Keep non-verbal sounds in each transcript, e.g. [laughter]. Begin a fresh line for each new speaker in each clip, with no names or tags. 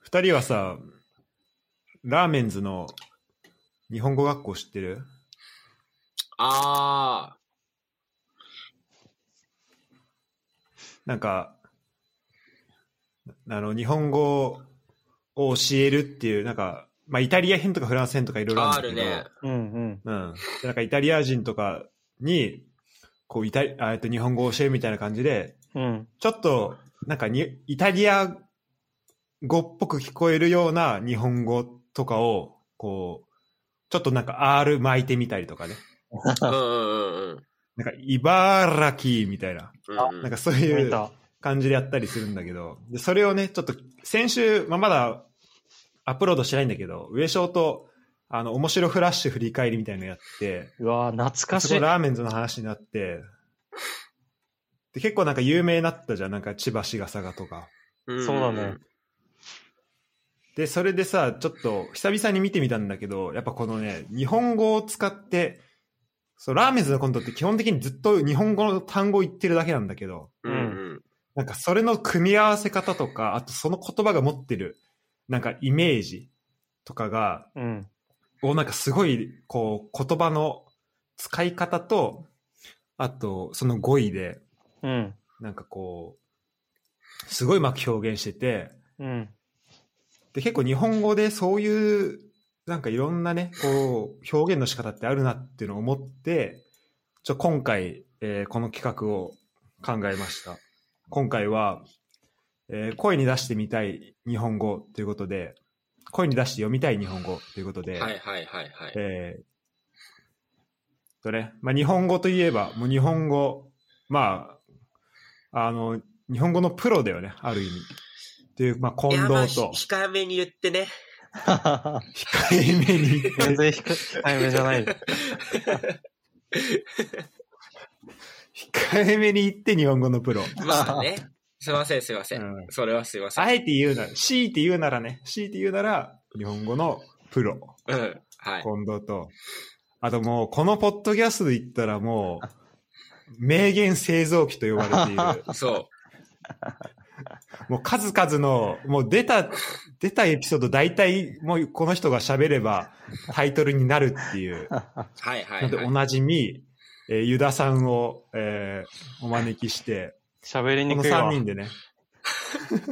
二人はさ、ラーメンズの日本語学校知ってる
あ
なんか、あの、日本語を教えるっていう、なんか、まあ、イタリア編とかフランス編とかいろい
ー、
ろあ
あ
る
る
んだけど、
ね。
うんうん。
うん。でなんかイタリア人とかに、こう、イタリあえっと日本語を教えるみたいな感じで、
うん。
ちょっと、なんかに、イタリア語っぽく聞こえるような日本語とかを、こう、ちょっとなんか R 巻いてみたりとかね。
うんうんうんうん
なんか、茨城みたいな。
うんうん。
なんかそうい
見
う
た。
感じでやったりするんだけど、でそれをね、ちょっと先週、まあ、まだアップロードしてないんだけど、上昇と、あの、面白フラッシュ振り返りみたいなのやって、
うわー懐か
そ
し
こ
い。
ラーメンズの話になって、で、結構なんか有名になったじゃん、なんか千葉しがさがとか。
そうだね。
で、それでさ、ちょっと久々に見てみたんだけど、やっぱこのね、日本語を使って、そう、ラーメンズのコントって基本的にずっと日本語の単語を言ってるだけなんだけど、
うんうん。
なんかそれの組み合わせ方とか、あとその言葉が持ってる、なんかイメージとかが、
うん。
をなんかすごい、こう、言葉の使い方と、あと、その語彙で、
うん。
なんかこう、すごいうまく表現してて、 [laughs]
うん。
で、結構日本語でそういう、なんかいろんなね、こう、表現の仕方ってあるなっていうのを思って、ちょ、今回、えーこの企画を考えました。今回は、えー声に出してみたい日本語ということで、声に出して読みたい日本語ということで、
はいはいはいはい。
えーとね、まあ、日本語といえば、もう日本語、まあ、あの、日本語のプロだよね、ある意味。っていう、まあ、近
いやまあ
藤
ひ
と、
控えめに言ってね。
控えめに言って
全然低いタイムじゃない。
控えめに言って日本語のプロ。
まあね。すいませんすいませ。
うんん
それはすいません。
あえて言うなら、強いて言うならね、強いて言うなら、日本語のプロ、
うん。はい。
近藤と、あともう、このポッドキャストで言ったらもう、名言製造機と呼ばれてい [laughs] る、
そ
もう数々の、もう出た、出たエピソード大体、もうこの人が喋ればタイトルになるっていう、
う。はいはい
ので
はい
お。なじみ、えーユダさんを、えーお招きして、
喋り
こ
に
の
くい
3。
わ
人でね。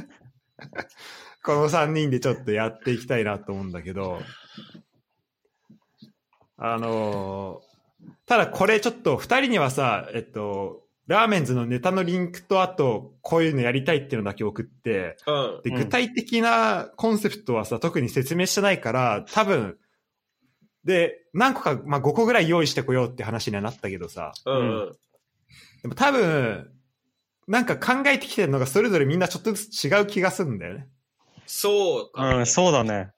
[laughs] この3人でちょっとやっていきたいなと思うんだけど、あのーただこれちょっと2人にはさ、えっと、ラーメンズのネタのリンクとあと、こういうのやりたいっていうのだけ送って、
うん。
で、
うん
具体的なコンセプトはさ、特に説明してないから、多分、で、何個か、まあ、5個ぐらい用意してこようって話にはなったけどさ、
うんうん。
でも多分、なんか考えてきてるのがそれぞれみんなちょっとずつ違う気がするんだよね。
そうかも
うん、そうだね。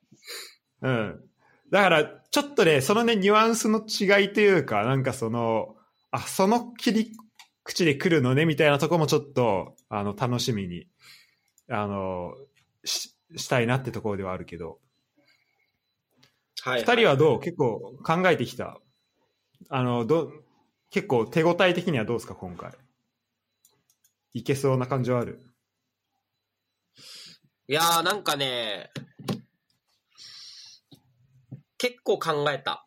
うん。だから、ちょっとね、そのね、ニュアンスの違いというか、なんかその、あ、その切り口で来るのね、みたいなとこもちょっと、あの、楽しみに、あの、し、したいなってところではあるけど。
はい。
二人はどう結構考えてきた。あの、ど、結構手応え的にはどうですか、今回。いけそうな感じはある。
いやーなんかね、結構考えた。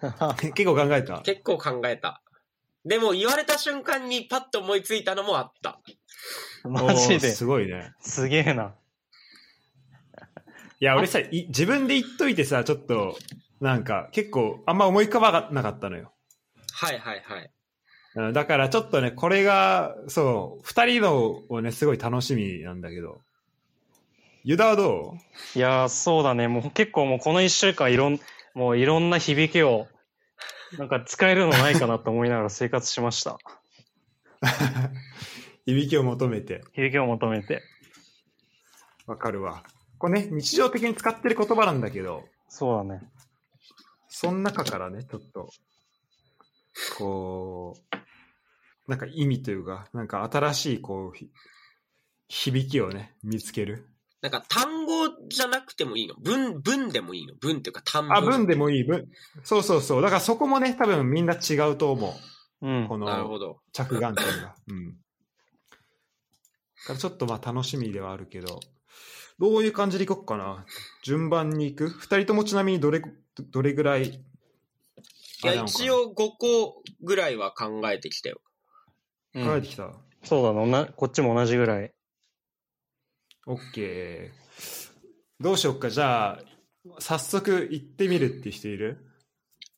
[laughs] 結構考えた。
結構考えた。でも言われた瞬間にパッと思いついたのもあった。
[laughs] マジ
おー。
です
ごいね。
すげえな。
いや、俺さ、い自分で言っといてさ、ちょっと、なんか、結構、あんま思い浮かばなかったのよ。
はいはいはい。
うんだから、ちょっとね、これが、そう、二人のをね、すごい楽しみなんだけど。ユダはど
いやー、そうだね。もう結構もうこの一週間いろん、もういろんな響きを、なんか使えるのないかなと思いながら [laughs] 生活しました。
ういびきを求めて。
響きを求めて。
わかるわ。これね、日常的に使ってる言葉なんだけど、
そうだね。
その中からね、ちょっと、こう、なんか意味というか、なんか新しい、こう、ひ響きをね、見つける。
なんか単語じゃなくてもいいの文、文でもいいの文っていうか単語。
あ、文でもいい、文。そうそうそう。だからそこもね、多分みんな違うと思
う
う。
ん
こ。
なるほ
の
ど。
着眼点が。うん。だからちょっとまあ楽しみではあるけど、どういう感じでいこうかな。順番にいく二人ともちなみにどれ、どれぐらい
いや、一。応5個ぐらいは考えてきたよ。
う
あれなのかな考え
ん
てきた。
そうだねおな。こっちも同じぐ
[laughs]
らい。
オッケー。どうしよっか。じゃあ、早速行ってみるって人いる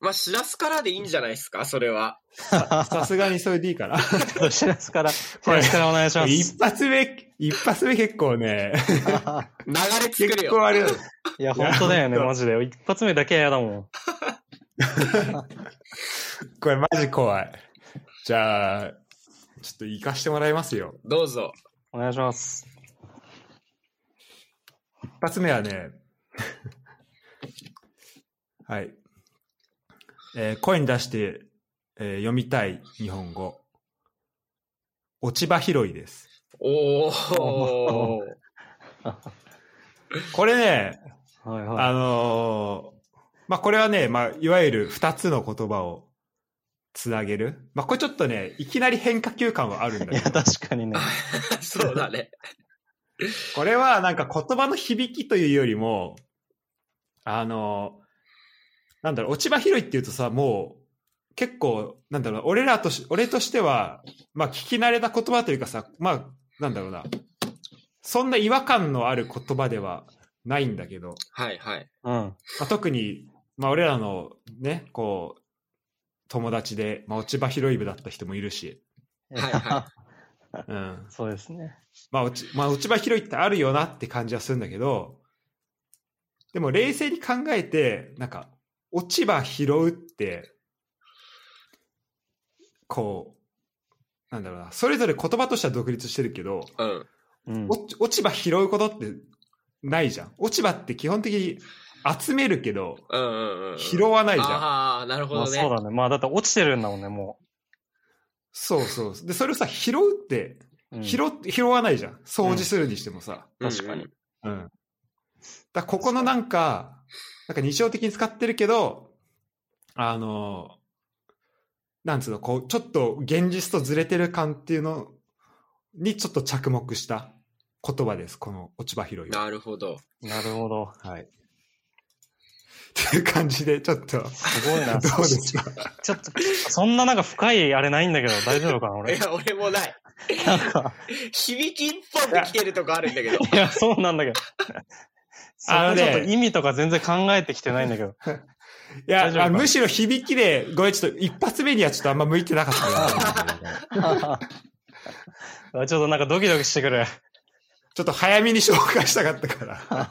まあ、しらすからでいいんじゃないですか、それは。
さすがにそれでいいから。
しらすから、しらすからお願いします
一。発目、一発目結構ね、
流れ作る
結
よ。
構あれ、
いや、本当だよね、
いや
マジで。一発目だけは嫌だもん。
これマジ怖い。じゃあ、ちょっと行かしてもらいますよ。
どうぞ。
お願いします。
一発目はね、 [laughs] はい。えー声に出して、えー読みたい日本語。落ち葉拾いです。
[laughs]
おお。
これね、
はいはい。
あのーまあ、これはね、まあ、いわゆる二つの言葉をつなげる。まあ、これちょっとね、いきなり変化球感はあるんだ
い
け
や、
ど、
確かにね。
そうだね。
これはなんか言葉の響きというよりも、あのーなんだろう、落ち葉拾いっていうとさ、もう、結構、なんだろう、俺らとし、俺としては、まあ、聞き慣れた言葉というかさ、まあ、なんだろうな、そんな違和感のある言葉ではないんだけど、
はいはい。
うん。
まあ、特に、まあ、俺らのね、こう、友達で、まあ、落ち葉拾い部だった人もいるし、
はいは
うん。
[laughs] そうですね。
まあ、落ち、まあ、落ち葉拾いってあるよなって感じはするんだけど、でも冷静に考えて、なんか、落ち葉拾うって、こう、なんだろうな、それぞれ言葉としては独立してるけど、
うん。
うん。
落ち落ち葉拾うことってないじゃん。落ち葉って基本的に集めるけど、
うんうんうんうん。
拾わないじゃん。
ああ、なるほ
まあ、
ど
そう
ね。
だね。まあ、だって落ちてるんだもんね、も
そうそう。で、それをさ、拾うって、
う。うん
拾って、拾わないじゃん。掃除するにしてもさ。
うんうん
確かに。
うん。だからここのなんか、なんか日常的に使ってるけど、あの、なんつうの、こう、ちょっと現実とずれてる感っていうのにちょっと着目した言葉です。この落ち葉拾いは。
なるほど。
なるほど。
はい。っていう感じで、ちょっ [laughs] と、ど
すごいな。
うですか
ちょっと、そんななんか深いあれないんだけど、大丈夫かな、
い
俺。
や、俺もない。
なんか、
響き一本で来てるとこあるんだけど。
いや、そうなんだけど。そ
あの
こ
ね
ちょっと意味とか全然考えてきてないんだけど。 [laughs]
いや
大丈夫、か
あむしろ響きで、ごめん、ちょっと一発目にはちょっとあんま向いてなかったな。
[laughs] あちょっとなんかドキドキしてくる。
ちょっと早めに紹介したかったか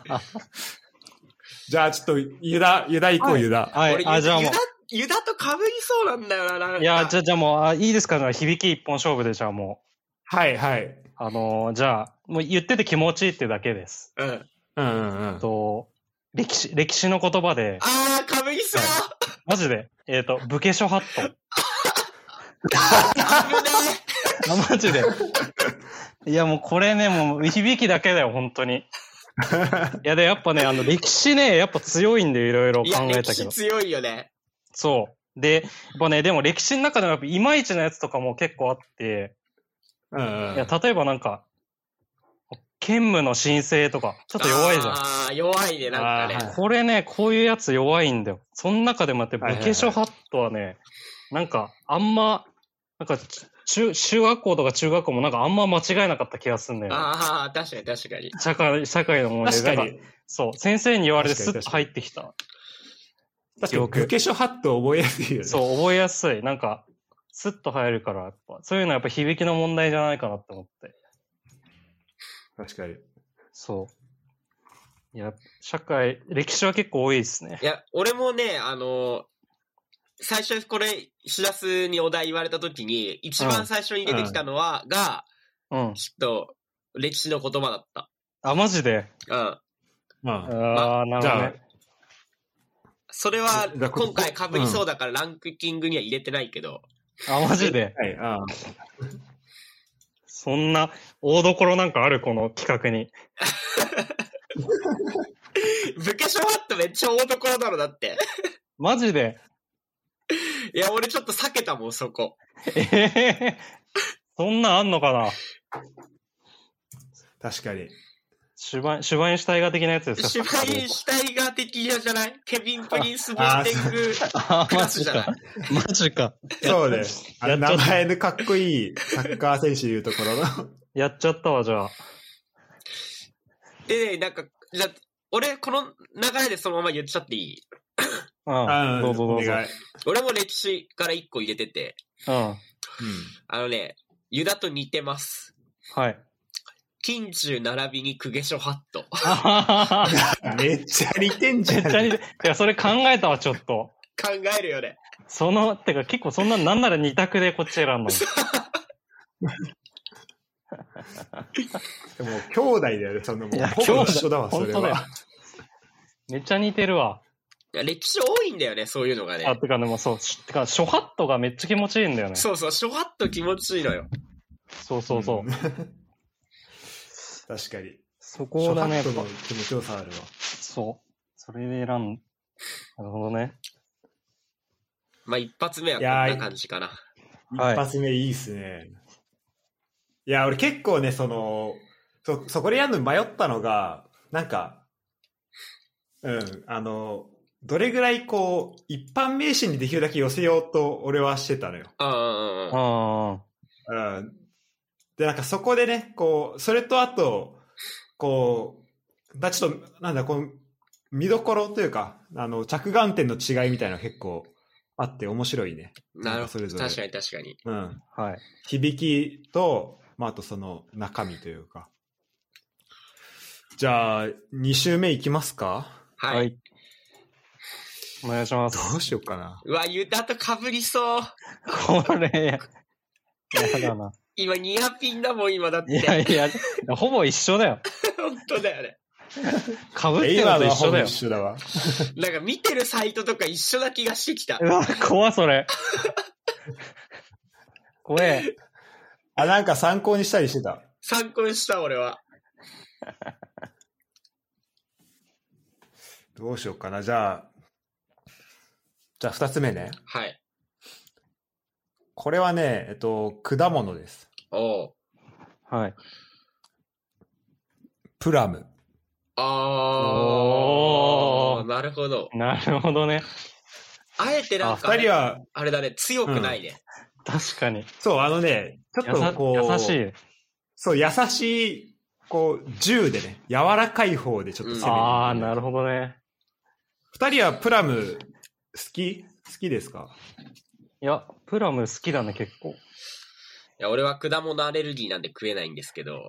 ら。 [laughs] じゃあ、ちょっと、ゆだ、ゆだ行こう、ゆだ。
は
俺
い。あ、じゃあもう
ユダ。ユダと被りそうなんだよな、なんか
いや、じゃあ、じゃあもう、あいいですかじゃあ響き一本勝負で、じゃあも
はい、はい。
う。あのーじゃあ、もう言ってて気持ちいいってだけです。
う
う
ん。
んうんうん。
と、歴史、歴史の言葉で、
ああ、被りそう
マジで、えっ、と、武家諸ハッ
[laughs] 危ね
ト。あ、マジで。いや、もうこれね、もう響きだけだよ、本
[laughs]
当に。いや、で、やっぱね、あの、歴史ね、やっぱ強いんだよ、いろいろ
え。い
考
や、
え
歴
たけ
史
ど。
強いよね。
そう。で、やっぱね、でも歴史の中でもやっぱいまいちなやつとかも結構あって、
うんうん
いや、例えばなんか、兼務の申請とか、ちょっと弱いじゃん。
ああ、弱いね、なん
あ
か
ーは
ね。
い
これね、こういうやつ弱いんだよ。その中でもやって、
はいはいはい
武家書ハットはね、なんか、あんま、なんか、中、中学校とか中学校もなんかあんま間違えなかった気がすんだよね。
ああ、確かに確かに。
社会、社会の問題
確か
で。なん
に、
そう、先生に言われて
確
ス
か
ッ
に
と入ってきた。
確かに、
よく
武家書ハット覚えやすいよね。
そう、覚えやすい。なんか、スッと入るから、やっぱ、そういうのはやっぱ響きの問題じゃないかなって思って。
確かに。
そう。いや、社会、歴史は結構多いですね
い。や、俺もね、あの最初これ、しらすにお題言われた時に、一番最初に出てきたのは、が、
うん。
ちょっと、歴史の言葉だっ
あ、マジで。
た。うん。
まあ、
ああ、なるほどね。
それは
だ、こ
今回被りそうだからランキングには入れてないけど。 [laughs]
あ、マジで。
はい、あ
そんな大どころなんかあるこの企画に。
武家小ハットめっちゃ大所だろ、だって。
マジで。
いや、俺ちょっと避けたもん、そこ。
えへへそんなんあんのかな
確かに。
シュバイン、シュバインシュタイガー的なやつですか
シュバインシュタイガー的なじゃないケビン・プリンス・ボーテング。
あー、マジ
クラ
か
ス。
マジか。
そうね。あの
や
名
っちゃった
前のかっこいいサッカー選手いうところ
[laughs]
の。
やっちゃったわ、じゃあ。
で、ね、なんか、じゃあ俺、この流れでそのまま言っちゃっていい
うん。どうぞどうぞ
お。願い
俺も歴史から一個入れてて、
うん。
あのね、ユダと似てます。
はい。
近中並びに公家諸ハット。
あははは
うんめっちゃ似てんじゃん。
めっちゃ似て、いや、それ考えたわ、ちょっと。
考えるよね。
その、てか結構そんな、なんなら二択でこっち選んだもん。
でも兄弟だよね、そんなもう
いや。
ほぼ一緒だわ、
兄
そ
弟
れ
本当だよ
は。
めっちゃ似てるわ。
いや歴史多いんだよね、そういうのがね
あ、。てかでもそう、してか、ショハットがめっちゃ気持ちいいんだよね。そ
そうそう、諸ハット気持ちいいのよ。
うそうそう。
ん [laughs] 確かに。
そこだね、やっ
ショ
ぱ
ハットの気持ちよさあるわ。
そう。それで選ん。なるほどね。
まあ一発目はこん
いや
な
ー
感じかな。
はい
一発目いいっすね。いや、俺結構ね、その、そ、そこでやるの迷ったのが、なんか、うん、あの、どれぐらいこう、一般名詞にできるだけ寄せようと俺はしてたのよ。
うんうんうんうん。
あ
うん。で、なんかそこでね、こう、それとあと、こう、だちょっと、なんだ、この、見どころというか、あの、着眼点の違いみたいなの結構あって面白いね。
なる
そ
ほ
れ
ど。
ぞれ
確かに確かに。
うん。
あ。はい。
響きと、まあ、あとその中身というか。じゃあ、2周目いきますか
はい。。
お願いします。
どうしようかな。
うわ、ユダと被りそう。
これ、やだな。
今ニアピンだもん、今だっ
いや
て。
いや、ほぼ一緒だよ。
本当だよね。
かぶ
え
ってる
今の
のと
は
一
ほ
緒
ぼ
だよ
一。緒だわ。
なんか見てるサイトとか一緒な気がしてきた
う。わ、怖それ。怖え。
あ、なんか参考にしたりしてた。
参考にした、俺は。
どうしようかな。じゃあ、じゃあ2つ目ね。
はい。
これはね、えっと、果物です。
おう。
はい。
プラム。
あ
おー
ー、なるほど。
なるほどね。
あえてなんか、
2人は、
あれだね、強くないね。
確かに。
そう、あのね、ちょ
や
っ
さ
とこう、
優しい。
そう、優しい、こう、銃でね、柔らかい方でちょっと攻めていくね、
ああ、なるほどね。
二人はプラム好き好きです
[laughs]
か
いや、プラム好きだね、結構。
いや、俺は果物アレルギーなんで食えないんですけど。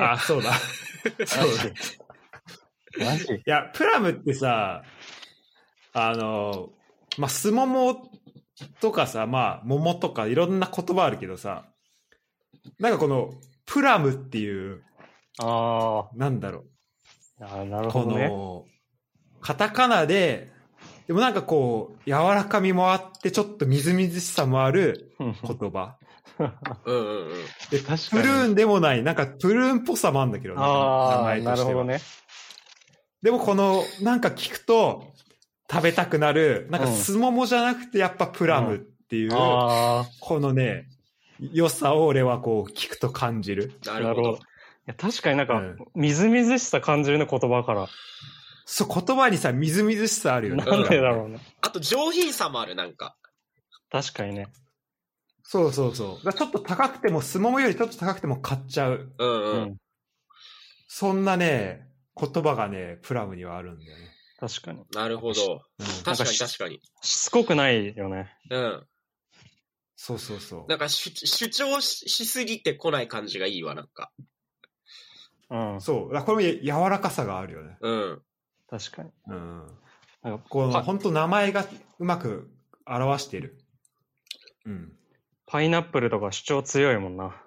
あ、そうだ。 [laughs] そうだ。い
マジ
や、プラムってさ、あの、まあ、すももとかさ、まあ、桃とかいろんな言葉あるけどさ、なんかこの、プラムっていう、
[laughs] あ
なんだろ
ーあー、なる
う、こ
ほどね。
の、カタカナで、でもなんかこう、柔らかみもあって、ちょっとみずみずしさもある
うん
言葉。
うんうんうん。
で、プル
確かに
ーンでもない、なんかプルーンっぽさもあるんだけどね、
ああ、
名前
な
と
る
して
ほ
は
ど。ね。
でもこの、なんか聞くと、食べたくなる、なんか
うん
すももじゃなくてやっぱプラムっていう、
あ
このね、良さを俺はこう聞くと感じる。
な
あ、な
る
るほ
ほ
ど。
ど
い。や確かになんか、
うん
みずみずしさ感じるね、言葉から。
そう、言葉にさ、みずみずしさあるよね。
なんでだろうね。
あと上品さもある、なんか。
確かにね。
そうそうそう。だからちょっと高くても、すももよりちょっと高くても買っちゃう。
うん
う
うん。
ん。
そんなね、言葉がね、プラムにはあるんだよね。
確かに。
なるほど。
うん、
なん
確
か
かに
し
確かに。
しつこくないよね。
うん。
そうそうそう。
なんか主主張ししすぎてこない感じがいいわ、なんか。
うん。
そう。だからこれも柔らかさがあるよね。
うん。
確かに。
うん。
なんか
この
は
本当名前がうまく表してる。うん。
パイナップルとか主張強いもんな。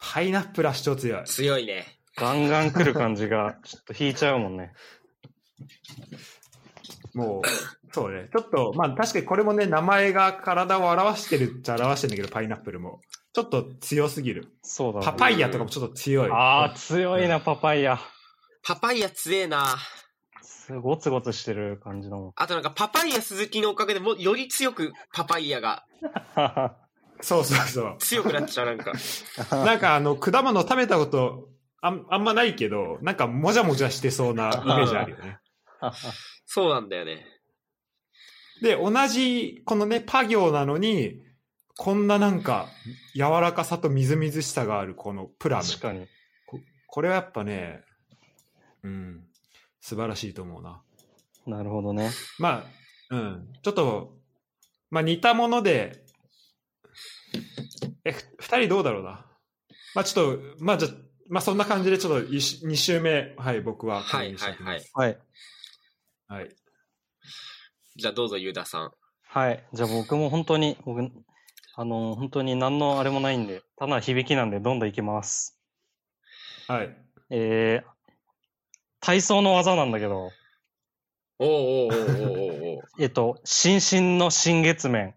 パイナップルは主張強い。
強いね。
ガンガン来る感じ
[laughs]
が、ちょっと引いちゃうもんね。
も
[laughs]
う、そうね。ちょっと、まあ確かにこれもね、名前が体を表してるっちゃ表してるんだけど、パイナップルも。ちょっと強すぎる。
そうだね。
パパイヤとかもちょっと強い。
ああ、強いな、パパイヤ。
パパイヤ強えな。
すごつごつしてる感じだもん。
あとなんかパパイヤ鈴木のおかげでもうより強くパパイヤが
そうそうそう。[laughs]
[laughs]
強くなっちゃうなんか。
なんかあの、果物食べたことあんあんまないけど、なんかもじゃもじゃしてそうなイメージあるよね。
そうなんだよね。
で、同じ、このね、パ行なのに、こんななんか、柔らかさとみずみずしさがある、このプラム。
確かに。
これはやっぱね、うん、素晴らしいと思うな。
なるほどね。
まあ、うん、ちょっと、まあ似たもので、え、ふ二人どうだろうな。まあちょっと、まあじゃあ、まあそんな感じで、ちょっといし二週目、はい、僕はこ
は
れ
い
にした
はい
と思
はい
ま
い
す。。
は
は
い。
い。
じゃあどうぞ、ゆうださん。
はい。じゃあ僕も本当に、僕、あの、本当に何のあれもないんで、ただ響きなんでどんどんいきます。
はい。
えー、体操の技なんだけど、
おうおうおうおうおうおう
えっと、新進の新月面。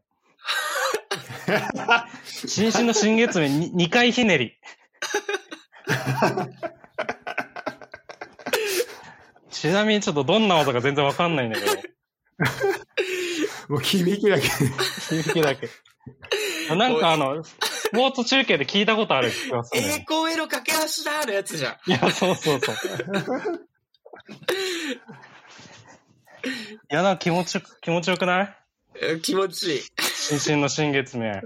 新進の新月面に2回ひねり。ちなみにちょっとどんな技か全然わかんないんだけど、
もう響きだけ。
響きだけ。なんかあの、スポーツ中継で聞いたことある気がする、
栄
ね。
光への架け橋だのやつじゃん。
いや、そうそうそう。いや、なんか気持ちよく、気持ちよくない
え気持ちいい。
新進の新月面。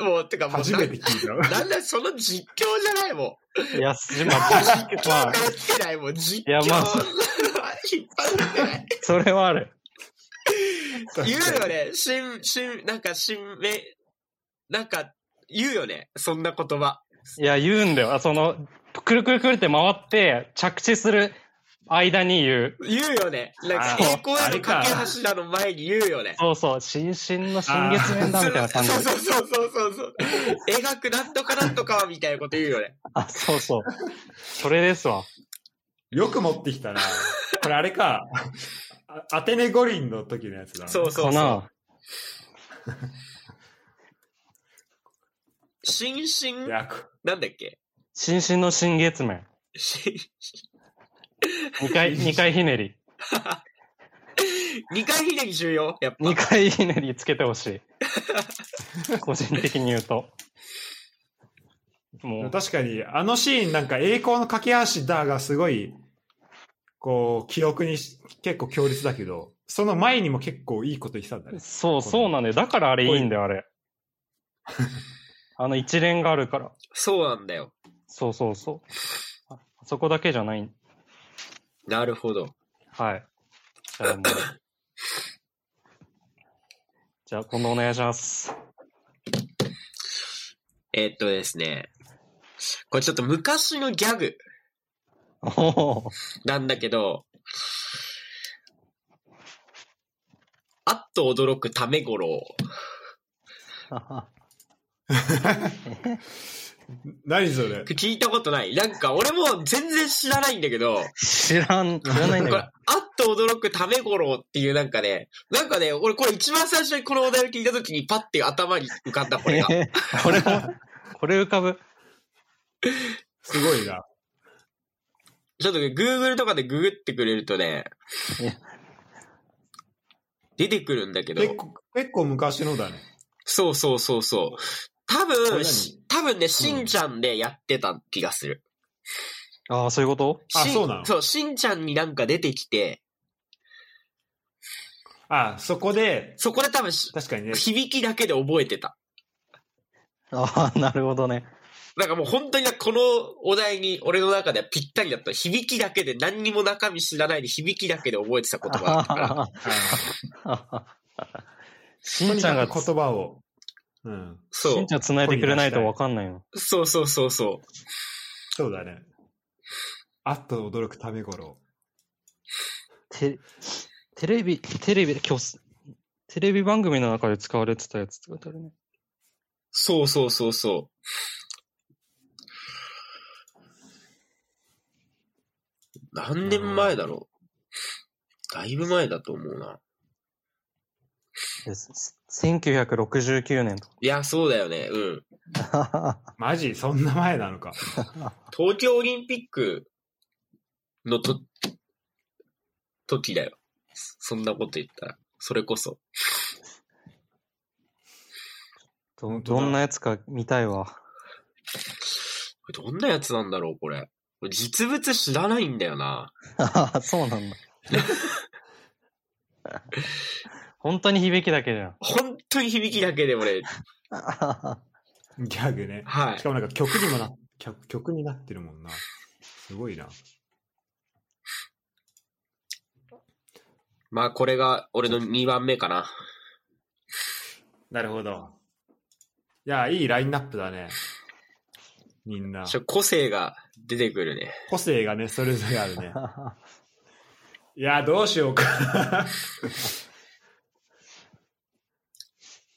もう、てかも
[laughs]
う
初
な、
めて聞いたわ。
なんだ、その実況じゃないもん。
いや、すまあ、
今
まあ
日、からつけないもん、実況。
いやまあ
[laughs] 引っ張っ
[laughs]
てない。
それはある。
言うよね。新、新、なんか新名、なんか言うよね。そんな言葉。
いや、言うんだよ。あその、くるくるくるって回って、着地する間に言う。
言うよね。なん
あー
か栄光へ
あ
の
れか
架け橋だの前に言うよね。
そうそう、新進の新月面だみたいな感じ。
そうそうそうそうそうそう。描くなんとかなんとかはみたいなこと言うよね。
あ、そうそう。それですわ。
よく持ってきたな。これあれか。あアテネ五輪の時のやつだな。
そうそ
か
うそう。
な。
新進
い、や、こ
なんだっけ [laughs]
新進の新月面。
新
二回、二回ひねり。
二回ひねり重要やっぱ
二。回ひねりつけてほし
[laughs]
い。個人的に言うと。もう、
確かに、あのシーンなんか栄光の架け橋だがすごい、こう、記憶にし結構強烈だけど、その前にも結構いいこと言ってたんだね。
そう、そうなんだよ。だからあれいいんだよ、あれ。あの一連があるから。
そうなんだよ。
そうそうそう。ああそこだけじゃない。
なるほど。
はい。じゃあもう。じゃあ、今度お願いします。
えーっとですね。これちょっと昔のギャグ
おお。
なんだけど、あっと驚くためごろ
何それ
聞いたことない。なんか俺も全然知らないんだけど、
知らん、知らないん
こ
だ
れ、
け
あっと驚くためごろっていうなんかね、なんかね、俺これ一番最初にこのお題を聞いた時にパッて頭に浮かんだ、これ
ど。
が。
えーこれも、これ浮かぶ。
すごいな。
ちょっとね、Google とかでググってくれるとね
いや、
出てくるんだけど。
結構、結構昔のだね。
そうそうそうそう。多
これ
分、
何
し多分ね、しんちゃんでやってた気がする。
ああ、そういうこと
あ
しん
そうなの
そう、しんちゃんになんか出てきて、
あ、そこで、
そこで多分し、
確かにね、
響きだけで覚えてた。
ああ、なるほどね。
なんかもう本当になこのお題に俺の中ではぴったりだった。響きだけで何にも中身知らないで響きだけで覚えてた言葉だったか
と
ら。 [laughs]
[laughs] しん
に
ちゃん
か
が
く、言葉を、うん、
そ
し
うん
ち。ゃん繋いでくれないとわかんないの。
そうそうそうそ
そうだね。あっと驚くためごろ。
テテレビ、テレビ、今日、テレビ番組の中で使われてたやつってことあるね。
う。そうそうそうそそう。何年前だろう。だいぶ前だと思うな。
です1969年と
いや、そうだよね。うん。
[laughs] か。
マジそんな前なのか。
東京オリンピックのと、時だよ。そんなこと言ったら。それこそ。
ど
本当だ
どんなやつか見たいわ。
どんなやつなんだろう、これ。俺実物知らないんだよな。
ああ、 [laughs] そうなんだ。 [laughs] 本当に響きだけじ [laughs] ゃん。
本当に響きだけで [laughs] 俺、
ギャグね。
は
し
い。
かもなんか曲にもな、曲曲になってるもんな。すごいな。
まあこれが俺の2番目かな。
なるほど。いや、いいラインナップだね。みんな。
ちょ個性が出てくるね。
個性がね、それぞれあるね。いや、どうしようか。 [laughs]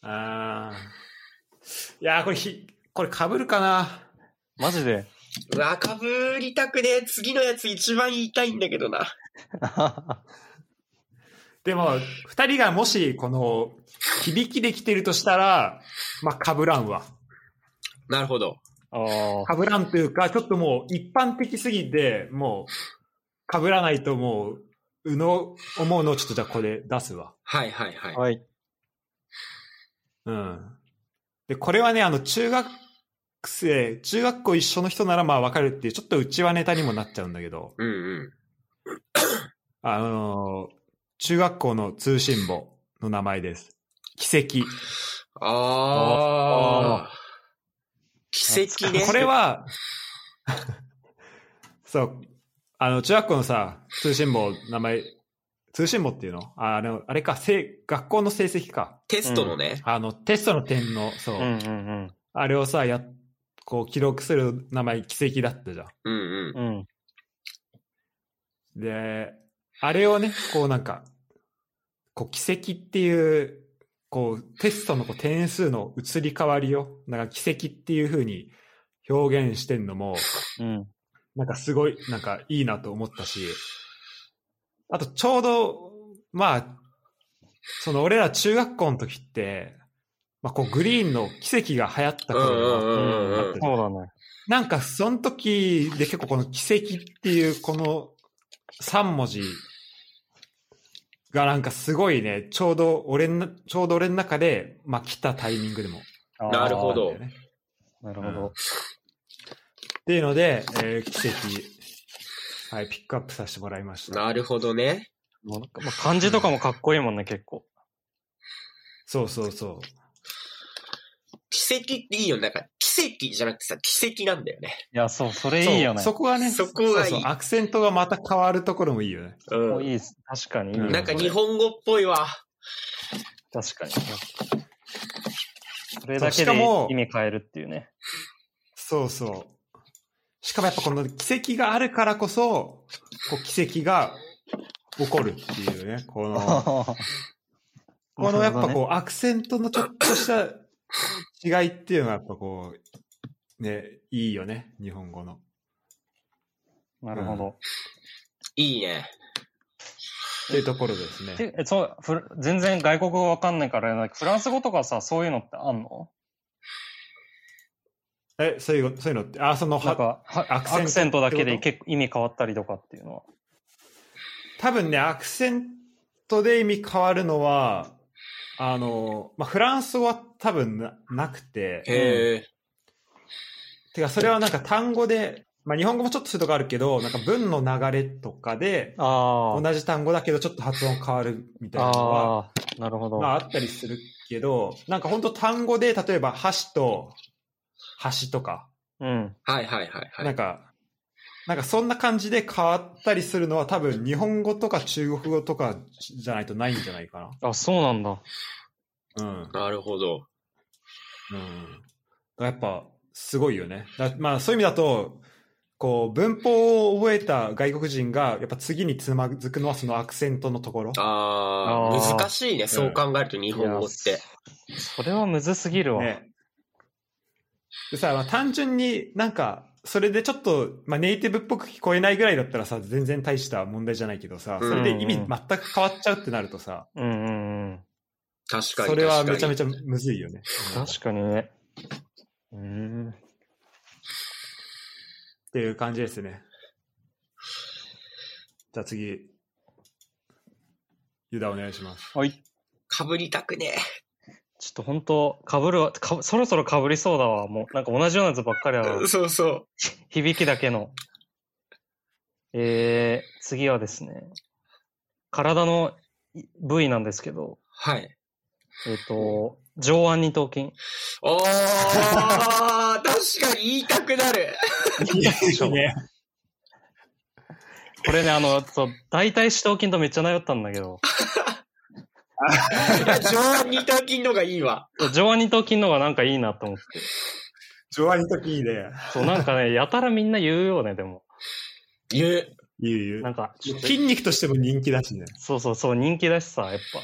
あーいや、これひ、これ被るかな。
マジ [laughs] で。
うわ、かぶりたくねえ。次のやつ一番言いたいんだけどな。
でも、二人がもし、この、響きできてるとしたら、まあ、被らんわ。
なるほど。
ああ。
被らんというか、ちょっともう、一般的すぎて、もう、被らないともう、うの、思うのをちょっとじゃあこれ出すわ。
はいはいはい。
はい。
うん。で、これはね、あの、中学生、中学校一緒の人ならまあわかるっていう、ちょっとうちはネタにもなっちゃうんだけど、
うんうん。
あのー中学校の通信簿の名前です。奇跡。
ああ。奇跡ね。
これは、 [laughs] そう、あの、中学校のさ、通信簿、名前、通信簿っていうのああの、あれか、せ学校の成績か。
テストのね。
あの、テストの点の、そうう、
んうん
あれをさ、やっ、こう、記録する名前、奇跡だったじゃん。
うんうん。
うん。うん。
で、あれをね、こうなんか、こう奇跡っていう、こうテストのこう点数の移り変わりを、なんか奇跡っていう風に表現してんのも、
うん。
なんかすごい、なんかいいなと思ったし、あとちょうど、まあ、その俺ら中学校の時って、まあこうグリーンの奇跡が流行った
うんう
頃
ん
が
うんうんうん。
そうだね。
なんかその時で結構この奇跡っていうこの3文字がなんかすごいね、ちょうど俺の、ちょうど俺の中で、まあ来たタイミングでも
あー
なるほ
あっ
ど
たんだよね
なるほ
うん
ど。
っていうので、えー奇跡、はい、ピックアップさせてもらいました。
なるほどね。
もうなんかまあ漢字とかもかっこいいもんね、結構。
そうそうそう。
奇跡っていいよね。なんか、奇跡じゃなくてさ、奇跡なんだよね。
いや、そう、それいいよね。
そうそこはね、
そこがいい
そうそうアクセントがまた変わるところもいいよね。
う
いいです。確かにいいよ
なんか
これ
日本語っぽいわ。
確かに。それだけ
そうしか
で
も
意味変えるっていうね。
そうそう。しかもやっぱこの奇跡があるからこそ、こう奇跡が起こるっていうね、この、
こ
このやっぱ
う。
こうアクセントのちょっとした違いっていうのはやっぱこう、ね、いいよね、日本語の。
なるほど。
いいね。
っていうところですね。
てえそうフラ全然外国語わかんないからあれだけどフランス語とかさ、そういうのってあんの
え、そういう、そういうのって、あ、その、
なん
は
かは
ア
ア
ク
ク
セント
セントだけ
っ
で
て
結構意味変わったりとかっていうのは。
多分ね、アクセントで意味変わるのは、あの、まあ、フランス語は多分ななくて、
へえ。
てか、それはなんか単語で、まあ、日本語もちょっとするとこあるけど、なんか文の流れとかで、
あ
同じ単語だけどちょっと発音変わるみたいなのは、
ああ、なるほど。
まあ、あったりするけど、なんか本当単語で、例えば箸と、箸とか、
うん。
はいはいはいは
なん
い。
か、なんかそんな感じで変わったりするのは多分日本語とか中国語とかじゃないとないんじゃないか
あ、そうなんだ。
な。うん。
なるほど。
うん、やっぱすごいよね。だまあそういう意味だと、こう文法を覚えた外国人がやっぱ次につまずくのはそのアクセントのところ。
あ
あ
あ、
ー
難しいね。そう考えると日本語って。
いや。それはむずすぎるわ。
ね。でさ、まあ、単純になんか、それでちょっと、まあ、ネイティブっぽく聞こえないぐらいだったらさ、全然大した問題じゃないけどさ、それで意味全く変わっちゃうってなるとさ、
うんうんうん。
確かに。
それはめちゃめ
ち
ちゃむずいよね。うんっ
確かにね。うーん。
ていう感じですね。じゃあ次、ユダお願いします。
はい。
ゃ。かぶりたくね
ちょっと本当、かぶるわ、かぶそろそろかぶりそうだわ。もう、なんか同じようなやつばっかりだな。 [laughs]
そうそう。
響きだけの。えー、次はですね、体のい部位なんですけど、
はい。
えっ、と、上腕二頭筋。
おー確かに言いたくなる。
ね。
これね、あの、そう、大腿四頭筋とめっちゃ迷ったんだけど、
いや上腕二頭筋の方がいいわ。
上腕二頭筋の方がなんかいいなと思って。
上腕の時いいね。
そう、なんかね、やたらみんな言うよね、でも。
言う。
言う言う
なんか、ちょっと
筋肉としても人気だしね。
そうそうそう、人気だしさ、やっぱ。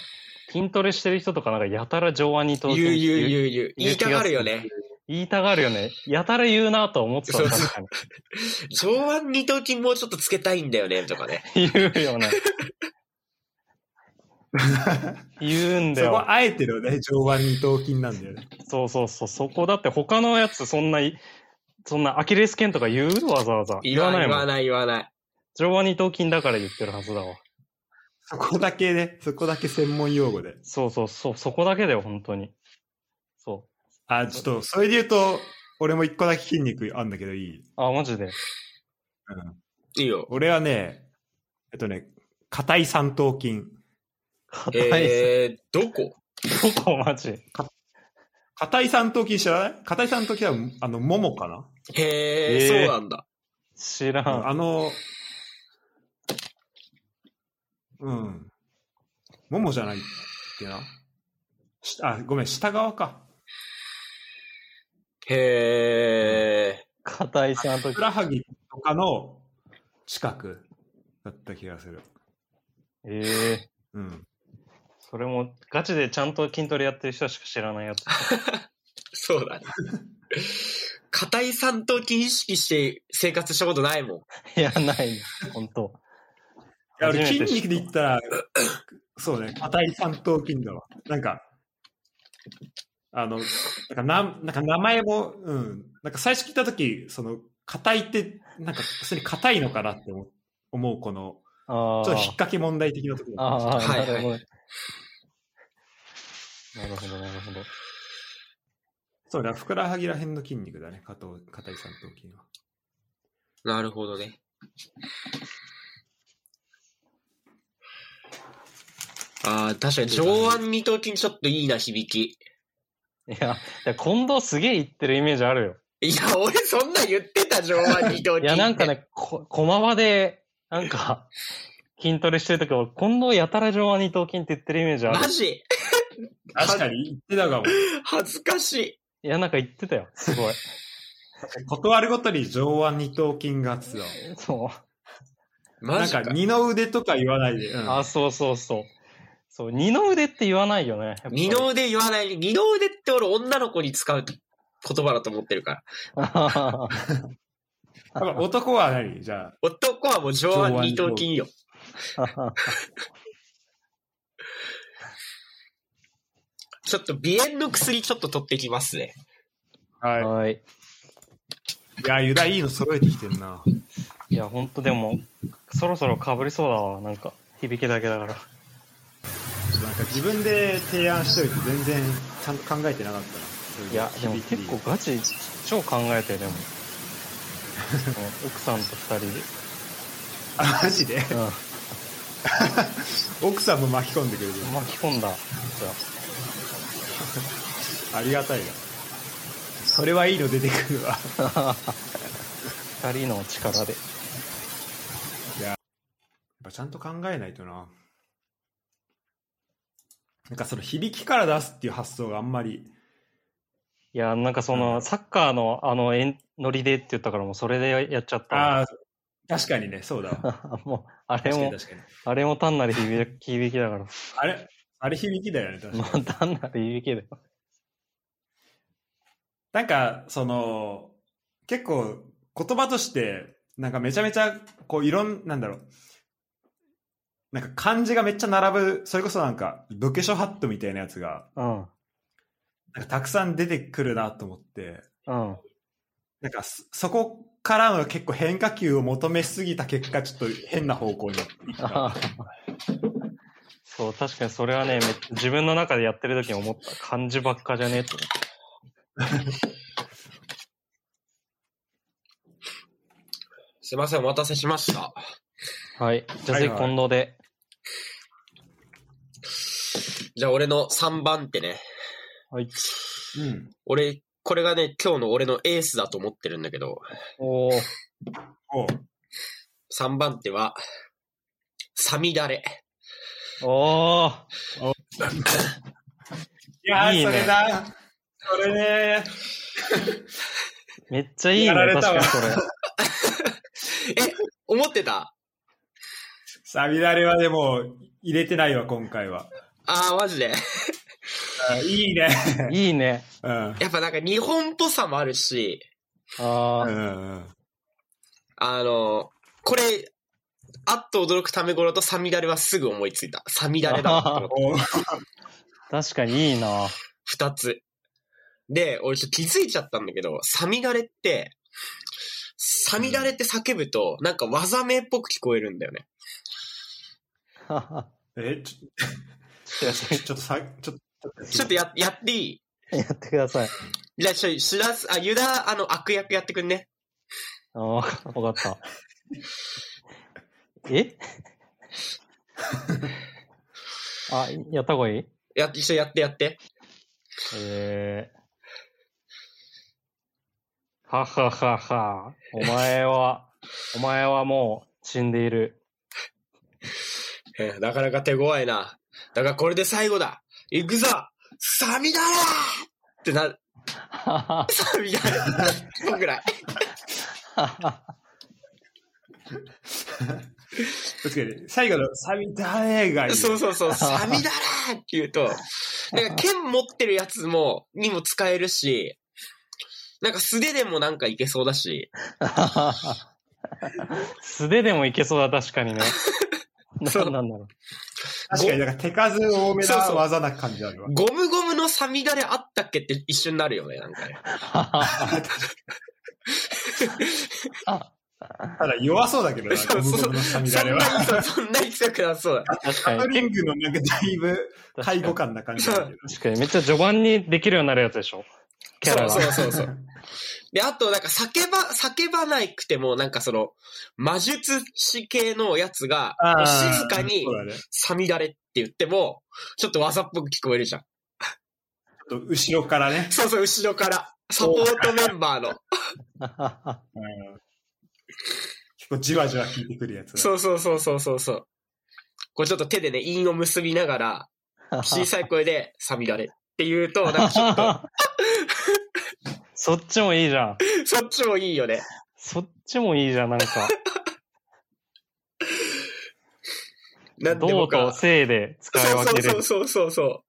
筋トレしてる人とかなんかやたら上腕二頭
言う
筋
言う
って
言う言う。言いたがるよね。
言いたがるよね。やたら言うなとは思ってた
そうそう
確かに。
上腕二頭筋もうちょっとつけたいんだよね、とかね。
言う
[laughs]
よね。言うんだ
そこ
よ。
あえてのね、上腕二頭筋なんだよね。
そうそうそう。そこだって他のやつそんな、そんなアキレス腱とか言うわざわざ。言わない
言
も
わ
ん。
ない言わない。
上腕二頭筋だから言ってるはずだわ。
そこだけね、そこだけ専門用語で。
そうそうそう。そこだけだよ、本当に。そ
あ、ちょっと、それで言うと、俺も一個だけ筋肉あんだけどいい。
う。あ、マジで。
いいよ。
俺はね、えっとね、硬い三頭筋。
硬いです。
えー、どこ
どこ [laughs] マジ。
硬い三頭筋知らない硬い三頭筋は、あの、ももかな、
へ
えー
え、そうなんだ。
知らん。
あの、うん。ももじゃないってな。しあ、ごめん、下側か。
へえ。
硬いさんと
ふくらはぎとかの近くだった気がする。
ええ
うん。
それもガチでちゃんと筋トレやってる人しか知らないやつ。
そうだね。硬い三頭筋意識して生活したことないもん。
い [laughs] や、ない。本当。
いや俺
初
筋肉
めて知った
で言ったら、そうね、硬い三頭筋だわ。なんか、あの、なんかななんか名前も、うん、なんか最初聞いたとき、その、硬いって、なんか、普通に硬いのかなって思う、思うこの、
あ
ちょっと引っ掛け問題的なとこ
あ。
ろ。
ああ、
はいはい
なるほど。なるほど、なるほど。
そうだ、ふくらはぎら辺の筋肉だね、かと硬い三頭筋は。
なるほどね。ああ、確かに上腕二頭筋ちょっといいな、響き。
いや、いや近藤すげえ言ってるイメージあるよ。
いや、俺そんな言ってた、上腕二頭筋。
いや、なんか。ね、こ駒場で、なんか、筋トレしてるとき、俺近藤やたら上腕二頭筋って言ってるイメージある
マ。ジ
確かに言ってたかも。
恥ずかしい。
いや、なんか言ってたよ。すごい。
断るごとに上腕二頭筋がつだわ。
そう。
マ
なん
ジ
か
か。
二の腕とか言わないで。うん
あ、そうそうそう。そう、二の腕って言わないよね。やっぱり
二
[laughs]
の腕言わない。二の腕って俺女の子に使う言葉だと思ってるから。
あー
だから男は何じゃあ、
男はもう上腕二頭筋よ。 [laughs] ちょっと鼻炎の薬ちょっと取ってきますね。
はい。
はい。
いや、ユダいいの揃えてきてんな。
いや、ほんとでも、そろそろかぶりそうだわ。なんか、響きだけだから。
なんか自分で提案しといて全然ちゃんと考えてなかったな。そうう
いや、でも
響き
結構ガチ、超考えてる、
[laughs]
でも。その奥さんと二人で。
あ、マジで
う
奥さんも巻き込んでくれてる
ん。巻き込んだ。じゃ
ありがたいな。それはいいの出てくるわ。
あ。二人の力で。
やっぱちゃんと考えないとな。なんかその響きから出すっていう発想があんまり。
いや、なんかその、サッカーのあの、えんノリでって言ったからもうそれでやっちゃった。
ああ、確かにね、そうだわ。
[laughs] もう、あれ
確かに
も、
確かに。
あれも単なる響き響きだから。 [laughs]
あれ、あれ響きだよね、確かに
ま。あ、単なる響きだよ。
なんか、その、結構言葉として、なんかめちゃめちゃ、こういろん、なんだろう。なんか漢字がめっちゃ並ぶ、それこそなんか、武家書ハットみたいなやつが、
うん。
なんかたくさん出てくるなと思って、
うん。
なんかそそこからの結構変化球を求めすぎた結果、ちょっと変な方向に行った。
ああ [laughs] そう、確かにそれはね、め自分の中でやってる時に思った。漢字ばっかじゃねえって思った。
すいません、お待たせしました。
はい。じゃ
は
あ、
い
ぜ
は
ひ
い
近藤で。
じゃあ、俺の3番手ね。
はい。
うん。
俺、これがね、今日の俺のエースだと思ってるんだけど、
おー。
おう
3番手は、サミダレ。
おー。
[laughs] いやー
いいね
それだ。それね
めっちゃいいね、
やられ
確
た
か
わ
にそれ。
思ってた
サビダレはでも、入れてないわ、今回は。
あー、マジで。
あいいね。
[laughs] いいね。
うん。
やっぱなんか日本っぽさもあるし、
あ
う
ー。
んうん。
あの、これ、あっと驚くため頃とサミダレはすぐ思いついた。サミダレだと思って。
おう
確かにいい [laughs] な。
二つ。で、俺ちょっと気づいちゃったんだけど、サミダレって、サミダレって叫ぶと、なんか技名っぽく聞こえるんだよね。
え、ち
ちょっ
ょ、ちょ
と
[laughs] っとさ、ちょっと、
ちょっとや、やってい
やってください。
いじゃあ、ちょ、知らず、あ、ユダ、あの、悪役やってくんね。
ああ、わかわかった。え [laughs] あ、やった方がいい
や、一緒やってやって。
えー。はははは。お前は、お前はもう死んでいる。
えーなかなか手強いな。だからこれで最後だ。行くぞサミダレってな、 [laughs] サミダレぐらい。
確かに、最後のサビダレがいい。
そうそ
[laughs]
うそう、サミダレって言うと、なんか剣持ってるやつも、にも使えるし、なんか素手でもなんかいけそうだし、
素手でもいけそうだ、確かにね。
そ
な
う
なんだろう。
確かに、なんか手数多めな
そうそう
技な感じあるわ。
ゴムゴムのサミダレあったっけって一瞬なるよね、なんかね。
ただ弱そうだけどな、
そう
ゴ
そう
ムゴムのサビ
そ
ダ
ん
レ
なに
は。、
そうそんなに強くなさそうだ。
確
ハ
かに
ト。リングのなんかだいぶ介護感な感じある
確かに、めっちゃ序盤にできるようになるやつでしょ。キャラが。
そうそうそうそう。で、あと、なんか叫ば、叫ばないくても、なんかその、魔術師系のやつが、
けど。
静かに
そう、だね。ち
サミダレって言っても、ちょっと技っぽく聞こえるじゃん。
ょっと後ろからね。
そうそう、後ろから。サポートメンバーの。
結構じわじわ効いてくるやつだ。
そうそうそうそうそうそう。こうちょっと手でね、韻を結びながら、小さい声で、サミダレって言
[laughs]
うと、なんかちょっと、 [laughs]
そっちもいいじゃん。
そっちもいいよね。
そっちもいいじゃん、なんか。
なんで
どう
僕
と
は。
性で使い分
そ
け
う
れ
そ
る
う。そうそうそ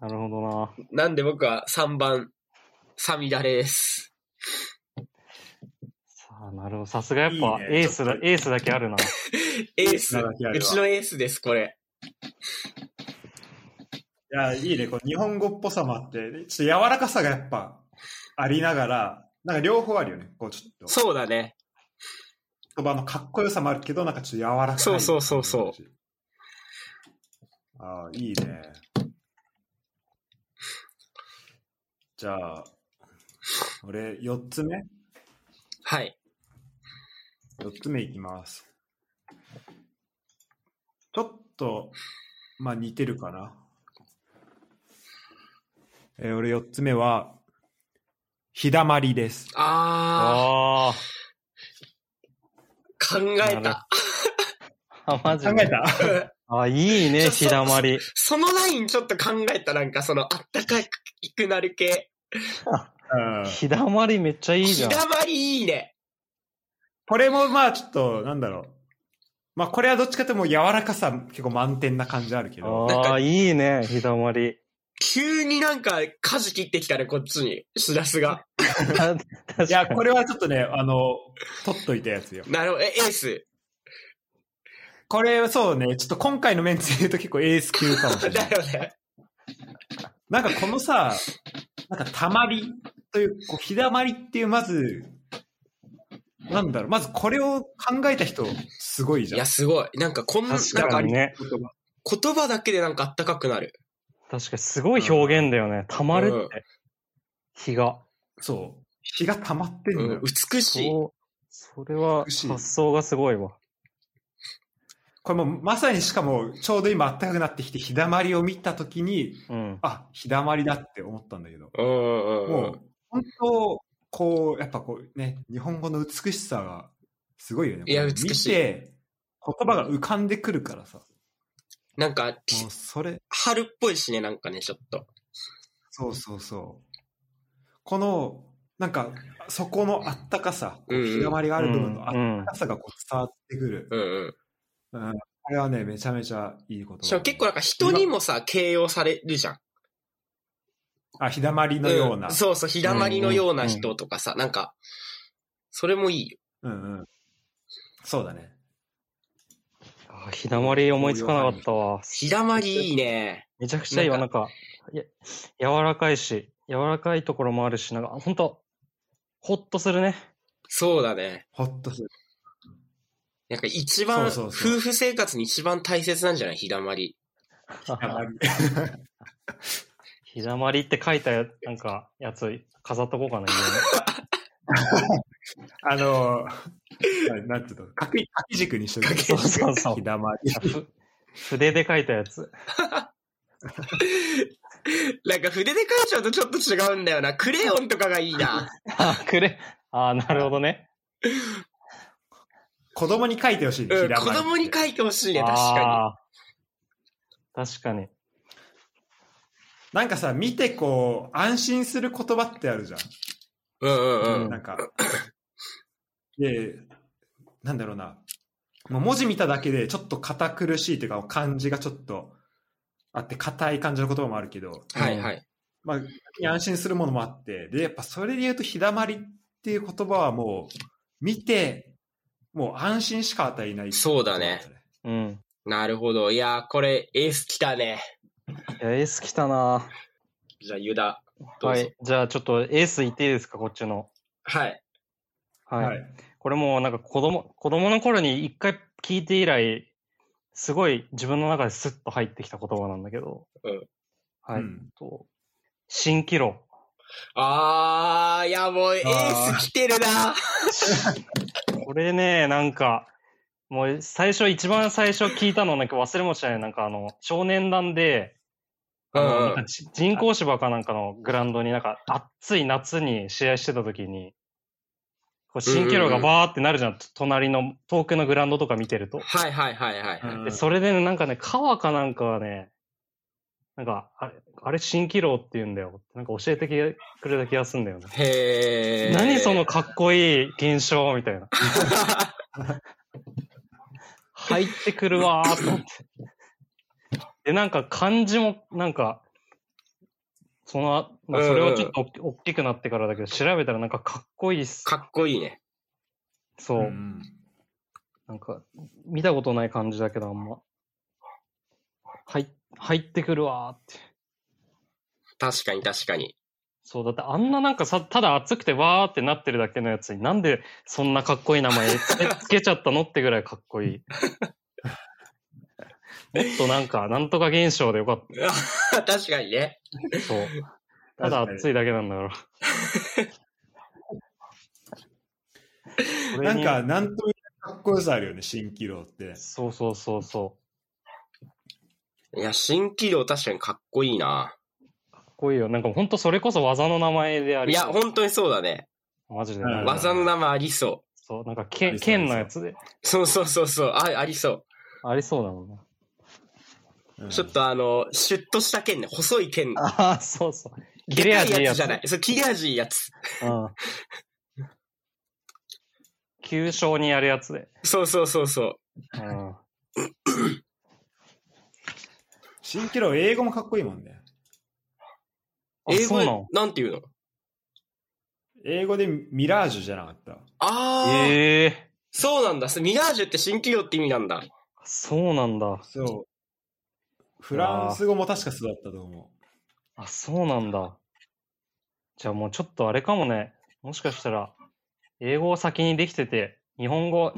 なるほどな。
う。なんで僕は3番、サミダレです。
さあ、なるほど。さすがやっぱ
いいね
エースだ、
ちょっと
エースだけあ
[laughs]
るな。
エース。
なるほど
うちのエースです、これ。
いや、いいね。こう日本語っぽさもあって、ちょっと柔らかさがやっぱありながら、なんか両方あるよね。こうちょっと
そうだね。
言葉のかっこよさもあるけど、なんかちょっと柔らかい。。
そうそうそうそう
ああ、いいね。じゃあ、俺4つ目
はい。
4つ目いきます。ちょっと、まあ似てるかな。えー俺4つ目は、日だまりです。
あ
あ
ー、考
な
え
るほ
た。
どあ。あ、マジ
考え
で。
た
あ、いい
ち
ね、
ょ
日だまり。
そのラインちょっと考えた、なんかその、あったかくなる系。
うん。
日だまりめっちゃいいじ
日
ゃん。
だまりいいね。
これもまあちょっと、なんだろう。まあこれはどっちかというともう柔らかさ結構満点な感じあるけど。
なん
あ
か
あ、いいね、日だまり。
急になんか、舵切ってきたね、こっちに。しらすが。
確かに。
いや、これはちょっとね、あの、取っといたやつよ。
なるほど。え、エース。
これ、そうね、ちょっと今回のメンツで言うと結構エース級かもしれない
だ。よね。
なんかこのさ、なんかたまりという、こう、ひだまりっていう、まず、なんだろう、まずこれを考えた人、すごいじ
い
ゃん
や、。すごい。なんかこんな、
確
なんか
かにね。
言葉だけでなんかあったかくなる。
確かにすごい表現だよね。溜まる
うん
って。日が。
そう。日が溜まってん
う
のよ。
ん、美しい。
そう。それは
美しい
発想がすごいわ。
これもうまさにしかも、ちょうど今暖かくなってきて、日だまりを見たときに、
うん。
あ、日だまりだって思ったんだけど、
うんうんうんう
も
ん
う、本当、こう、やっぱこうね、日本語の美しさが、すごいよね。
いや
こう
美しい
見て、言葉が浮かんでくるからさ。
なんか、き
もうそれ、
春っぽいしね、なんかね、ちょっと。
そうそうそう。この、なんか、そこのあったかさ、こ
うん
う
うん
日だまりがある部分のあ
う
っ
ん
た。かさがこう伝わってくる。
うんうん。
これはね、めちゃめちゃいいこと。
しかも結構なんか人にもさ、形容されるじゃん。
あ、日だまりのような。
んそうそう、日だまりのような人とかさ、なんか、それもいいよ。
うんうん。そうだね。
あ日だまり思いつかなかったわ。
日だまりいいね。
めちゃくちゃいいわ。
な
なんか、や柔らかいし、柔らかいところもあるし、なんか、ほんと、ほっとするね。
そうだね。
ほっとする。
なんか一番、
そう
夫
そうそう
婦生活に一番大切なんじゃない日だまり。 [laughs]
日だまりって書いたや、なんか、やつ、飾っとこうかな、
[laughs] あのー、なんつうの、かき、かき軸にしと
か
く。
け
家にそうそうそう
日。だまり。
ふ [laughs] 筆で書いたやつ。
なんか筆で書いちゃうとちょっと違うんだよな。クレヨンとかがいいな。
あ、くれ。あ、なるほどね。
子供に書いてほしいね、
う
日
ん、
だまり
子
って。
供に書いてほしいね、確か
あー確かに。
なんかさ、見てこう、安心する言葉ってあるじゃん。
に。うんうんうん。
なんか。で、なんだろうな。もう文字見ただけで、ちょっと堅苦しいというか、漢字がちょっとあって、硬い感じの言葉もあるけど、
はいはい。
まあ、逆に安心するものもあって、で、やっぱそれで言うと、日だまりっていう言葉はもう、見て、もう安心しか与えない。
そうだね。
うん。
なるほど。いやー、これ、エース来たね。
いや、エース来たな
じゃあ、ユダ、どう
は
ぞ。
い。じゃあ、ちょっとエース言っていいですか、こっちの。
はい。
はい。
はい。
これもうなんか子供、子供の頃に一回聞いて以来、すごい自分の中でスッと入ってきた言葉なんだけど。
うん
はい。
うん
と、蜃気楼。
あー、いや、もう、エース来てるな。
これね、なんか、もう最初、一番最初聞いたのなんか忘れもしない。なんかあの、少年団で、あの
うん
なんかじ人工芝かなんかのグラウンドになんか暑い夏に試合してた時に、こう、蜃気楼がバーってなるじゃん。隣の、遠くのグラウンドとか見てると。
はいはいはいはい。
うん
で、それでね、なんかね、川かなんかはね、なんか、あれ、あれ、蜃気楼って言うんだよ。なんか教えてくれた気がするんだよね。
へー。
何そのかっこいい現象みたいな。入ってくるわーと思って。で、なんか漢字も、なんか、その、まあ、それはちょっとおっき大きくなってからだけど、調べたらなんかかっこいいっす。
かっこいいね。
そうう。
ん
なんか、見たことない感じだけど、あんま。はい、入ってくるわーって。
確かに確かに。 [laughs]
そう、だってあんななんかさ、ただ熱くてわーってなってるだけのやつになんでそんなかっこいい名前つけつけちゃったのってぐらいかっこいい。
[laughs]
もっとなんか、なんとか現象でよかっ
確かにね。
た。そう。ただ熱いだけなんだから。これ
[laughs] なん
に
か、、なんとも言えないかっこよさあるよね、蜃気楼って。
そうそうそうそ
いや、新気楼確かにかっこいいな。
う。かっこいいよ。なんかほんとそれこそ技の名前であ
い
り
や、
そう。
本当にそうだね。
マジで。
うん
技の名前ありそ
そう、なんか
ありそう
剣、
ありそう
剣のやつで。
う。そうそうそうそう。あ、ありそ
ありそうだもんな。
うん
う。ちょっとあの、シュッとした剣ね。細い剣。
ああ、そうそう。切
で
れ
か
味い
い
い
や
や
つ
つ
じゃない。そう、切れ味いいやつ。
うん。急所にやるやつで。
そうそうそうそう。
うん。
蜃気楼、英語もかっこいいもんね。
あ
英
そ
語
うな
で
の、
なんていうの
英語でミラージュじゃなかった。
あー、
ええ
そうなんだ。そうミラージュって新気楼って意味なんだ。
そうなんだ。
そう。フランス語も確かそうだったと思
あ、そうなんだ。じゃあもうちょっとあれかもね。もしかしたら、英語を先にできてて、日本語、 [laughs] やっ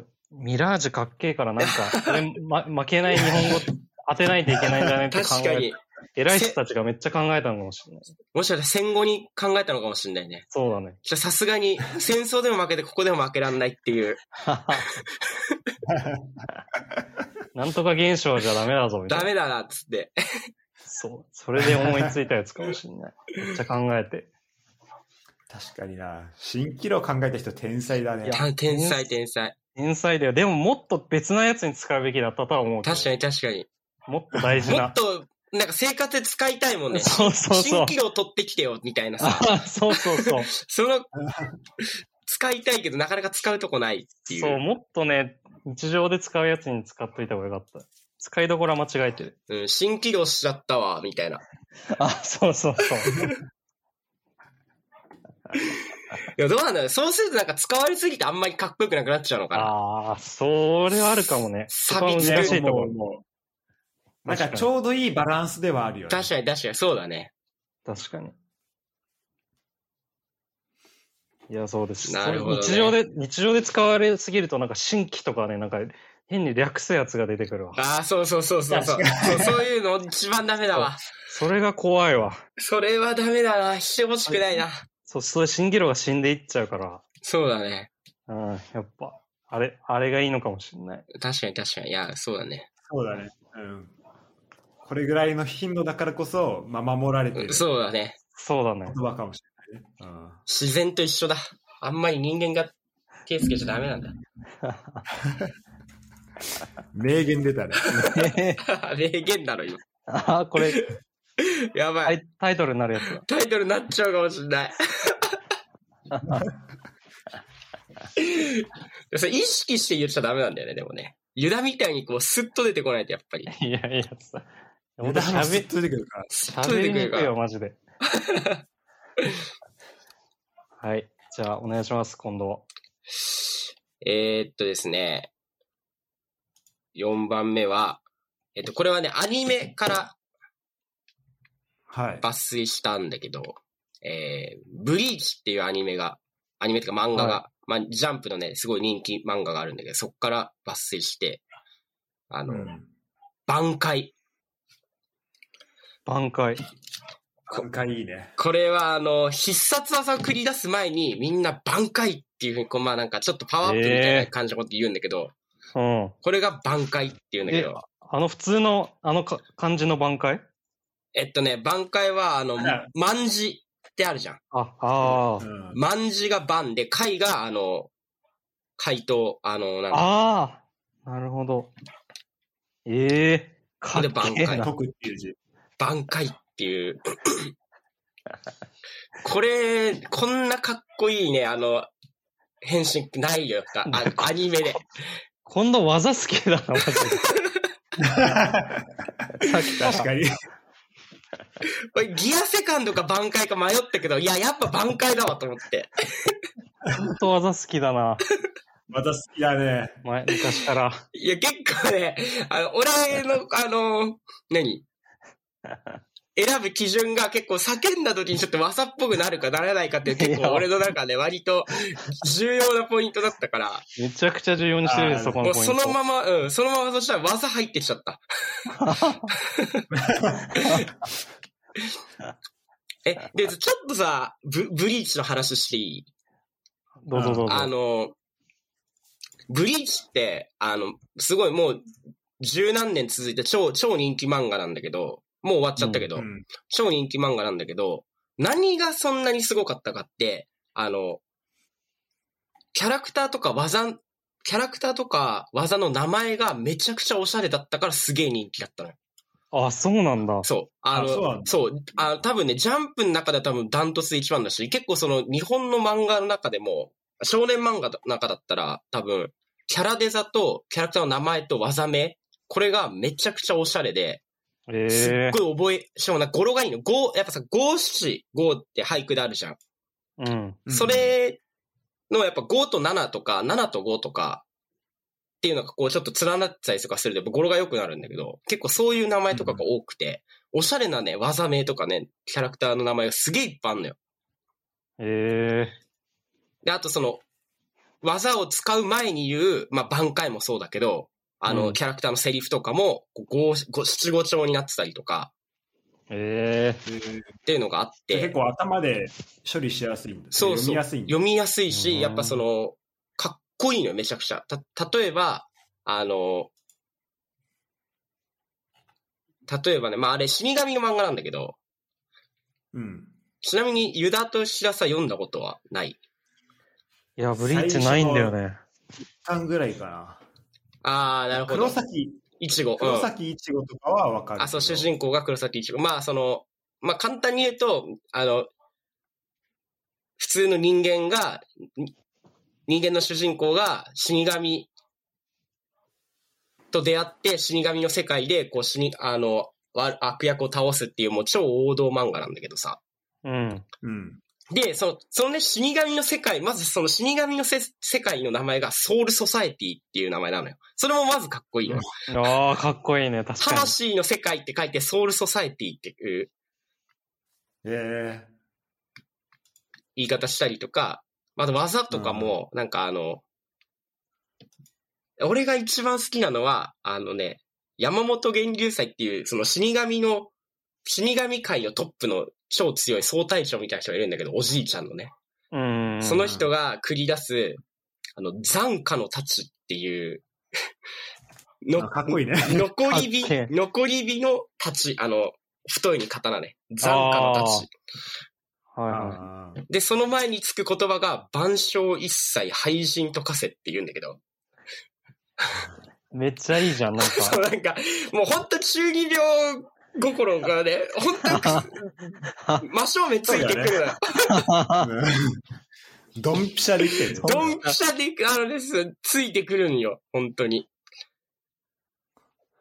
ぱミラージュかっけえからなんか、これ、ま、 [laughs] 負けない日本語当てないといけないんだねって考
確か
えて
に。、
偉い人たちがめっちゃ考えたのかもしれない。
もしかしたら戦後に考えたのかもしれないね。
そうだね。
ちょっとさすが
[laughs]
に、戦争でも負けて、ここでも負けらんないっていう。
[laughs] なんとか現象じゃダメだぞ、みたい
ダ
な。
メだな、っつって。
そう。それで思いついたやつかもしれない。めっちゃ考えて。
確かにな。新キロ考えた人天才だね
い。や
あ天才、天才。
天才だよ。でももっと別なやつに使うべきだったとは思うけど。
確かに、確かに。
もっと大事
も
な
っ。と、なんか生活で使いたいもんね。
[laughs] そうそうそ
新
う。
規路を取ってきてよ、みたいなさ。
あそうそう [laughs] そう。
その、使いたいけど、なかなか使うとこないってい
そう、
う。
もっとね、日常で使うやつに使っといた方がよかった。使いどころは間違えてる。
うん、新規路しちゃったわ、みたいな。
あ、そうそうそう。
いや、どうなんだろう。そうするとなんか使われすぎてあん [laughs] まりかっこよくなくなっちゃうのかな。
ああ、それはあるかもね。そこは
錆びつく
難しいと
も
こ
うもうなん
確か
か
に
ちょうどいいバランスではあるよね。
確かに確かに、そうだね。
ろ。確かに。いや、そうです。
なるほどね
日常で、日常で使われすぎると、なんか新規とかね、なんか変に略すやつが出てくるわ。
ああ、そうそうそうそうそう。そうそういうの一番ダメだわ。
それが怖いわ。
それはダメだな。してほしくないな。
そう、それ、新議論が死んでいっちゃうから。
そうだね。
うん、やっぱ、あれ、あれがいいのかもしれない。
確かに確かに。いや、そうだね。
そうだね。うん。これぐらいの頻度だからこそ、まあ、守られてる言
そうだね。
そうだね。
葉かもしれないね。うん
自然と一緒だ。あんまり人間が手つけちゃダメなんだ。
名言出 [laughs] たね。
名言だろ、今。
ああ、これ、
やばい。
タイタイトルになるやつだ。
タイトルになっちゃうかもしんない。それ意識して言っちゃダメなんだよね、でもね。ユダみたいにこう、スッと出てこないと、やっぱり。
いやいや、さ。
ネ
俺
タ話ずっ
喋、
と出てくるから。
スッと
喋
出て
り
く
に
る
く
か
いよ、
ら。
マジで。はい。じゃあ、お願いします、今度は。
えー、っとですね。4番目は、えっと、これはね、アニメから
はい。
抜粋したんだけど、えー、ブリーチっていうアニメが、アニメというか漫画が、まあ、ジャンプのね、すごい人気漫画があるんだけど、そっから抜粋して、あの、
うん
挽回。
挽回。
今回いいね。
これはあの、必殺技を繰り出す前にみんな挽回っていうふうに、こうまあなんかちょっとパワーアップみたいな感じのこと言うんだけど、
うん。
これが挽回っていうんだけ
え
ど、、
あの、普通の、あのか漢字の挽回
えっとね、挽回はあの
はい、
万字ってあるじゃん。
あ、あ
う
ー
ん
万字が万で、回があの、回答、あの、なんか、
あー。なるほど。ええかっけ
これ
え
挽
な
回。
特っていう字。
挽回っていう。これ、こんなかっこいいね、あの、変身ないよ。あアニメで。
今度技好きだな、
[laughs]
マジで。さっきから
確かに。
これギアセカンドか挽回か迷ったけど、いや、やっぱ挽回だわと思って。
本当技好きだな。
また好きだね。
前、昔から。
いや、結構ね、あの、俺の、あの、何選ぶ基準が結構叫んだ時にちょっと技っぽくなるかならないかって結
い
構
や
俺の中で割と重要なポイントだったから、
めちゃくちゃ重要にしてるよ、
あー
そこ
も
の
う
[laughs] ポイン
そ
ト。
のまま、うん、そのままそしたら技入ってきちゃ
[laughs]
った。 [laughs] え、で、ちょっとさ、ブブリーチの話していい
どうぞどうぞ。
あの、ブリーチって、あの、すごいもう、十何年続いて超、超人気漫画なんだけど、もう終わっちゃったけど、
うん
超人気漫画なんだけど、何がそんなにすごかったかって、あの、キャラクターとか技、キャラクターとか技の名前がめちゃくちゃオシャレだったからすげえ人気だったのよ。
あ、そうなんだ。
そう。あ
あ
の、
そうなんだ
そう。あ多分ね、ジャンプの中では多分ダントツで一番だし、結構その日本の漫画の中でも、少年漫画の中だったら、多分、キャラデザとキャラクターの名前と技名、これがめちゃくちゃオシャレで、す
ええ
っごい覚え、しかもな、語呂がいいの。語、やっぱさ、五七五って俳句であるじゃん。
うん。
そ、れのやっぱ5と7とか、7と5とか、っていうのがこうちょっと連なってたりとかすると、やっぱ語呂が良くなるんだけど、結構そういう名前とかが多くて、おしゃれなね、技名とかね、キャラクターの名前がすげえいっぱいあんのよ。
ええ
で、あとその、技を使う前に言う、まあ、挽回もそうだけど、あの、
うん
キャラクターのセリフとかも、こうごご七五調になってたりとか、
え
えー
っていうのがあって。
結構頭で処理しやすいんだ。
そ
読
うそう。
みやすいんだ。
読みやすいし、
うん
やっぱその、かっこいいのよ、めちゃくちゃ。た、例えば、あの、例えばね、まああれ死神の漫画なんだけど、
うん。
ちなみにユダとシラさ読んだことはない。
ー、いや、ブリーチないんだよね。
3ぐらいかな。
ああ、なるほ
黒
ど。
崎、
いちご。
黒崎いちごとかはわかるけど。
あ、そう、主人公が黒崎一護。まあ、その、まあ、簡単に言うと、あの、普通の人間が、に人間の主人公が死神と出会って死神の世界で、こう、死に、あの、悪悪役を倒すっていう、もう超王道漫画なんだけどさ。
うん。
うん。
で、その、そのね、死神の世界、まずその死神のせ世界の名前がソウルソサエティっていう名前なのよ。それもまずかっこいいのよ。
ああ、かっこいいね、確かに。
魂の世界って書いてソウルソサエティっていう
え
言い方したりとか、また技とかも、なんかあの、俺が一番好きなのは、あのね、山本源流祭っていう、その死神の、死神界のトップの超強い総隊長みたいな人がいるんだけど、おじいちゃんのね。
うん。
その人が繰り出す、あの、残花の太刀っていう、
え
の
かっこいいね。
残り火
かっけえ、
残り火の太刀、あの、太いに刀ね。残花の太刀。
はいは
あー
で、その前につく言葉が、万象一切廃人と化せって言うんだけど、
い。めっちゃいいじゃん、なん
そう [laughs]
か。
なんか、もうほんと中二病心がね、ほんと真正面ついてくるのよ。
うん [laughs] ドンピシャできてるよ。
ドンピシャで、あのです、ついてくるんよ、本当に。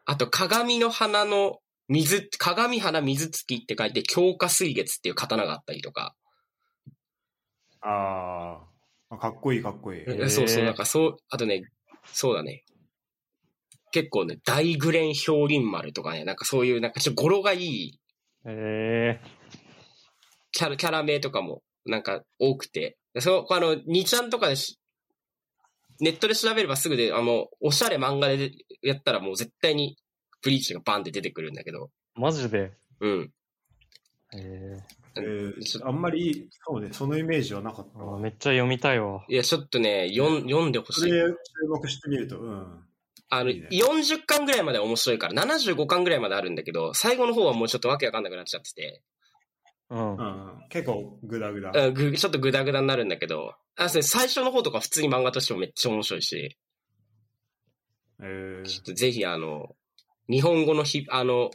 あと、鏡の花の水、鏡花水月って書いて、強化水月っていう刀があったりとか、
あーあ。かっこいいかっこいい。
へー
そうそう、なんかそう、あとね、そうだね。結構ね、大紅蓮氷林丸とかね、なんかそういう、なんかちょっと語呂がいい
ええ
キャラ、キャラ名とかも、なんか多くて。そう、あの、2ちゃんとかでし、ネットで調べればすぐで、あの、おしゃれ漫画でやったらもう絶対に、ブリーチがバンって出てくるんだけど。
マジで。
うん。
ええ
えーあんまり、そうね、そのイメージはなかった
ー
わ。
めっちゃ読みたいわ。
いや、ちょっとね、読ん読んでほ
そ
し
れ
い。
で注目してみると、うん。
あの、
いいね
40巻ぐらいまでは面白いから、75巻ぐらいまであるんだけど、最後の方はもうちょっとわけわかんなくなっちゃってて。
うん。
う
あ
んうん、結構グダグダ。
うんぐちょっとグダグダになるんだけど、あそう最初の方とか普通に漫画としてもめっちゃ面白いし、
えー
ちょっとぜひあの、日本語のひ、あの、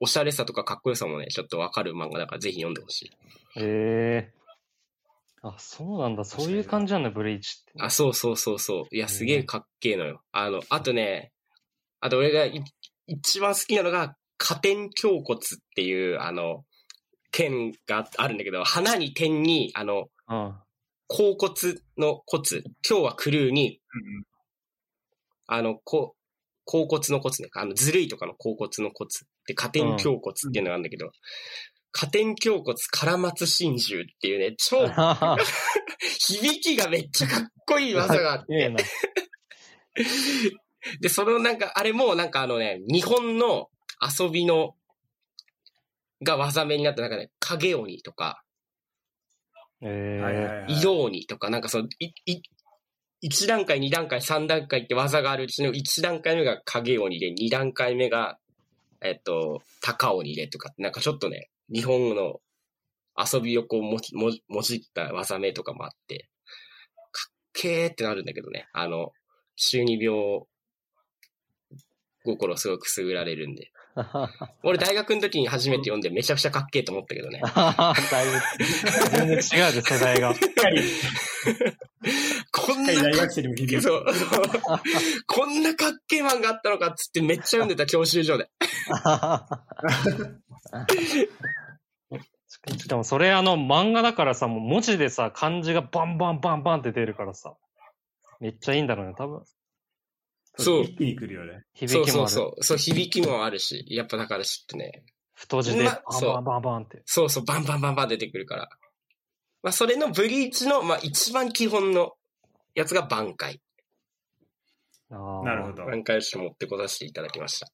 おしゃれさとかかっこよさもね、ちょっとわかる漫画だからぜひ読んでほしい。
ええあ、そうなんだ。そういう感じなんだ、ブリーチって。
あ、そうそうそうそう。いや、すげえかっけえのよ。あの、あとね、あと俺がい一番好きなのが、加点胸骨っていう、あの、剣があるんだけど、花に点に、あの、
うん。
甲骨の骨、今日はクルーに
うん
あの、こ、甲骨の骨ね。あの、ずるいとかの甲骨の骨で、加点胸骨っていうのがあるんだけど、加点胸骨、唐松真珠っていうね、超響きがめっちゃかっこいい技があっ
いい
て、
な。
で、そのなんか、あれもなんかあのね、日本の遊びの、が技名になった、なんかね、影鬼とか、
ええ
はいはいはい
色鬼とか、なんかその、い、い、1段階、2段階、3段階って技があるうちの1段階目が影鬼で、2段階目が、えっと、高鬼でとかって、なんかちょっとね、日本の遊びをこうもじ、もじ、もじった技名とかもあって、かっけーってなるんだけどね、あの、中二病心をすごくくすぐられるんで。俺大学の時に初めて読んでめちゃくちゃかっけーと思ったけどね。
だいぶ、全然違うで、世代が。 [laughs]
こん
一回
な
大学生にも響いてる
[laughs] そう。こんなかっけえ漫画あったのかっつってめっちゃ読んでた教習所で。
しかもそれあの漫画だからさ、もう文字でさ、漢字がバンバンバンバンって出るからさ、めっちゃいいんだろうね、多分。
そう
一気に来るよね。
そ
響
う
きもあ
そう
る。
そう。そう、響きもあるし。やっぱだからちょっとね。
太字で
ま
バンバンバンバンって。
そうそう、バンバンバンバン出てくるから。まあ、それのブリーチの、まあ、一番基本のやつが挽回。
ああ。
なるほ。ど。
挽回をちょっと持ってこさせていただきました。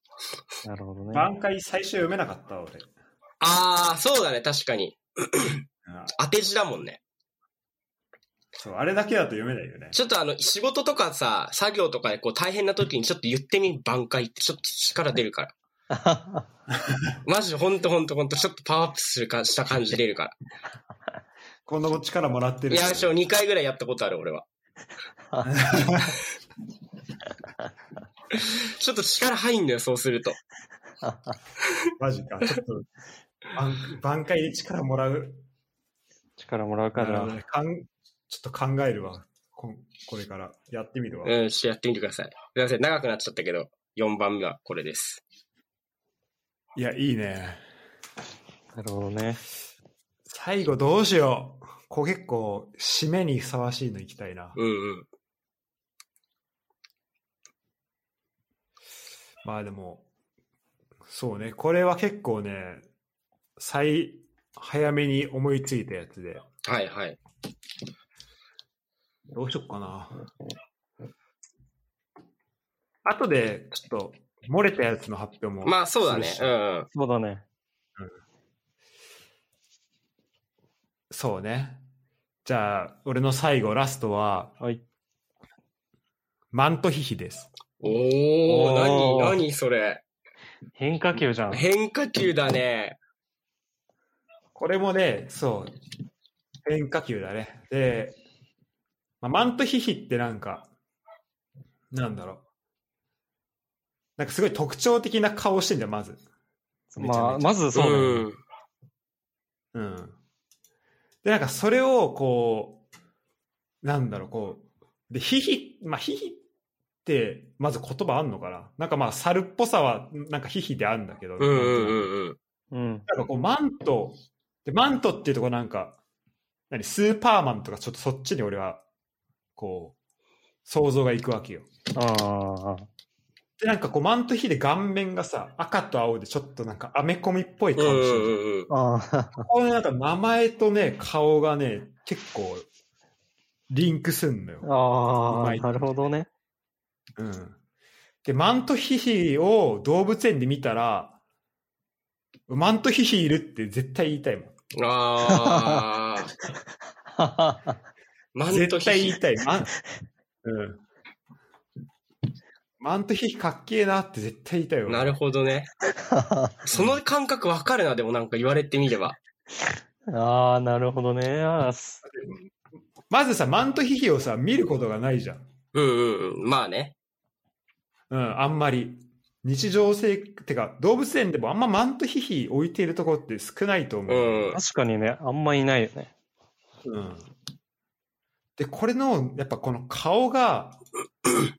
なるほどね。
挽回最初読めなかった、俺。
ああ、そうだね、確かに。
うん
当て字だもんね。
そう、あれだけだと読めないよね。
ちょっとあの、仕事とかさ、作業とかでこう大変な時にちょっと言ってみ、挽回って。ちょっと力出るから。 [laughs] マジ、ほんとほんとほんと、ちょっとパワーアップするか、した感じ出る [laughs] か
こんな力もらって
ら。
る
いや、しょ、2回ぐらいやったことある、 [laughs] 俺は。ちょっと力入んのよ、そうすると。
マジか。ちょっと、挽挽回で力もらう。
力もらうか
なる
ら
ほど。ねかんちょっと考えるわ。ここれから。やってみるわ。
うん、ちょっとやってみてください。すいません、長くなっちゃったけど、4番目はこれです。
いや、いいね。
なるほどね。
最後どうしよう。こう結構、締めにふさわしいのいきたいな。
うんうん。
まあでも、そうね。これは結構ね、最、早めに思いついたやつで。
はいはい。
どうしよっかな。後で、ちょっと、漏れたやつの発表も。
まあ、そうだね
す。
う
るし
んうん。
そうだね。
そうね。じゃあ、俺の最後、ラストは、
はい。
マントヒヒです。
おー、何
おー
何それ。
変化球じゃん。
変化球だね。
これもね、そう、変化球だね。で、まあ、マントヒヒってなんか、なんだろう。なんかすごい特徴的な顔してんだよ、まず。めちゃ
まあ、
めちゃ
まずそうだよね。
ん。
うん。で、なんかそれをこう、なんだろう、こう、で、ヒヒ、まあ、ヒヒって、まず言葉あんのかななんかまあ、猿っぽさは、なんかヒヒであるんだけど、
うんうんうんうん。
うん。
なんかこう、マント、で、マントっていうとこなんか、何、スーパーマンとかちょっとそっちに俺は、こう、想像がいくわけよ。
ああ。
で、なんかこう、マントヒで顔面がさ、赤と青でちょっとなんかアメコミっぽい
うん
顔
う
してる。
んうん。
ああ。
[laughs] ここのなんか名前とね、顔がね、結構、リンクすんのよ。
あ
うま
あ。
い
なるほどね。 [laughs]
うん。で、マントヒヒを動物園で見たら、マントヒヒいるって絶対言いたいもん。
ああ。マント
絶
ヒ
対
ヒ
言い。たい。マ
[laughs]
ン、うん。マントヒヒかっけえなって絶対言いたいわ。
なるほどね。その感覚わかるな、でもなんか言われてみれば。
ああ、なるほどね。ああす
まずさ、マントヒヒをさ、見ることがないじゃん。
うんうんうん。まあね。
うん、あんまり。日常生、てか、動物園でもあんまマントヒヒ置いているところって少ないと思
う
う。
ん。
確かにね、あんまいないよね。
うんで、これの、やっぱこの顔が、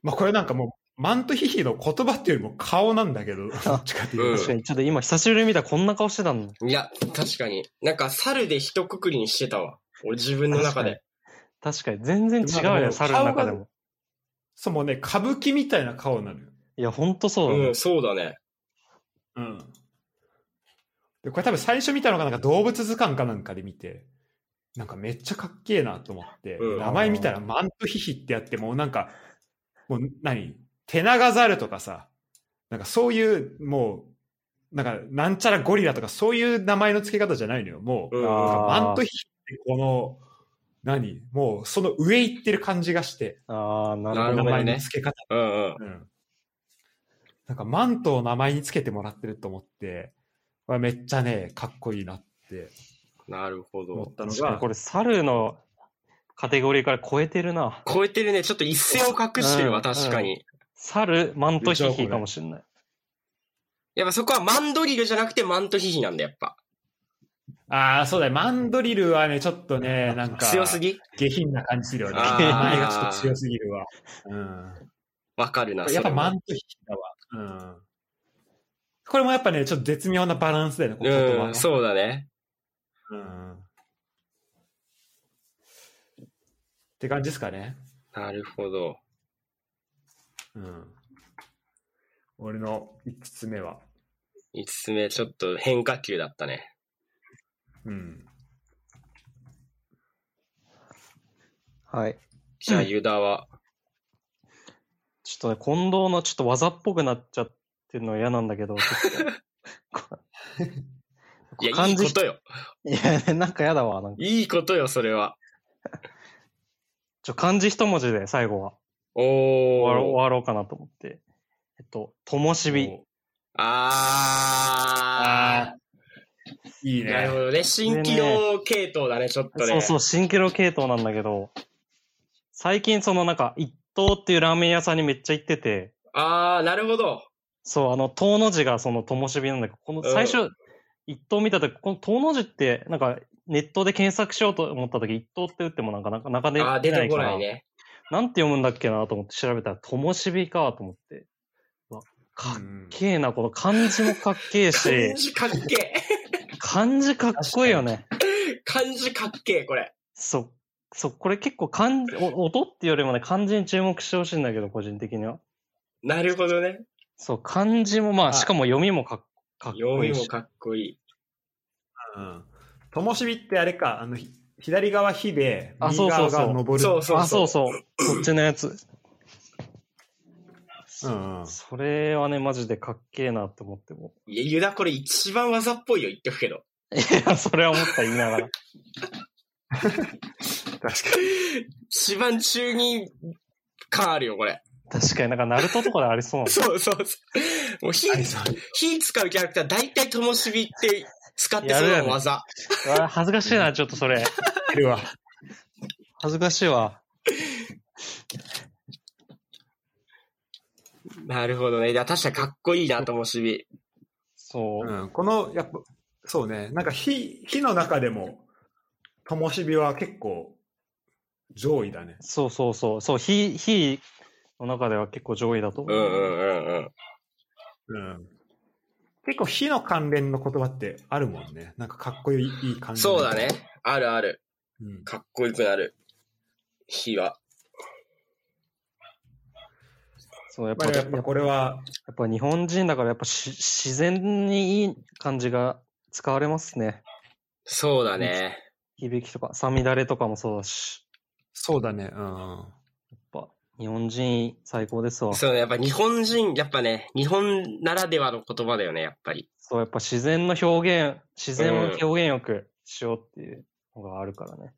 まあこれなんかもう、マントヒヒの言葉っていうよりも顔なんだけど、どっちかっていう
うん
と
確かに、ちょっと今久しぶりに見たらこんな顔してたんだ。
いや、確かに。なんか猿で一括りにしてたわ。俺自分の中で。
確かに、全然違う
でもなんか
よ
も
ね、
う
猿の中でも。
そうもうね、歌舞伎みたいな顔なのよ。
いや、ほんとそうだね
うん、そうだね。
うん。で、これ多分最初見たのがなんか動物図鑑かなんかで見て、なんかめっちゃかっけえなと思って、
うん
名前見たらマントヒヒってやって、もうなんか、もう何テナガザルとかさ、なんかそういう、もう、なんかなんちゃらゴリラとかそういう名前の付け方じゃないのよ。もう、
うん
あー
マントヒヒってこの、何もうその上行ってる感じがして、
ああ、な
な
名
るほ
るほど
ど
ね。
前
ね
の付け方。
うんうん。
うんなんかマントを名前につけてもらってると思って、これめっちゃね、かっこいいなって
なるほ
思
ど
っ。たの
確かに
が
こ、れ、猿のカテゴリーから超えてるな。
超えてるね。ちょっと一線を隠してる
う
わ、
ん
確かに。
猿、マントヒヒかもしんない。
やっぱそこはマンドリルじゃなくてマントヒヒなんだ、やっぱ。
ああ、そうだね、マンドリルはね、ちょっとね、なんか、
強すぎ
下品な感じするよね。
あ
名
ー
前がちょっと強すぎるわ。う
わかるな、
ん。やっぱマ
ン
ントヒヒだわ。うん。これもやっぱね、ちょっと絶妙なバランスだよね、こう言葉
う
の
ん、そうだね。
うん。って感じですかね。
なるほど。
うん。俺の5つ目は。
五つ目、ちょっと変化球だったね。
うん。
はい。
じゃあ、ユダは。
ちょっとね、近藤のちょっと技っぽくなっちゃってるの嫌なんだけど、ちょ
[laughs]
っと
いや、いいことよ。
[laughs] いや、なんか嫌だわ。なんか
いいことよ、それは。
ちょ漢字一文字で最後は
お
終わろう
ー。
終わろうかなと思って。えっと、ともしび。
あ
いい
ー。なるほ
ね。
どね。新機能系統だね、ちょっとね。
そうそう、新キロ系統なんだけど、最近そのなんか、一等っていうラーメン屋さんにめっちゃ行ってて、
あー、なるほど。
そう、あの、遠の字がその、ともしびなんだけど、この
うん
最初、一等見たとき、この遠の字って、なんか、ネットで検索しようと思ったとき、一等って打ってもなんか、なんか、中で
あー、出てこない
から
ね。
なんて読むんだっけなと思って調べたら、ともしびかと思って。うわかっけえな、この漢字もかっけえ
漢 [laughs]
し、
字かっけ
漢字かっこいいよね。
え。漢字かっけえ、これ。
そう、そう、これ結構漢字、お音っていうよりもね、漢字に注目してほしいんだけど、個人的には。
なるほどね。
そう、漢字もま
あ
あ、しかも読みもかっかっ
読
こい
み
い
も
し。
かっこいい。
うん。ともしびってあれか、あの、ひ左側火で、
あ
右
そうそ
側
うそう
が登る。
そうそう
あ、そうそう。こっちのやつ。
うんうん
それはね、マジでかっけえなって思っても。 [laughs]
いや、ユダこれ一番技っぽいよ、言ってくけど。
いや、それは思った言いながら。
確か
一番中二感あるよ、これ。
確かになんか、ナルトとかでありそうなの。
[laughs] そうそうそう。もう火
に。あり、そう
火使うキャラクター、大体ともしびって使ってそう
や
な
るよね
技。
うわ恥ずかしいな、ちょっとそれ。
いるわ。
恥ずかしいわ。
なるほどね。いや、確かにかっこいいな、ともしび。
そう。
うん。この、やっぱ、そうね。なんか火、火の中でも、ともしびは結構、上位だね。
そうそうそう。そう、非、非の中では結構上位だと思
う
う。
んうんうんうん。
うん。結構火の関連の言葉ってあるもんね。なんかかっこいいいい感じ。
そうだね。。あるある。
うん。
かっこよくなる。火は。
そう、やっ
まあ、
ぱ、や
や
っ
っ
ぱ
ぱこれは、
やっぱ日本人だから、やっぱし自然にいい感じが使われますね。
そうだね。
響きとか、さみだれとかもそうだし。
そうだね。うん。
やっぱ、日本人最高ですわ。
そうね。やっぱ日本人、やっぱね、日本ならではの言葉だよね、やっぱり。 [laughs]
そう、やっぱ自然の表現、自然を表現よくしようっていうのがあるからね。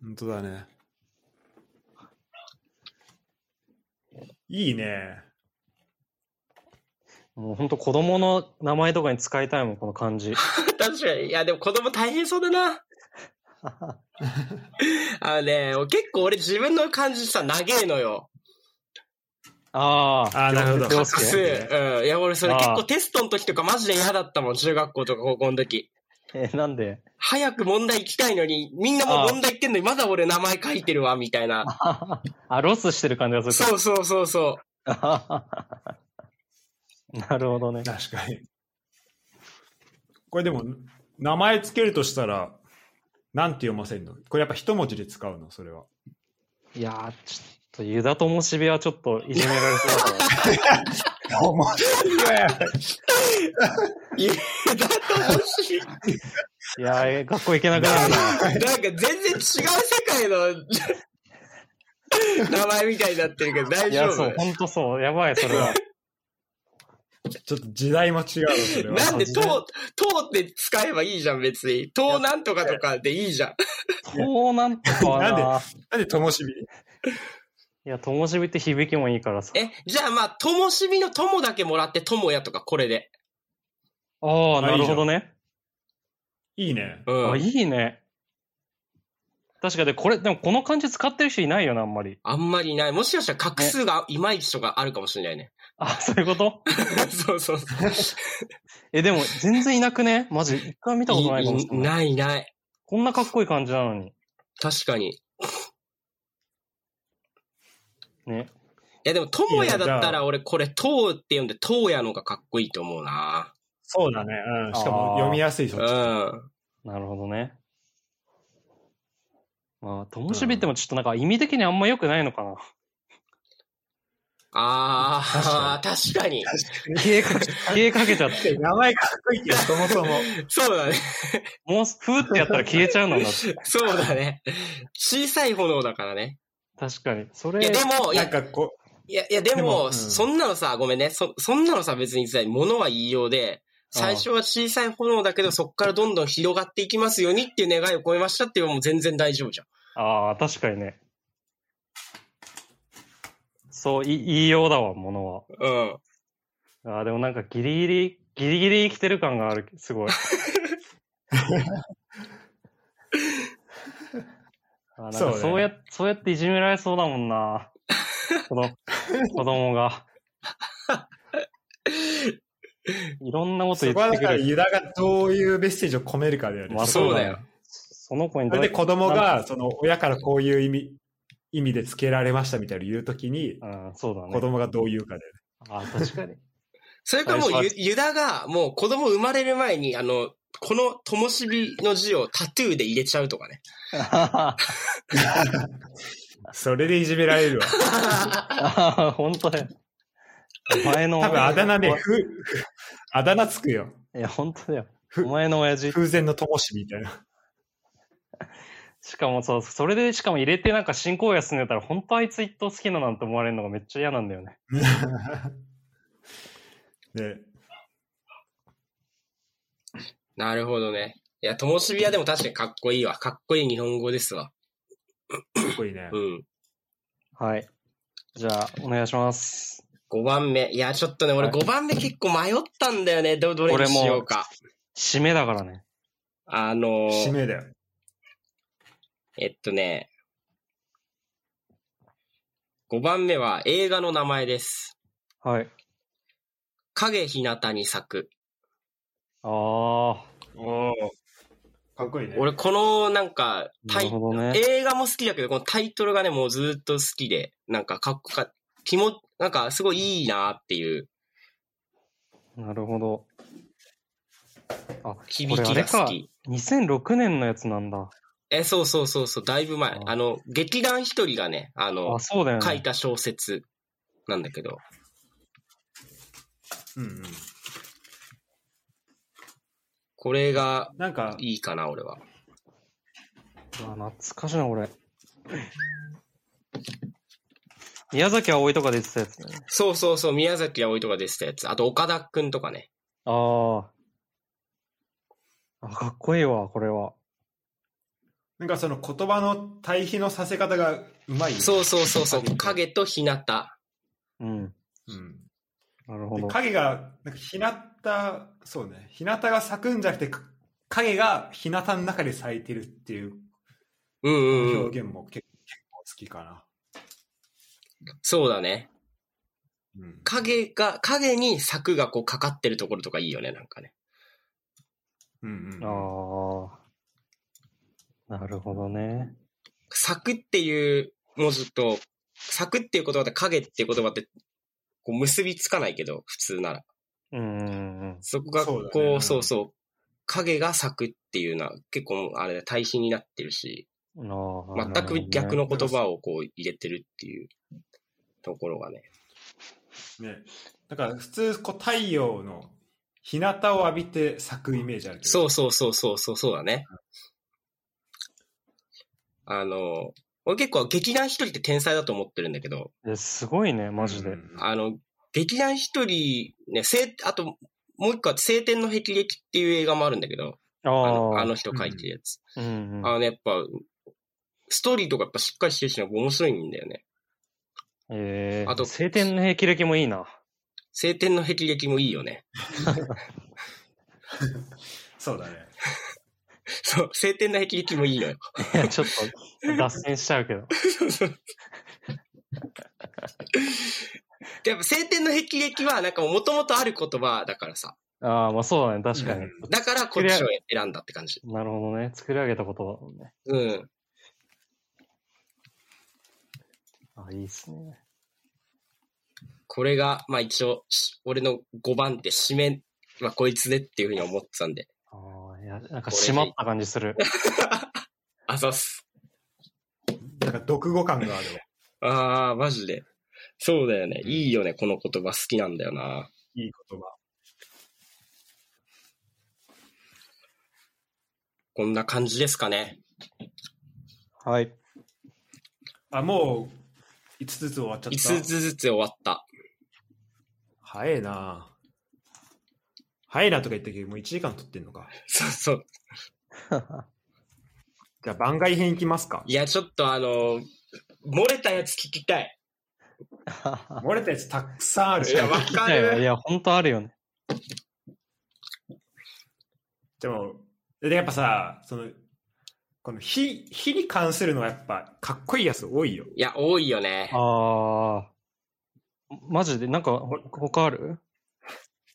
本当だね。いいね。
もうほんと子供の名前とかに使いたいもん、この漢字。
確かに。いや、でも子供大変そうだな。あのね、結構俺自分の感じさ、長えのよ。
ああ、
あーなるほど
涼
隠す。
介
うん。いや、俺それ
あー
結構テストの時とかマジで嫌だったもん、中学校とか高校の時。
えー、なんで
早く問題行きたいのに、みんなもう問題行ってんのに、まだ俺名前書いてるわ、みたいな。
[laughs] あ、ロスしてる感じがする
そうそうそうそ
か。 [laughs] なるほどね。
確かに。これでも、名前つけるとしたら、なんて読ませるのこれやっぱ一文字で使うのそれは。
いやー、ちょっと、ユダともしびはちょっといじめられそうだから。
面白い。
う。いや、だと欲しい。
いやー、学校行けなくなるな。
なんか全然違う世界の [laughs] 名前みたいになってるけど大
い
丈
や、そう、
夫
ほんとそう。やばい、それは。
ちょっと時代も違うのそれは。
なんで、
マジ
と
で
う、とうって使えばいいじゃん、別に。とうなんとかとかでいいじゃん。
そうなんとかはな。
なんなんでともしび
いや、ともしびって響きもいいからさ。
え、じゃあまあ、ともしみのともだけもらって、ともやとか、これで。
ああ、
あ
ない
い
る
じゃん
ほどね。
いいね。
うん。
あ、いいね。確かで、これ、でもこの漢字使ってる人いないよな、あんまり。
あんまりいない。もしかしたら画数がいまいちとかあるかもしれないね。
あ、 [laughs] そういうこと
そうそうそう。
え、でも、全然いなくねマジ、一回見たことないかもしれない。
いいない。
こんなかっこいい感じなのに。
確かに。い
ね。
やでも、ともやだった
いやじゃ
ら俺これ、とうって読んで、とうやのがかっこいいと思うな。
そうだね。うん。しかも読みやすいそうっち。
ん。
なるほどね。まあ、ともしびってもちょっとなんか意味的にあんま良くないのかな。
ああ、確かに。
消えかけ、消えかけちゃって。
名前かっこいいけど、そもそも。
そうだね。
もう、ふーってやったら消えちゃうのだって。
そうだね。小さい炎だからね。
確かに。そ
いや、
れ、
でも、い
な
や
ん、かこ
いや、いやで
で
も、
もうん
そんなのさ、ごめんね。そ、そんなのさ、別にさ、物は言いようで、最初は小さい炎だけど、そこからどんどん広がっていきますようにっていう願いを込めましたっていうのも全然大丈夫じゃん。
ああ、確かにね。そう、い言いようだわ、ものは。
うん。
ああ、でもなんかギリギリ、ギリギリ生きてる感がある、
[laughs]
すごい。あなん
そう
か
ね
そうや、そうやっていじめられそうだもんな。
[laughs]
子供子供が。いろんなこ
う、
と
そ
言
こは
っ
だ
て
か
く
ら
る。
ユダがどういうメッセージを込めるかだよね。
まあ
そうだよ。
その子に
そ
どう
れで
やって
子供が、その親からこういう意味、意味でつけられましたみたいなの言うときに、
うん、そうだね。
子供がどう言うかで。
ああ、
[laughs]
確かに。
それからもう
最
ユ
初、
ユダが、もう子供生まれる前に、あの、この灯火の字をタトゥーで入れちゃうとかね。
それでいじめられるわ。
ああ、本当だよ。お前の。
多分あだ名ね、
い
ふ、ふあだ名つくよ。
や、本当だよ。
ふ
お前の親父。
風前の灯火みたいな。
しかもそう、それでしかも入れてなんか進行休んでたら、本当あいつ一等好きだなんて思われるのがめっちゃ嫌なんだよね。
ね、
なるほどね。いや、灯火はでも確かにかっこいいわ。かっこいい日本語ですわ。
かっこいいね
う。ん。
はい。じゃあ、お願いします。
5番目。いや、ちょっとね、俺
はい
5番目結構迷ったんだよね。ど、どれにしようか。
締めだからね。
あのー、
使命だよ。
えっとね、5番目は映画の名前です。
はい。
影日向に咲く。
あ
おかっこいいね。
俺、このなんか、
あ、
タ
なる
イ
ほどね。
映画も好きだけど、このタイトルがね、もうずっと好きで、なんかかっこか、気も、なんかすごいいいなっていう
なるほど。あ、
響
こ
きが
れあれか
好き。
2006年のやつなんだ。
え、そうそうそうそう、だいぶ前
あ。ー
あの、劇団一人がね、あの
あ、、そうだよ
書い
ね。
た小説なんだけど、
うんうん。
これが
なんか、
いいかな、俺は。
あ懐かしいな、これ。宮崎葵とかで言ってたやつだよね。
そうそうそう、宮崎葵とか出てたやつ。あと、岡田くんとかね。
ああ。あ、かっこいいわ、これは。
なんかその言葉の対比のさせ方がうまいよね。
そうそうそうそう、
影
影と日向。
うん。
うん。
なるほ
で
ど。
影が、なんか日向、そうね、日向が咲くんじゃなくて、か影が日向の中で咲いてるっていう
うんうんうん。
表現もけ結構好きか
そうだね。
な。うん、
影が、影に柵がこうかかってるところとかいいよね、なんかね。
うんうん、
ああ。なるほどね。
柵っていう文字と、柵っていう言葉と影っていう言葉って、こう結びつかないけど、普通なら。
うんうんうん。
そこが
そう
こ
だね
う、そう
うん
そう影が柵っていうのは結構あれだ対比になってるし、
ああ。
全く逆
なる
の言葉をこう入れてるっていうところがね。
ね、だから普通こう太陽の日向を浴びて咲くイメージあるけど
そうそうそうそうそうそうだね。あの、俺結構劇団一人って天才だと思ってるんだけど、
ほどねえすごいね、マジで。
うん
あの、劇団一人、ね、せあと、もう一個は晴天の霹靂っていう映画もあるんだけど、
あ
あ
あ。
のあの人書いてるやつ。
うんう
あ
ん。
のね、やっぱ、ストーリーとかやっぱしっかりしてるし、面白いんだよね。
ええ。
あと
晴天の霹靂もい
[laughs]
いな。
晴天の霹靂もいいよね。 [laughs]
そうだね
そう、晴天の霹靂もいいのよ。
いや、ちょっと脱線しちゃうけど。
で、やっぱ晴天の霹靂はなんかもともとある言葉だからさ。
ああ、まあそうだね、確かに。
だからこっちを選んだって感じ。
なるほどね。作り上げた言葉だもんね。
うん。
あいいっすね。
これが、まあ一応、し俺の5番手、締めはこいつでっていうふうに思ってたんで。
ああ、いや、なんか締まった感じす
[laughs]
る。
あざっす。
なんか独語感があるわ
あー、マジで。そうだよね。いいよね、この言葉好きなんだよな。
[laughs] いい言葉。
こんな感じですかね。
[laughs] はい。
あ、もう、5つずつ終わっちゃっ
5
た。
つずつ終わった。 [laughs]
早いな早いなとか言ったけど、もう1時間取ってんのか。
そうそう。
じゃあ番外編いきますか
い。や、ちょっとあの、漏れたやつ聞きたい。
漏れたやつたくさんある。
い [laughs] や、わ
い
か
やいやい
る。
や、本当あるよね。
でも、でやっぱさ、その、この火、火に関するのはやっぱかっこいいやつ多いよ。
いや、多いよね。
ああ。マジでなんか、ほ他
[laughs]
ある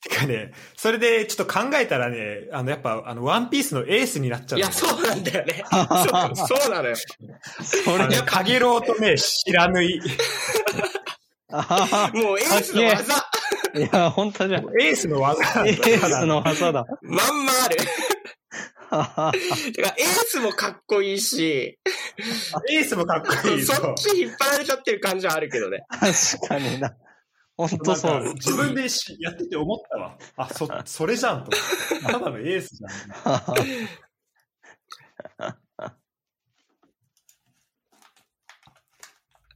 てかね、それでちょっと考えたらね、あのやっぱあのワンピースのエースになっちゃう
い
の。
や、そうなんだよね。 [laughs] そうそうなのよ。
そ
あ
れ
の。かげろうとね、知らぬい。
あはは
もうエースの技、
いや、本当じゃん。
エースの技なんだ
エースの技だ。
まんまある。
はは
てか、エースもかっこいいし、
エースもかっこいいよ。
そっち引っ張られちゃってる感じはあるけどね。
確かにな。本当そ
なん
う
か自分でしやってて思ったわ。あ、そ、それじゃんと思って。ただのエースじゃん。
だ。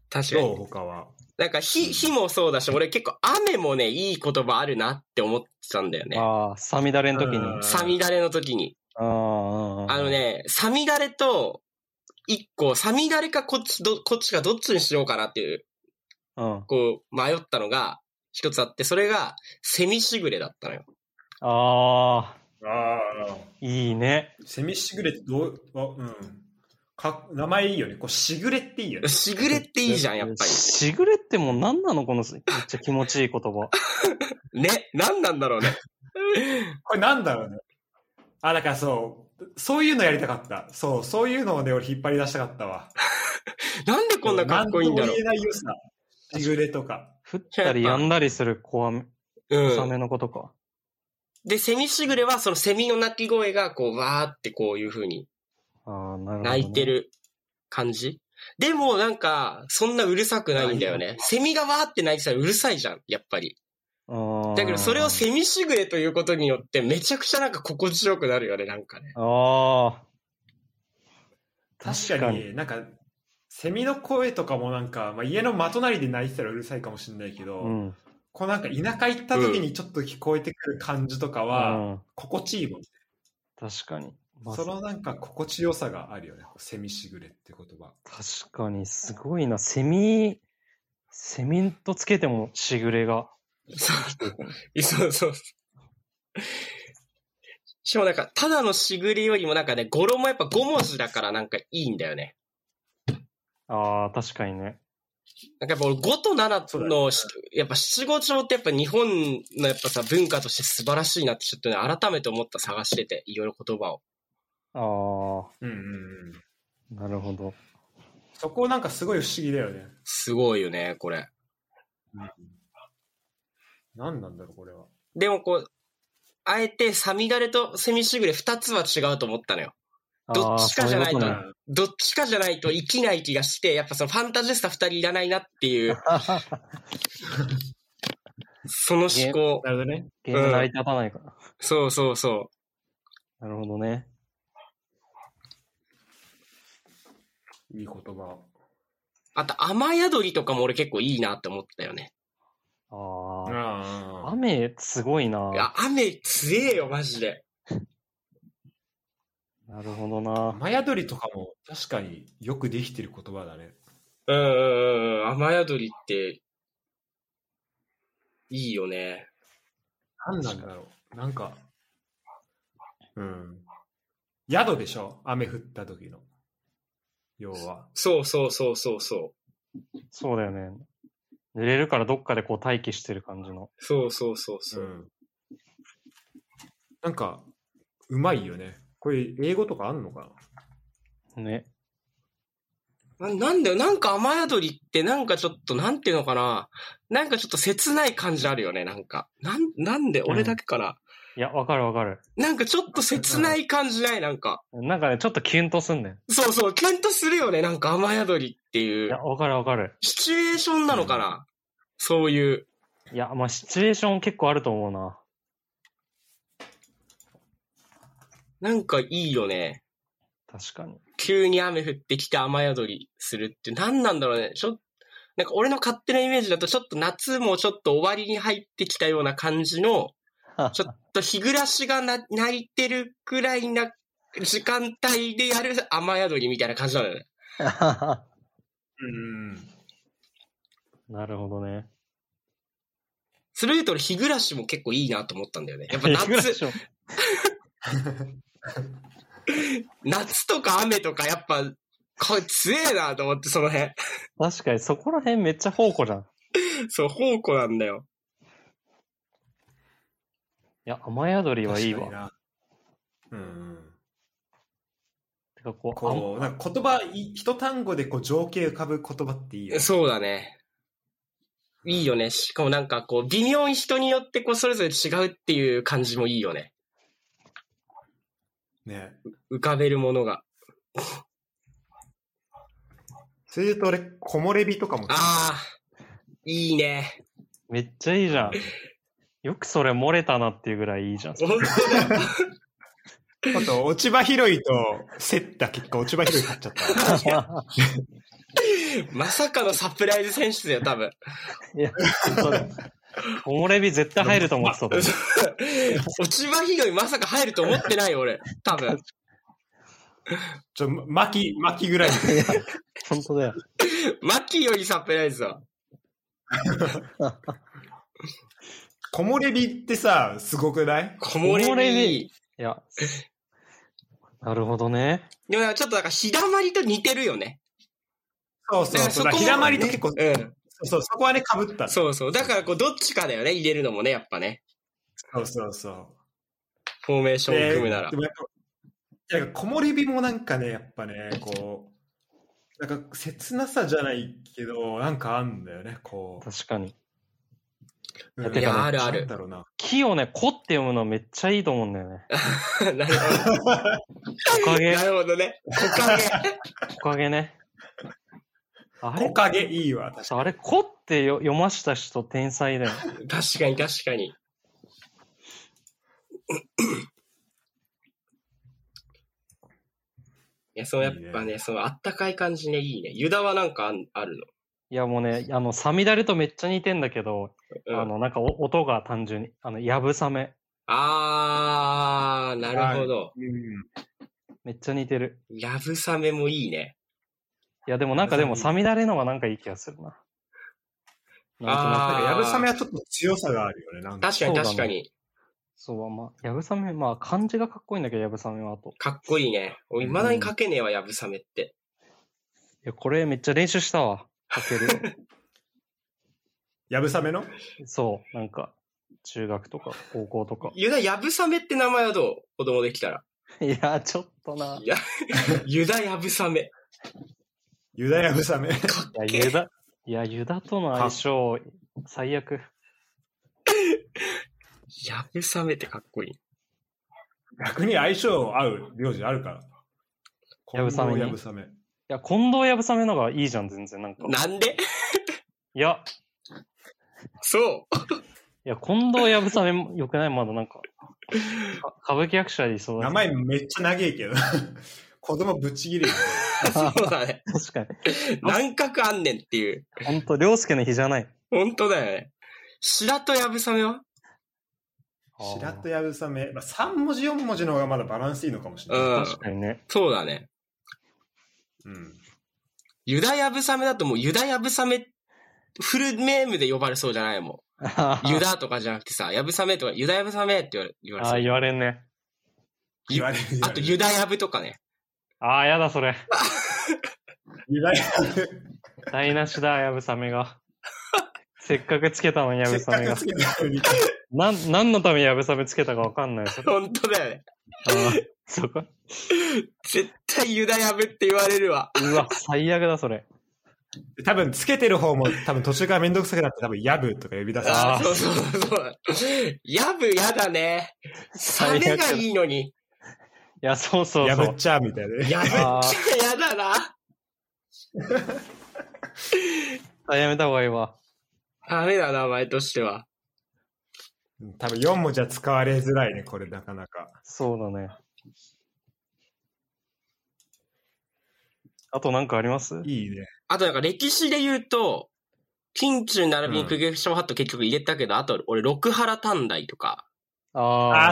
確か
どう
に。
他は。
なんか、火、火もそうだし、俺結構雨もね、いい言葉あるなって思ってたんだよね。
ああ、サミダレの時に。
うん
サミダレの時に。
あー
あの。ね、サミダレと、一個、サミダレかこっち、ど、こっちかどっちにしようかなっていう、
うん。
こう、迷ったのが、一つあって、それが、セミしぐれだったのよ。
ああ、
ああ。
いいね。
セミしぐれってどう、あうん。か名前いいよね。こう、しぐれっていいよね。
しぐれっていいじゃん、やっぱ
しぐれってもう何なのこのめっちゃ気持ちいい言葉。
り。ね、なんなんだろう [laughs] ね。
これなんだろうね。あ、だからそう、そういうのやりたかった。そう、そういうのをね、俺引っ張り出したかったわ。
なんでこんなかっこいいんだ
なとも
ろ
言えないよさ。しぐれとか。
降ったりやんだりする小雨、
う。う
小
ん。
雨のことか。
で、セミしぐれは、そのセミの鳴き声が、こう、わーってこういう風に
ああ、なるほどね。
泣いてる感じ。でも、なんか、そんなうるさくないんだよね。セミがわーって泣いてたらうるさいじゃん、やっぱり。
ああ。
だけど、それをセミしぐれということによって、めちゃくちゃなんか心地よくなるよね、なんかね。
ああ。
確か。に、なんか、セミの声とかもなんか、まあ、家の真隣で泣いてたらうるさいかもしれないけど、
うん。
こうなんか田舎行った時にちょっと聞こえてくる感じとかは、
うん
心地いいもん、ね
確かに。まあ
そのなんか心地よさがあるよね。セミしぐれって言葉。
確かに、すごいな。セミ、セミとつけてもしぐれが。
そう。そうそう。しかもなんか、ただのしぐれよりもなんかね、語呂もやっぱ5文字だからなんかいいんだよね。
ああ、確かにね。
なんかやっぱ俺5と
そ
7
うだ
の、やっぱ七五調ってやっぱ日本のやっぱさ、文化として素晴らしいなってちょっとね、改めて思った探してて、いろいろ言葉を。
ああ、
うんうんうん。
なるほど。
そこなんかすごい不思議だよね。
すごいよね、これ。
何なんだろう、これは。
でもこう、あえてサミダレとセミしぐれ2つは違うと思ったのよ。どっちかじゃないと
あ
う
ー
んどっちかじゃないと生きない気がして、やっぱそのファンタジスタ2人いらないなっ
[laughs]
ていう、
そういうことね
その思考。
なるほどね。
ゲーム成り立たないから。
そうそうそ
なるほどね。
いい言葉。
う。あと、雨宿りとかも俺結構いいなって思ったよね。。
ああ、
ああ。
雨すごいない
や、雨強えよ、マジで。
なるほどな。
雨宿りとかも確かによくできてる言葉だね。
うんうんうん。雨宿りって、いいよね。
何なんだろう。なんか、うん。宿でしょ雨降った時の。要は。
そうそうそうそうそう。
そうだよね。濡れるからどっかでこう待機してる感じの。
そうそうそうそうう。
ん。なんか、うまいよね。これ、英語とかあんのか
ね。
ななんだよ、なんか雨宿りってなんかちょっと、なんていうのかな。なんかちょっと切ない感じあるよね、なんか。なん、なんで、俺だけかな。
いや、わかるわかる。
なんかちょっと切ない感じない、なんか。
なんかね、ちょっとキュンとすんねん。
そうそう、キュンとするよね、なんか雨宿りってい
いうや、。わかるわかる。
シチュエーションなのかな、そういう、
いや、まあ、シチュエーション結構あると思うな。
なんかいいよね。
確か
[laughs]
に。
急に雨降ってきて雨宿りするって何なんだろうね。ちょなんか俺の勝手なイメージだとちょっと夏もちょっと終わりに入ってきたような感じの、ちょっと日暮らしがな泣いてるくらいな時間帯でやる雨宿りみたいな感じなのよね。
うん。
なるほどね。
それで言うと俺日暮らしも結構いいなと思ったんだよね。
[laughs]
やっぱ夏、
夏。
夏とか雨とかやっぱ、これ強えなと思ってその辺。
確かに、そこら辺めっちゃ宝庫じゃん。い
そう、宝庫なんだよ。
や、雨宿りはいい
確
わ。
かになうん。
てかこうあん
こう、なんか言葉、い一単語でこう情景浮かぶ言葉っていいよね。
そうだね。いいよね。しかもなんかこう、微妙に人によってこう、それぞれ違うっていう感じもいいよね。
ね。
浮かべるものが。
それで言うと俺、木漏れ日とかも。
ああ、いいね。
めっちゃいいじゃん。よくそれ漏れたなっていうぐらいいいじゃん。
本当だよ。
あと、落ち葉拾いと競った結果、落ち葉拾い買っちゃ
[laughs]
った。
[laughs]
まさかのサプライズ選手だよ、多分。
いや、そうだ。木漏れ日絶対入ると思ってたと思う。
落ち葉拾いまさか入ると思ってないよ、俺。多分。
ちょ、巻き、巻きぐらいの。
[laughs] 本当だよ。
マッキーよりサプライズだ。
木漏れ日ってさ、すごくない
木漏
木漏
れ
れ
日
日。いや。なるほどね。
でもなんかちょっとなんか、日だまりと似てるよね。
そうそうそう。
だからそこ
だ
は
から日だまりと結構、そう
うん。
そう、そこはね、被った。そう
そうそう。だからこう、どっちかだよね、入れるのもね、やっぱね。
そうそう。
フォーメーションを組むなら
で。もやっぱ、なんか木漏れ日もなんかね、やっぱね、こう、なんか切なさじゃないけど、なんかあんだよね、こ
確かに。
う。
いや
うん
いや
あるある
なんだろうな。
木をね、子って読むのめっちゃいいと思うんだよね。
[laughs] なるほど。
木
[laughs]
陰 [laughs]
な、るほどね。木陰。
木陰ね。あれ
木、陰いいわ、確か
あれ、子ってよ読ました人天才だよ。
確かに確かに。いや、そのやっぱね、そのあったかい感じね、いいね。ユダはなんかあんある
いやもうね、あの、サミダレとめっちゃ似てんだけど、
の。
あ
うん、
の、なんかお音が単純に、あの、やぶさめ。
あー、なるほど。
に。うん。
めっちゃ似てる。
やぶさめもいいね。
いや、でもなんかでも、
やぶさ
サミダレの方がなんかいい気がするな。
なん
あ
か
ー
やぶさめはちょっと強さがあるよね、なんか。
確か
そう
に
だね
確かに。
そう、まあ、やぶさめ、まあ、漢字がかっこいいんだけど、やぶさめはあと。
かっこいいね。おいまだに書けねえわ、やぶさめって。
いや、これめっちゃ練習したわ。かける。
やぶさめの
そう、なんか、中学とか、高校とか。
ユダ、やぶさめって名前はどう子供できた [laughs] ら。
いや、ちょっとな。
い
い
や、ユダやぶさめ。
ユダヤぶさめ。 [laughs]
かっけえ
や、ユダ、いや、ユダとの相性、最悪。
やぶさめってかっこいい。
逆に相性合う名字あるから。
やぶさめに
近藤やぶさめ。
いや、近藤やぶさめの方がいいじゃん、全然。なんか。
なんで
いや、
そう。 [laughs]
いや、近藤やぶさめも良くないまだな
[laughs]
んか。か歌舞伎役者でいそうだ
名
ね。
前めっちゃ長いけど。 [laughs] 子供ぶっちぎれるよね。
そうだ [laughs] ね。
確かに。
何角あんねんっていう。
ほんと、凌介の日じゃない。
[laughs] 本当だよね。白とやぶさめは
白とやぶさめ。まあ、3文字4文字の方がまだバランスいいのかもしれない。
うん
確かにね。
そうだね。
うん
ユダやぶさめだともうユダやぶさめ、フルネームで呼ばれそうじゃないもん。ユダとかじゃなくてさ、やぶさめとか、ユダやぶさめって言われ言われ
[laughs] あ
そ
あ、
う。
言われんね。
言われる。
あと、ユダやぶとかね。
ああ、やだ、それ。
ユダヤぶ。
台無しだ、やぶさ
[laughs]
めが。せっかくつけたのに、や
せ
ぶ
っ
さ
か
めが
く。つけたのに。
なん、何のためにやぶさめつけたかわかんない。それ
本当だよね。
あーそこ。
絶対ユダやぶって言われるわ。
うわ、最悪だ、それ。
多分、つけてる方も、多分途中からめんどくさくなって、多分、やぶとか呼び出す。
あ
あ
あ、
ー
そうそうそう。やぶやだね。サメがいいのに。 [laughs]
いや、そうそう
や
そ
ぶっ
う。
ちゃうみたいなね。
やぶっちゃ
あ
やだな。
あ、やめた方がいいわ。
ダメだな、名前としては。
多分4文字は使われづらいね、これなかなか。
そうだね。あとなんかあります
いいね。
あとなんか歴史で言うと、近中並びにクゲショウハット結局入れたけど、あと俺、六原短大とか、
あ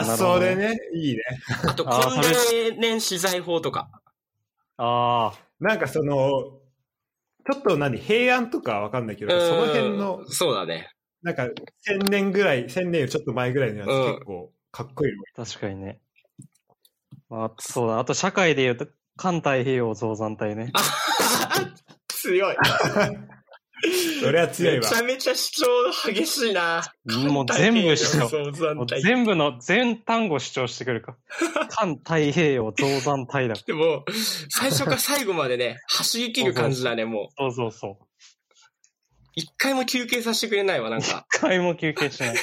あ、
なるほ
そ
ど
れ。ね。いいね。
あと、
あー
婚年資材法とか。
あ
なんかその、ちょっと何、平安とかわかんないけど、
うん
その辺の、
そうだね。
なんか千年ぐらい、千年よりちょっと前ぐらいのやつ
うん
結構かっこいいよ。
あ、確かにね。あそうだ。あと社会で言うと、環太平洋増産体ね。
強い。
それは強い
め
わ
ち。ゃめちゃ主張激しいな。
もう全部主張。
そう残
もう
体
全部の、全単語主張してくるか。
[laughs]
環太平洋増産体だ。
でも、最初から最後までね、走り切る感じだね、もう。
そうそうそう。
一回も休憩させてくれないわ、なんか。
一回も休憩しない。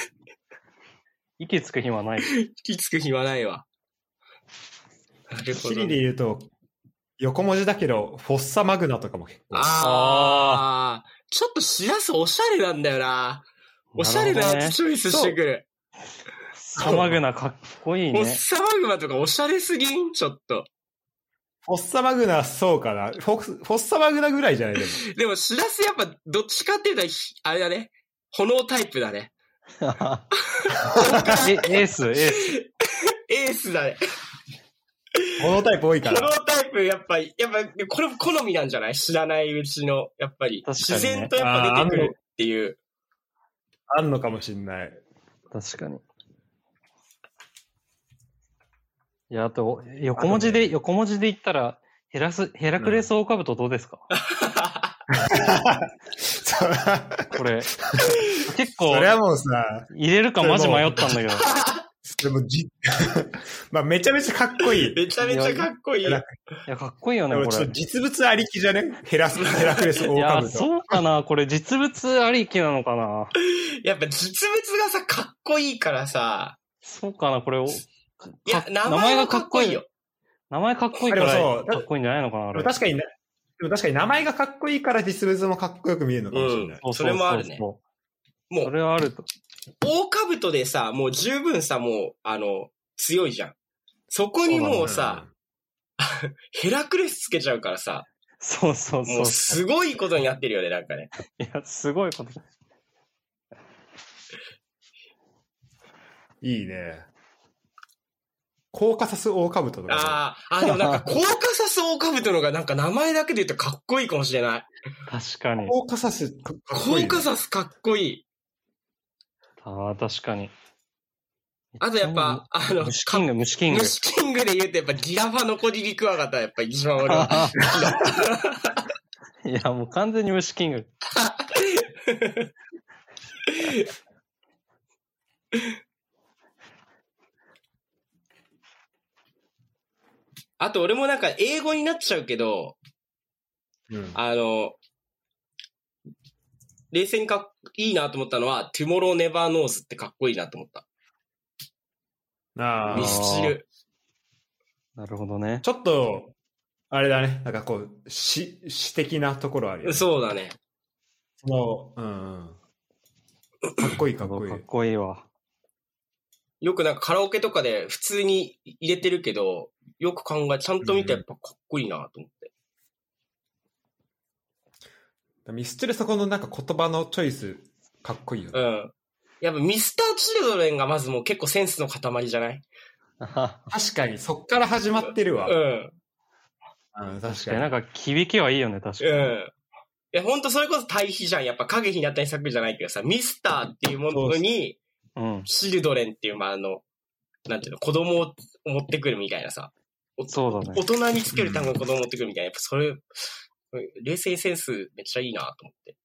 息つく暇ない。
きつく暇ないわ。なるほ
シ
ど、
リで
ね。
言うと、横文字だけど、フォッサマグナとかも結構。
ああ。ちょっとしらすおしゃれなんだよな。おしゃれな
るほど
や
ね
つチョイスしてくる。
サマグナかっこいい
おっ
ね。
さまぐまとかおしゃれすぎんちょっと。
フォッサマグナ、そうかな。フォフォッサマグナぐらいじゃないでも。
でも、しらすやっぱ、どっちかっていうと、ひあれだね。炎タイプだね。
えエース、エース。
エースだね。
このタイプ多いか
この
ら。
タイプ、やっぱ、やっぱ、これ好みなんじゃない知らないうちの、やっぱり。
確か
自
に
然
ね
とやっぱ出てくるっていう。
あんのかもしんない。
確かに。いや、あと、横文字で、横文字で言ったら、ヘラス、ヘラクレスオオカブトどうですか、
そう
これ。結構
そ、れはもうさ、
入れるかマジ迷ったんだけど。
でもじ、 [laughs] まあめちゃめちゃかっこいい。
めちゃめちゃかっこいい。
や
いや、かっこいいよ
で
ね、
も
こ
ちょっと
れ。
実物ありきじゃねヘラスヘラクレスオ
い
オカ
や、
ブト。
そうかなこれ実物ありきなのかな
やっぱ実物がさ、かっこいいからさ。
そうかなこれを。
いや
か、
名前がかっこいいよ。。
名前かっこいいから、
あでもそう
かっこいいんじゃないのかなあ
で
れ
も確かにな、でも確かに名前がかっこいいから実物もかっこよく見えるのかもしれない。
うううう
それもあるね
そ
も
れ
う、
はあると。
大兜でさ、もう十分さ、もう、あの、強いじゃん。そこにもうさ、ヘラクレスつけちゃうからさ、
そうそう
も
そうう。
すごいことになってるよね、なんかね。
いや、すごいこと。
うん、いいね。コーカサスオオカブトとかね、
ああ、あ、でもなんか、コーカサスオオカブトのがなんか名前だけで言うとかっこいいかもしれない。
確かに。
コーカサスかかっ
コ
こいい、
ー
ね。
カサスかっこいい。
ああ、確かに。
あとやっぱ、あの、
虫キング、虫キング。
虫キングで言うとやっぱギラファノコギリクワガタやっぱ一番俺は
[laughs]
[laughs]
いや、もう完全に虫キング。
あと俺もなんか英語になっちゃうけど、
うん
あの、冷静にかっいいなと思ったのは、Tomorrow Never Knows ってかっこいいなと思った。
あ
ー
ミ
あ
スチル。
なるほどね。
ちょっと、あれだね。なんかこう、詩、詩的なところあるよ、ね。う。
そうだね。
もう、うん、うん。かっこいいかっこいい
かっ。こいいわ。
よくなんかカラオケとかで普通に入れてるけど、よく考え、ちゃんと見てやっぱかっこいいなと思って。
ミスチルそこのなんか言葉のチョイス、かっこいいよね。
うん。やっぱミスター・チルドレンがまずもう結構センスの塊じゃない
確かに、そっから始まってるわ。
う
うん
ん。
確
確
か
かに
に
な。んか、響きはいいよね、確か
う
に。
ん。いや、ほんとそれこそ対比じゃん。やっぱ影日向に咲くじゃないけどさ、ミスターっていうものに、
うん。
シルドレンっていう、まあ、あの、なんていうの、子供を持ってくるみたいなさ、
そうだ
大
ね。
人につける単語に子供を持ってくるみたいな、やっぱそれ、冷静センスめっちゃいいなと思って。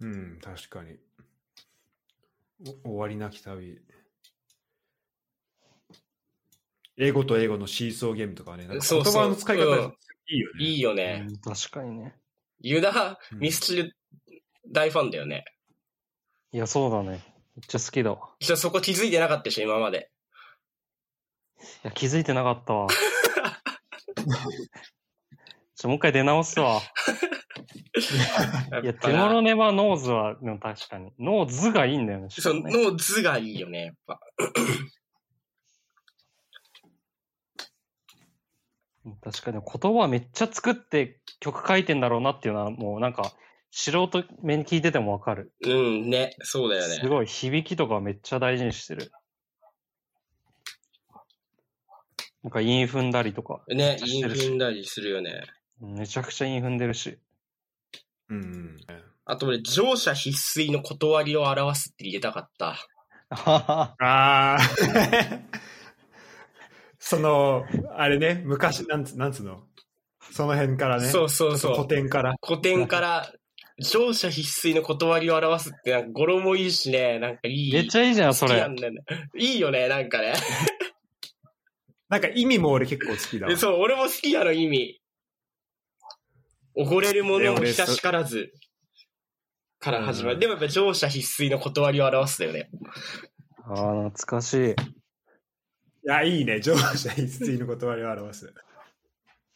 うん、確かに。お終わりなき旅。英語と英語のシーソーゲームとかはね、なんか
そ
言
うそう
葉の使い方
うん
いいよね。
いいよ
う
ね。
ん確かにね。
ユダ、
うん
ミスチル、大ファンだよね。
いや、そうだね。めっちゃ好きだわ。
ちょ、そこ気づいてなかったでしょ、今まで。 [laughs]
いや、気づいてなかったわ。ちょ、もう一回出直すわ。いや、
ぱ
テ
な
モロネバノーズは、でも確かに。ノーズがいいんだよね。し
そ
か
の
もね
図がいいよね、やっぱ。
確かに、言葉めっちゃ作って曲書いてんだろうなっていうのは、もうなんか、素人目に聞いててもわかる。
うん、ね、そうだよね
す。ごい、響きとかめっちゃ大事にしてる。なんか、韻踏んだりとか。
ね、
し
イ
て
ン
る
フ
し
ィンダリするよね。
めちゃくちゃ韻踏んでるし。
うん。
あと俺、乗車必須の断りを表すって入れたかった。
ああ。 [laughs] その、あれね、昔、なんつ、なんつうの。その辺からね。
そうそうそ
古
う。
典から。
古典から、乗車必須の断りを表すって、なんか語呂もいいしね、なんかいい。
めっちゃいいじゃん、そ
好きな
れ
ん。だよね。いいよね、なんかね。
なんか意味も俺結構好きだわ。
[laughs] そう、俺も好きやろ、意味。おごれるものも
で俺
久しからず。から始ま
う
る。
ん
でもやっぱ乗車必須の断りを表すだよね。
ああ、懐かしい。
いや、いいね。乗車必須の断りを表す。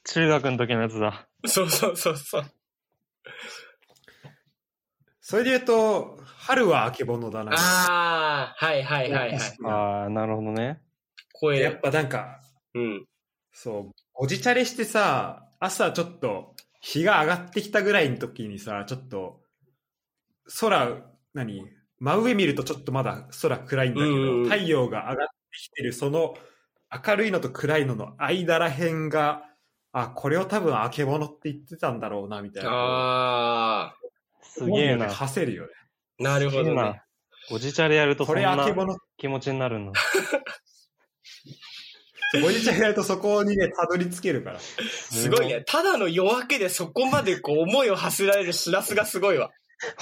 中学の時のやつだ。
そうそうそうそう。
それで言うと、春はあけぼのだな。
ああ、はいはいはいはい。
ああ、なるほどね。
声
やっ
で。
ぱなんか、
うん。
そう、おじチャレしてさ、朝ちょっと日が上がってきたぐらいの時にさ、ちょっと空、何真上見るとちょっとまだ空暗いんだけ
うんうん
ど、
うん
太陽が上がってきてるその明るいのと暗いのの間らへんが、あ、これを多分あけぼのって言ってたんだろうな、みたいな。
ああ、
すげえな。
はせるよね。
なるほ
すげ
ど
え
ね。
な。おじチャレやるとそ
こ
ん
れあけぼ
な
の、
気持ちになるの。
おじチャレやるとそこにね、たどり着けるから。
すごいね。ただの夜明けでそこまでこう思いを馳せられるしらすがすごいわ。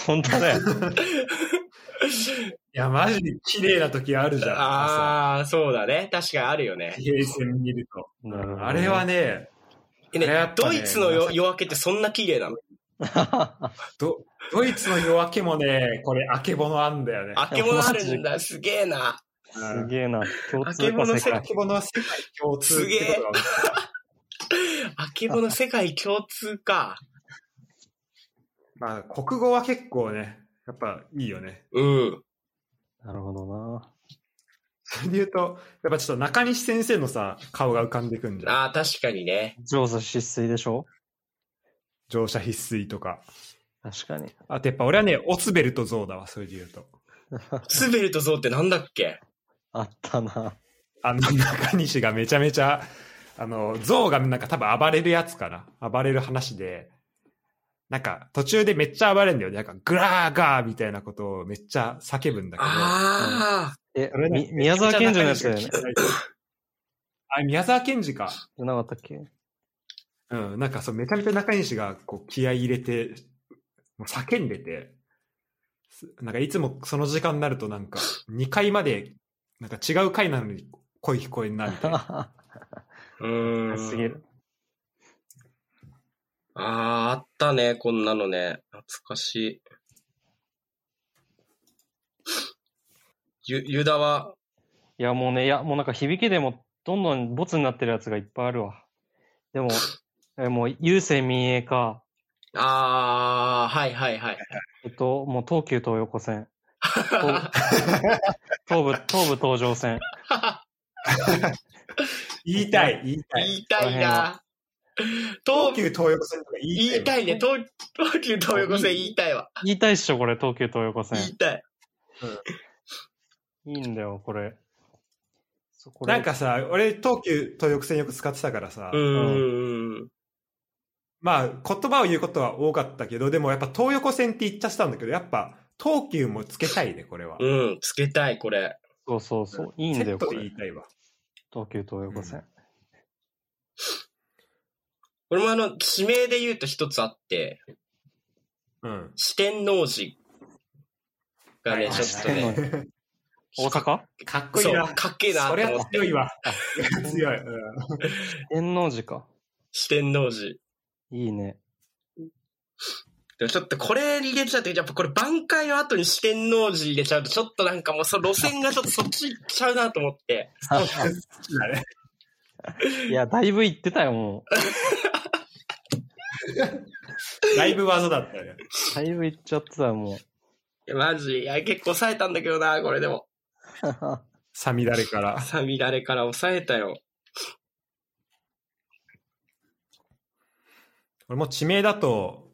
本当だよ。
いや、マジで綺麗な時あるじゃん。朝
ああ、そうだね。確かにあるよね。
平線見ると。
なるほどね
あれはね、
えね
あれやっぱ
ド
ね
イツの夜夜明けってそんな綺麗なの
ドドイツの夜明けもね、これ、あけぼのあんだよね。
あけぼのあるんだ。すげえな。
すげえな。共
あ
通
け
か
ぼの
世
世
あ
界。
けぼのは世界共通ってことが分かっ
あけぼの世界共通か。
たまあ、国語は結構ね、やっぱいいよね。
うん。
なるほどな。
それで言うと、やっぱちょっと中西先生のさ、顔が浮かんでくんじゃん。
ああ、確かにね。
上手失水でしょ
乗車必須とか。
確かに。
あとやっぱ俺はね、オツベルト像だわ、それで言うと。
スベルト像ってなんだっけ
あったな。
あの、中西がめちゃめちゃ、あの、象がなんか多分暴れるやつかな。暴れる話で、なんか途中でめっちゃ暴れるんだよね。なんかグラーガーみたいなことをめっちゃ叫ぶんだけど。
ああ、
[laughs] え
それ、ね
み宮沢賢治のやつだよね。
あ、宮沢賢治か。
じゃなかったっけ
うん、なんかそう、めちゃめちゃ中西がこう気合い入れて、もう叫んでて、すなんかいつもその時間になるとなんか、2階まで、なんか違う階なのに声聞こえんな、み
[laughs]
たいな。
うーん。
すげえ。
ああ、あったね、こんなのね。懐かしい。ゆ、ユダは、
いや、もうね、いや、もうなんか響きでも、どんどんボツになってるやつがいっぱいあるわ。でも、えもう、郵政民営化、
ああ、はいはいはい。
えっと、もう東急東横線、東東部、東部東上線、
言いたい、言いたい。
言いたいな。
東
東
急東横線とか言いたい。
言いたいね。東東急東横線言いたいわ。
言いたいっしょ、これ、東急東横線。
言いたい。
いいんだよ、これ。そうこれ
なんかさ、俺、東急東横線よく使ってたからさ、
うんうんうん。
まあ、言葉を言うことは多かったけど、でもやっぱ東横線って言っちゃったんだけど、やっぱ東急もつけたいね、これは。
うん、つけたい、これ。
そうそうそう、いいん
セ
だ
ッ
よ、
ト
こ
で言
れ。
いたいわ。
東急東横線。
俺もあの、地名で言うと一つあって、
うん。
四天王寺がね、
はい
ちょっと
四天王
ね、
大阪
かっこい
そ
いうな。、
かっけえな
そ
と
れ
思
は
って。
強い [laughs] わ。強い。うん
天王寺か。
四天王寺。
い
[laughs]
いね。
でもちょっとこれ入れちゃって、やっぱこれ挽回の後に四天王寺入れちゃうと、ちょっとなんかもうその路線がちょっとそっち行っちゃうなと思って。
好きだね。
いや、だいぶ言ってたよ、も
だいぶ技だったね。
う。だいぶ言っちゃってたよ、もう。
いやマジ、いや、結構抑えたんだけどな、これでも。
さみだれから。
さみだれから抑えたよ。
俺もう地名だと、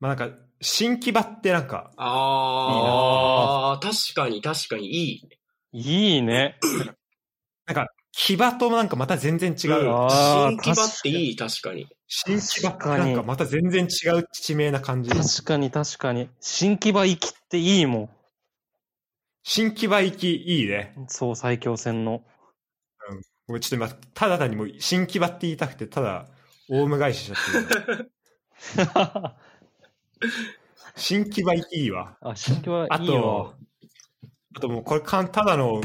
まあなんか、新木場ってなんか、
あー、確かに確かにいい。
いいね。
木場となんかまた全然違う。
うんあー
新木場っていい、確かに。
新木場って
確か
な
に
んかまた全然違う地名な感じ。
確かに確かに。新木場行きっていいも
新木場行きいいね。
ん。そう、最強戦
[laughs]
の。
俺ちょっと今、ただ単にもう新木場って言いたくて、ただ、オウム返ししちゃってる。
あ、
新木場行きいいわ。
新木場
あ
いいわ
と。、あともうこれかん、ただの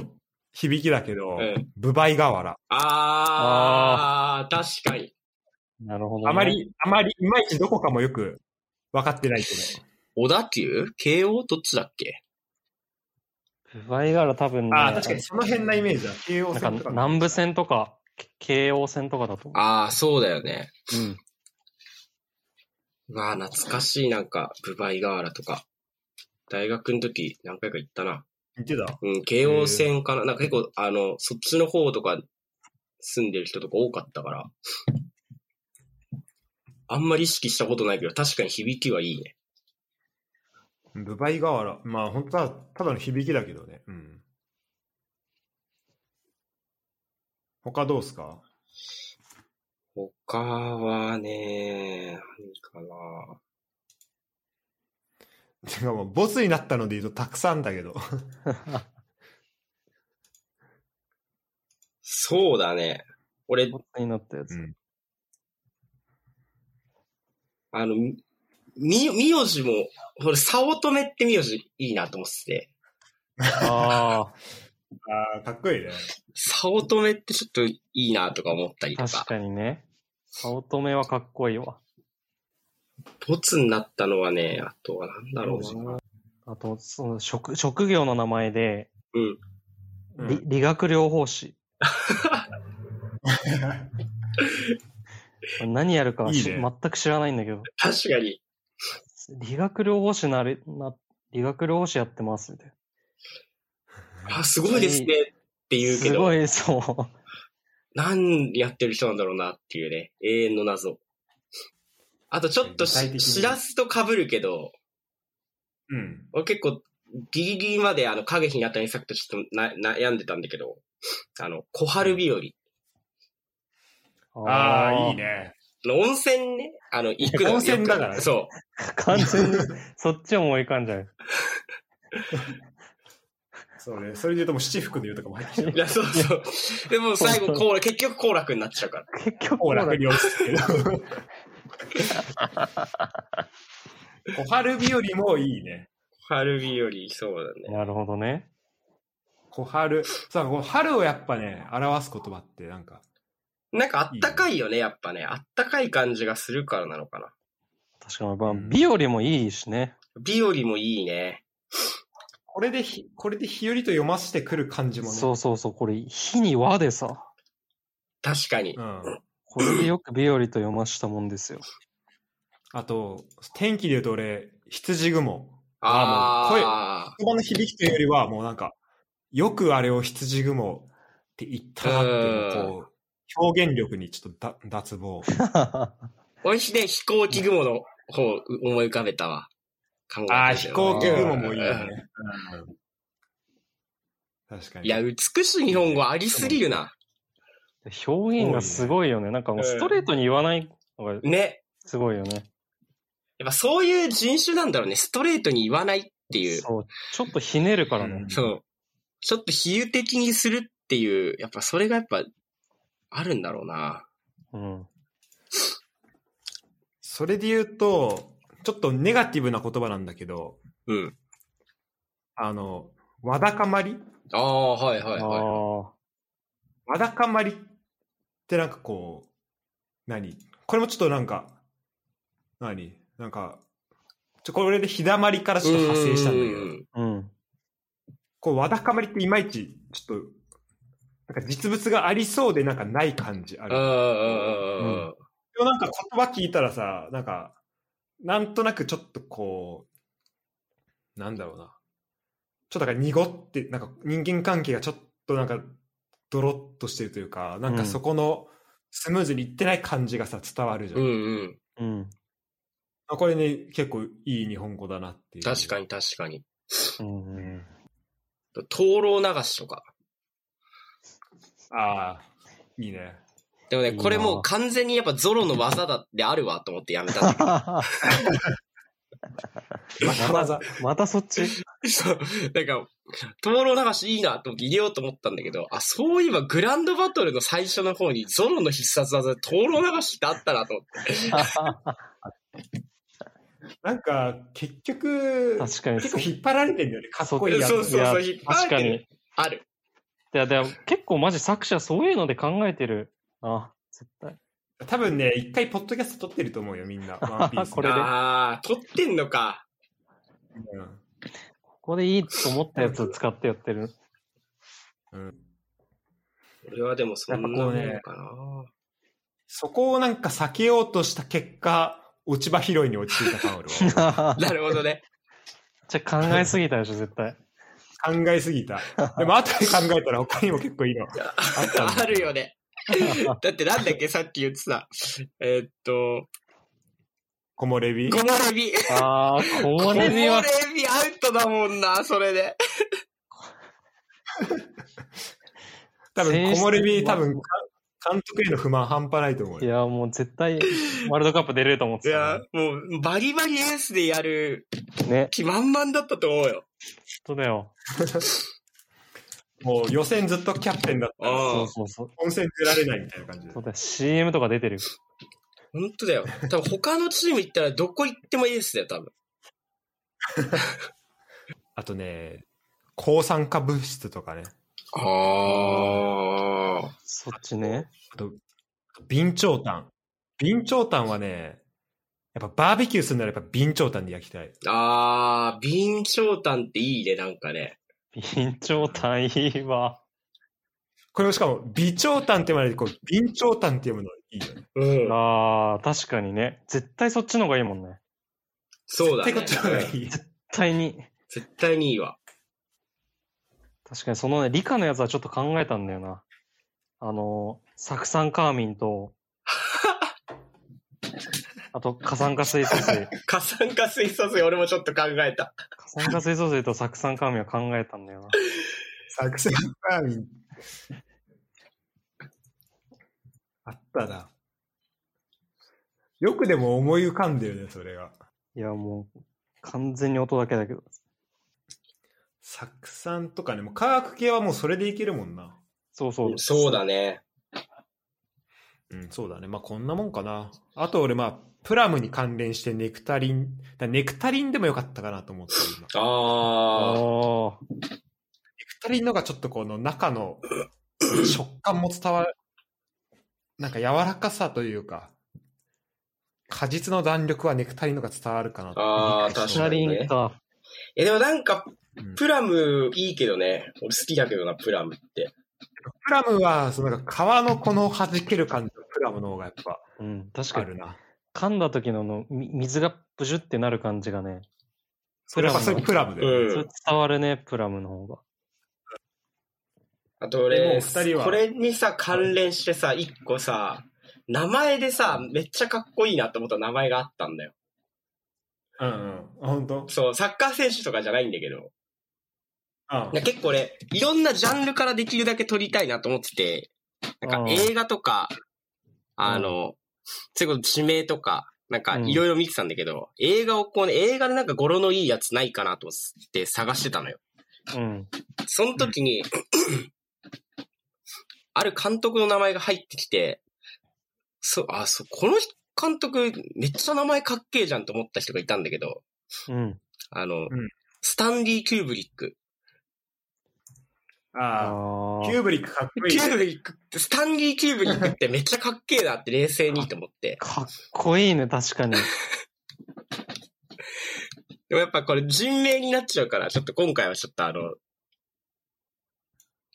響きだけど、
うん
ブバイガワラ。
あー、確かに。
なるほど、ね。
あま。り、あまり、いまいちどこかもよく分かってないけ
小田急慶応どっちだっけ
不買柄多分ね。
ど。ああ、確かにその辺なイメージだ。慶応
な
戦
ん
とか。
か南部線とか、京王線とかだと思
あー、そうだよね。
う。うん。
うわー、懐かしい、なんか、ブバイガーラとか。大学の時、何回か行ったな。
言ってた
うん、京王線かな。なんか結構、あの、そっちの方とか、住んでる人とか多かったから。あんまり意識したことないけど、確かに響きはいいね。
ブバイガワラ。まあ本当はただの響きだけどね。うん。他どうっすか
他はね、何かな。
てかもうボツになったので言うとたくさんだけど。
そうだね。俺、
ボツになったやつ。
うん
あの、み、み名字も、俺、早乙女って名字いいなと思ってて。
[laughs]
あ
ああ、かっこいいね。
早乙女ってちょっといいなとか思ったりと
あ、
か
確。かにね。早乙女はかっこいいわ。
ボツになったのはね、あとはなんだろうな。
あと、その職、職業の名前で、
うん。
うん
理理学療法士。何やるかはし
いいね
全く知らないんだけど、
確かに。
理学療法士なれ、な、理学療法士やってますみたいな。
あ、すごいですね。って言うけ
す
ど
ご、い、そ
何やってる人なんだろうなっていうね。永遠の謎。あとちょっと
具体的
し、
に
しらすと被るけど、
[laughs] うん。
俺結構ギリギリまであの影日向にさっとちょっとな悩んでたんだけど、あの、小春日和。
う。
[laughs] ああ、いい
ね。
ね。
あの温泉ね、あの、行くのよ
温泉だからね
そ
完全に、そっち思い浮かんじゃう。
そうね。それで言うともう七福の言うとかも入ってき
う。いや、そうそう。でも最後、コーラ、結局コーラくんになっちゃうから。
結局、
ほら、
ほ
振
ら
り落ちてる。 [laughs] 小春日和もいいね。
小春日和、そうだね。
なるほどね。
小春。さあ、こう春をやっぱね、表す言葉ってなんか、
なんかあったかいよね、やっぱね。あったかい感じがするからなのかな。
確かに、まあ
うん
美よりもいいしね。
日和もいいね。
これでひ、これで日和と読ませてくる感じもね。
そうそうそう、これ、日に和でさ、
確かに
う。ん。
これでよく日和と読ましたもんですよ。 [laughs]
あと、天気で言うと俺、羊雲。
あ
言葉の響きというよりは、もうなんか、よくあれを羊雲って言ったなっていうのをこう、表現力にちょっとだ脱帽。
あ。俺ね、飛行機雲の方、う思い浮かべたわ。考えてたよ
ああ、飛行機雲もいいよ
うん
ね。確かに。
いや、美しい日本語ありすぎるな。
表現がすごいよね。なんかもうストレートに言わないのが
ね。
すごいよね。
やっぱそういう人種なんだろうね。ストレートに言わないっていう。
そう。ちょっとひねるから
う
ね
ん。
そう。ちょっと比喩的にするっていう、やっぱそれがやっぱ、あるんだろうな。
うん。
それで言うと、ちょっとネガティブな言葉なんだけど、
うん。
あの、わだかまり
ああ、はい
あ
はいはい。
あ。
わだかまりってなんかこう、何これもちょっとなんか、何なんか、ちょ、これでひだまりからちょっと派生したんだけ
う
ど、
ん
うん。
こう、わだかまりっていまいち、ちょっと、なんか実物がありそうでなんかない感じあ
う
る。で
んうんうんうん。
もなんか言葉聞いたらさ、なんか、なんとなくちょっとこう、なんだろうな。ちょっとなんか濁って、なんか人間関係がちょっとなんかドロッとしてるというか、なんかそこのスムーズにいってない感じがさ、伝わるじゃん。
うんうん。
うん。
あこれね、結構いい日本語だなっていう。
確かに確かに。 [laughs]
うん。
灯籠流しとか。
ああ、いい
[laughs]
ね。
でもね、
いいな
これもう完全にやっぱゾロの技だってあるわと思ってやめたんだ
[laughs]
け
またまざ。
またそっち
ど。そう。なんか、灯籠流しいいなと思って入れようと思ったんだけど、あ、そういえばグランドバトルの最初の方にゾロの必殺技で灯籠流しってあったなと思って。
なんか、結局、
確かに
結構引っ張られてんだよね。かっこいいやつ。
そうそうそう、
い
引っ張
確
ら
か
れて
に
る。。ある。
いや、でも結構マジ作者そういうので考えてる。あ、絶対。
多分ね、一回ポッドキャスト撮ってると思うよ、みん [laughs] な。ワンピース
これで
あー、取ってんのか。
うん
ここでいいと思ったやつを使ってやっ
[laughs]
てる。
うん
俺はでもそんなもんかな。
そこをなんか避けようとした結果、落ち葉拾いに落ち着いた感ある
めっ
わ。
なるほどね。
ちゃ考えすぎたでしょ、絶対。
考えすぎ [laughs] た。でも後で考えたら他にも結構いいの。あったんだ
あるよね。だってなんだっけさっき言ってた。えーっと、
木漏れ日
ゴ。モレビ。
あー、こ
ゴモレ
れ
ビ
に
アウ
は、
トだもんな、それで。
多分、木漏れ日、
選手
多分、監督への不満半端ないと思う
い
よ。
や、もう絶対、ワールドカップ出れると思っ
い
て
や
た、
もう、バリバリエースでやる
ね。ね、
気満々だったと思うよ。
本当だよ。
もう予選ずっとキャプテンだったら、
あ
そう
あ、
そうそう。
本戦出られないみたいな感じで
そう。だよ CM とか出てるよ。
本当だよ。多分他のチーム行ったらどこ行ってもエースだよ、多分。
あとね、抗酸化物質とかね。
ああ。
そっち
[laughs]
ね。 [laughs]
あと、備長炭。備長炭はね、やっぱバーベキューするならやっぱ備長炭で焼きたい。
ああ、備長炭っていいね、なんかね。
緊張単位は。
これもしかも、微長炭って言われて、こう、備長炭って読むのいいよね。
うん。
あー、確かにね。絶対そっちの方がいいもんね。
そうだね。
ってことがいい。
絶対に。
絶対にいいわ。
確かにそのね、理科のやつはちょっと考えたんだよな。あの、酢酸カーミン [laughs] と、あと、過酸化水素水。
過酸化水素水、俺もちょっと考えた。
過酸化水素水と酢酸カーミンは考えたんだよな。
作戦バーミン。あったな。よくでも思い浮かんでるね、それが。
いや、もう、完全に音だけだけど。
酢酸とかね、もう科学系はもうそれでいけるもんな。
そうそう。
そうだね。
うん、そうだね。まあ、こんなもんかな。あと俺、まあ、プラムに関連してネクタリン、だネクタリンでもよかったかなと思ってる今。ネ
ああ。
あ
クタリンのがちょっとこの中 [coughs] の食感も伝わる。なんか柔らかさというか、果実の弾力はネクタリンのが伝わるかなと
あー
あ。
確
シ
か
ャ
に
リ
ね
ンか。
え、でもなんか、
うん
プラムいいけどね。俺好きだけどな、プラムって。
プラムは、そのなんか皮のこの弾ける感じのプラムの方がやっぱ
うん、確
あ
かに
る。な。
噛んだ時のあのみ水がプジュってなる感じがね、
それはそれプラムだよね。
うん
それ伝わるね、プラムの方が。
あと
でも
俺、
二人は
これにさ、関連してさ、一個さ、名前でさ、めっちゃかっこいいなと思った名前があったんだよ。
うんうん。本当
そう、サッカー選手とかじゃないんだけど。
うん
いや結構俺、いろんなジャンルからできるだけ撮りたいなと思ってて、なんか
うん
映画とか、
ん
あの、それこそ地名とか、なんか
うん
いろいろ見てたんだけど、映画をこうね、映画でなんか語呂のいいやつないかなと思って探してたのよ。
うん。
その時に、ある監督の名前が入ってきて、そう、あ、そう、この監督めっちゃ名前かっけえじゃんと思った人がいたんだけど、
うん。
あ
う
の、
ん
スタンディ・キューブリック。
あ
あ
あ。キ
ー
ューブリックかっこいい
キュ。ーブリックって、スタンリー・キューブリックってめっちゃかっけえなって冷静にと思って。
かっこいいね、確
[laughs]
かに。
でもやっぱこれ人名になっちゃうから、ちょっと今回はちょっとあの、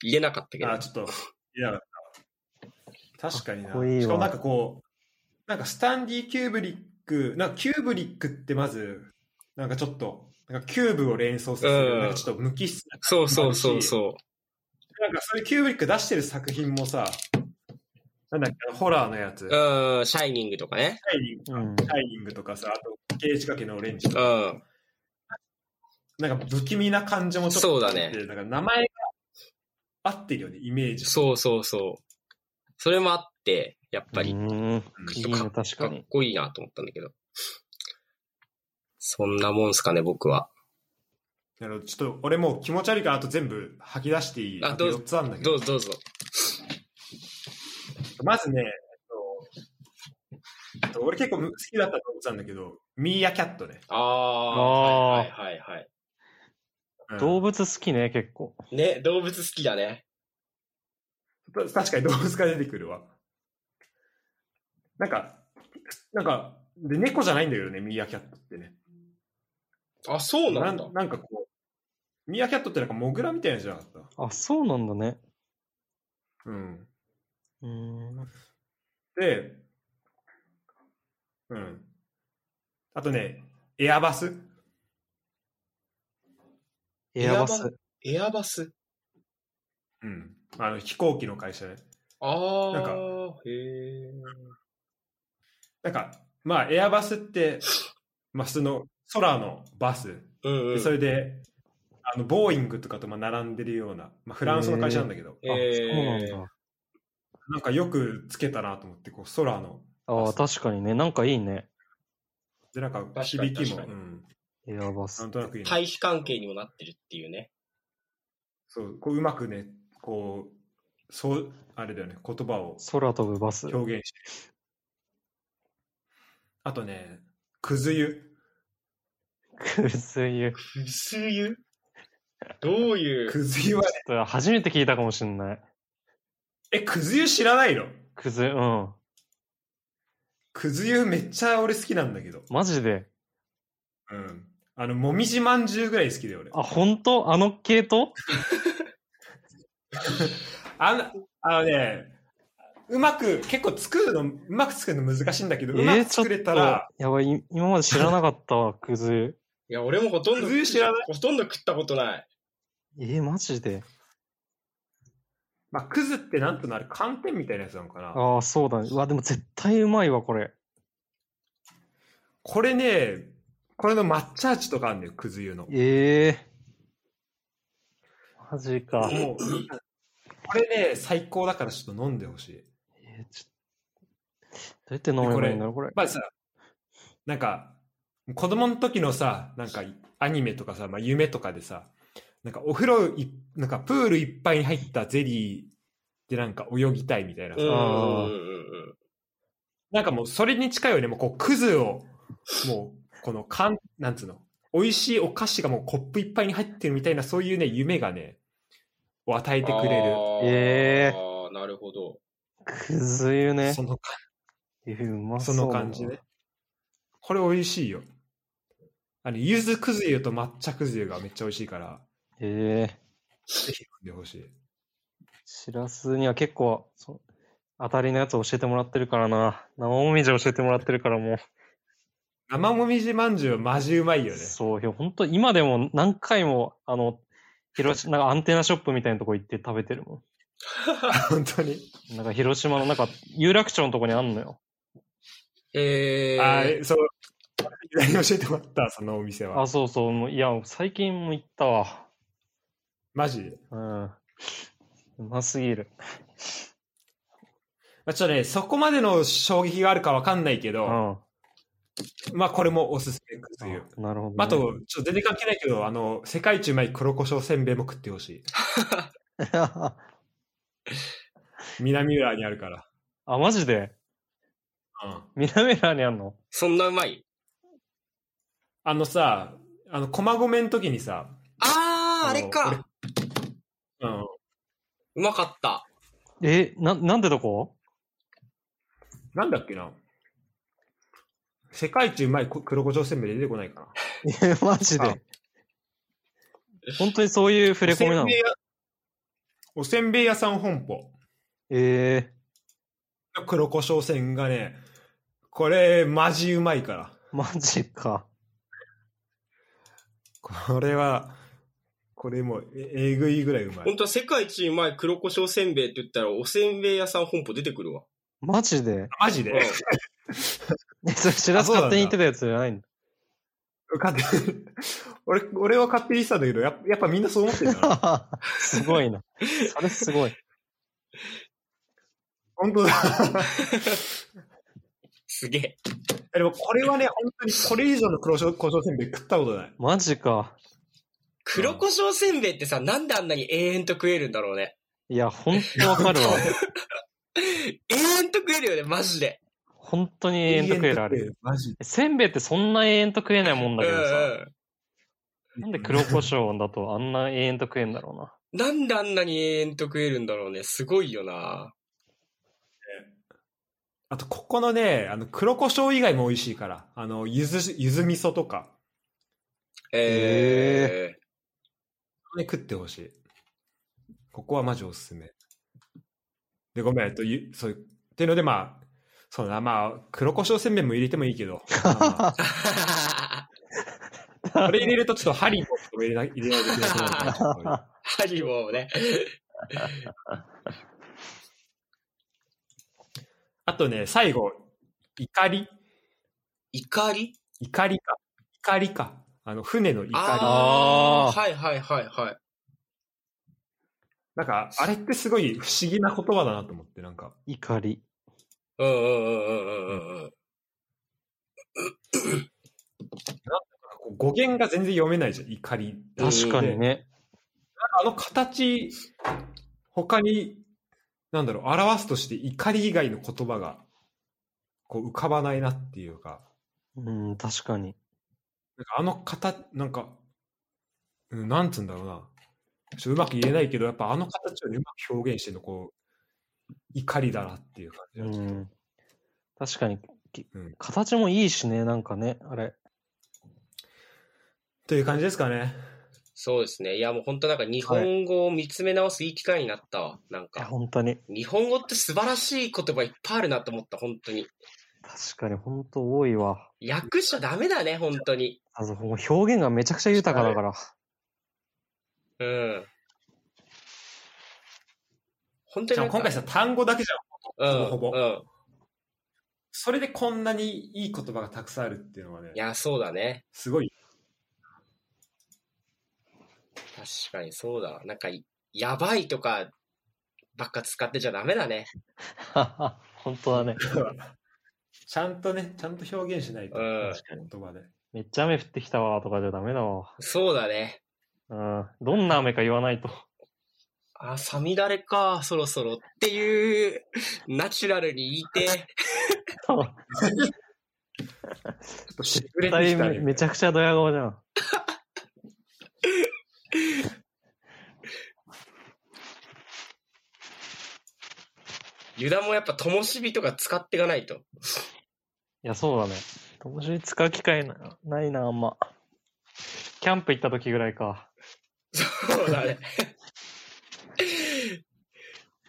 言えなかったけど
あ、ちょっと、いや、確かに
かっこいい
な。
わ
しかもなんかこう、なんかスタンディ・キューブリック、なんかキューブリックってまず、なんかちょっと、なんかキューブを連想する、
うん
なんかちょっと無機質な。
そうそうそうそ
なんかそういうキューブリック出してる作品もさ、なんだっけ、ホラーのやつ、
う。うん、シャイニングとかね。
シャイニング
うん。
シャイニングとかさ、あと、刑事かけのオレンジと
う
か、
ん。
なんか不気味な感じもちょっと
そうだ
あっ
ね
て。なんか名前が合ってるよね、イメージ。
そうそうそう。それもあって、やっぱり、
うん
うん
いいね、確
か
か
っ
に。
こいいなと思ったんだけど。そんなもんすかね、僕は。
なるほどちょっと俺もう気持ち悪いからあと全部吐き出していい
あどうぞ
4つあるんだけ
ど
ど
うぞどうぞ。
まずね、えっとえっと俺結構好きだった動物なんだけどミーアキャットね、
あ
あ
あー、はい
ー
はいはいは
うん
動物好きね、結構。
い。ね、動物好きだね。
確かに動物が出てくるわなんかなんかで猫じゃないんだけどねミーアキャットってね
あ、そうなんだ。
なんかこうミーアキャットってなんかモグラみたいなやつじゃなかっ
あ、そうなんだね。
たうん
うん。
でうんあとねエアバス
エアバス。
エアバス。
うん。あの、飛行機の会社ね。
ああ、
なんか
へえ。
なんか、まあ、エアバスって、まあ、普通の空のバス。
うんう
で
ん。
それで、あの、ボーイングとかとまあ並んでるような、まあ、フランスの会社なんだけど、
えー
あそうなんだ。
なんかよくつけたなと思って、こう、空の。
ああ、確かにね。なんかいいね。
で、なん
か
か、
に
響きも、
確
う
かに
ん。
エアバス
なん。となくいいな
対比関係にもなってるっていうね。
そう、こう、うまくね、こう、そう、あれだよね、言葉を
空飛ぶバス。
表現して。あとね、くず湯。
くすゆ。ち
くすゆどういう。
くず湯はね、
ょっと初めて聞いたかもしんない。
え、くず湯知らないの
くず、うん。
くず湯めっちゃ俺好きなんだけど。
マジで。
うん。あの、もみじまんじゅうぐらい好きで俺。
あ、ほんとあの系統
あの、あのね、うまく、結構作るの、うまく作るの難しいんだけど、うま
え
く
ーちょっ
作れた
と
ら、、
やばい、今まで知らなかったわ、くず。
いや、俺もほとんど
くすゆ知らない、
ほとんど食ったことない。
えー、マジで。
まあ、くずってなんとなる寒天みたいなやつなのかな。
ああ、そうだね。うわ、でも絶対うまいわ、これ。
これね、これの抹茶味とかあるんだよ、くず湯の。
ええマジか。え
もう、これね、最高だからちょっと飲んでほしい。
ーちょどうやって飲めばいいんだろう、これ。
まあさ、なんか、子供の時のさ、なんか、アニメとかさ、まあ、夢とかでさ、なんか、お風呂い、なんか、プールいっぱいに入ったゼリーでなんか泳ぎたいみたいなさ、
うんうん
あー
うんうん。
なんかもう、それに近いよね、もう、こう、クズを、もう、この、かん、なんつうの、美味しいお菓子がもうコップいっぱいに入ってるみたいな、そういうね、夢がね、を与えてくれる。
ええ
ああ、なるほど。
くず湯ね
そ。の感
えーうま
じ、
そ。
そうの感じね。。これ美味しいよ。あの、柚子くず湯と抹茶くず湯がめっちゃ美味しいから。
ええ
ぜひ飲んでほしい。
しらすには結構、そう当たりのやつ教えてもらってるからな。生もみじ教えてもらってるからも。
生もみじまんじゅうはマジうまいうよね。
そう、いやほんと今でも何回も、あの、広島、なんかアンテナショップみたいなとこ行って食べてるも
[laughs] 本当に。
ん。なんか広島のなんか有楽町のとこにあんのよ。
ええ
ああー、そう。教えてもらった、そのお店は
あ、。そうそう、もういや、最近も行ったわ。
マジで。
うん。うますぎる。
まあ、ちょっとね、そこまでの衝撃があるかわかんないけ
うん。
ど、
あ
まあこれもおすすめという。
なるほど、ね。
あと、ちょっと全然関係ないけど、あの、世界一うまい黒胡椒せんべいも食ってほし
[laughs] あ、
い。南浦にあるから。
マジで
うん。
南浦にあんの
そんなうまい。
あのさ、あの、駒込の時にさ、
ああ、あ
あの
れか。
うん。
うまかった。
え、な、なんでどこ
なんだっけな。世界一うまいこ黒胡椒せんべい出てこないかな。
え、マジ
あ
で。本当にそういう触れ込みな
おせん
の
べい屋おせんべい屋さん本舗。
ええ
黒胡椒戦がね、これ、マジうまいから。
マジか。
これは、これもうええぐいぐらいうまい
本。当は世界一うまい黒胡椒せんべいって言ったら、おせんべい屋さん本舗出てくるわ。
マジで
マジ
うん
で
え、それ知らず
あそうなんだ
勝手に言ってたやつじゃないの
勝手に [laughs] 俺、俺は勝手に言ってたんだけど、やっぱやっぱみんなそう思ってる [laughs] から。
[laughs] すごいな。それすごい。
本当だ。 [laughs]
すげえ。
でもこれはね、本当にこれ以上の黒椒胡椒せんべい食ったことない。
マジか。
黒胡椒せんべいってさ、なんであんなに永遠と食えるんだろうね。 [laughs]
いや、ほんとわ [laughs] かるわ。
永遠と食えるよね、マジで。
本当に永遠と食えるあれ。。
マジ
せんべいってそんな永遠と食えないもんだけど
うん
さ。
うん
なんで黒胡椒だとあんな永遠と食えんだろうな。
なんであんなに永遠と食えるんだろうね。すごいよな。
あと、ここのね、あの、黒胡椒以外も美味しいから。あの、ゆず、ゆず味噌とか、
え
ね、食ってほしい。ここはマジおすすめ。で、ごめん、えっと、ゆそういう、っていうので、まあ、そうだな、まあ、黒胡椒せんべいも入れてもいいけど、まあまあ
ー。
これ入れるとちょっとハリーポップとか入れな入れないといけなくなるから。
[laughs] ハリボーね。
あとね、最後、怒り
怒り
怒りか。怒りか。あの、船の怒り。
あ
あ
あ。はいはいはいはい。
なんか、あれってすごい不思議な言葉だなと思って、なんか。
怒り。
うんうんうんうんうんうんうん。
こう語源が全然読めないじゃん、怒りって。
確かにね。
あの形、他に、なんだろう、表すとして怒り以外の言葉が、こう浮かばないなっていうか、
うん、確かに。
なんかあの形、なんか、うん、なんつうんだろうな。ちょっとうまく言えないけど、やっぱあの形をねうまく表現してるの、こう、怒りだなっていう感じ
う
がして。
ん。確かに、き
うん
形もいいしね、なんかね、あれ。
という感じですかね。
そうですね。いやもう本当なんか日本語を見つめ直すいい機会になったわ。なん
いや、
か、
本当に。
日本語って素晴らしい言葉いっぱいあるなと思った、本当に。
確かに、本当多いわ。
訳しちゃダメだね、本当に。
あの、もう表現がめちゃくちゃ豊かだから。
うん。本当
じ
に
ゃ
な
あ
んか
今回さ、単語だけじゃん。
うん、
ほぼほぼ
うん。
それでこんなにいい言葉がたくさんあるっていうのはね
い、や、そうだね。
すごい。
確かにそうだわ。なんかい、やばいとかばっか使ってちゃダメだね。
[laughs] 本当だね。
ちゃんとね、ちゃんと表現しないと、
うん
確かに
言葉で。
めっちゃ雨降ってきたわとかじゃダメだわ。
そうだね。
うん。どんな雨か言わない [laughs] と。
あ、サミダレか、そろそろっていう、ナチュラルに言いて、
ちょっとしぐれてき
二
た
人
ね
めちゃくちゃドヤ顔じゃん。
ユダもやっぱ灯火とか使っていかないと。
いや、そうだね。友達に使う機会なないな、あんま。キャンプ行った時ぐらいか。
そうだね。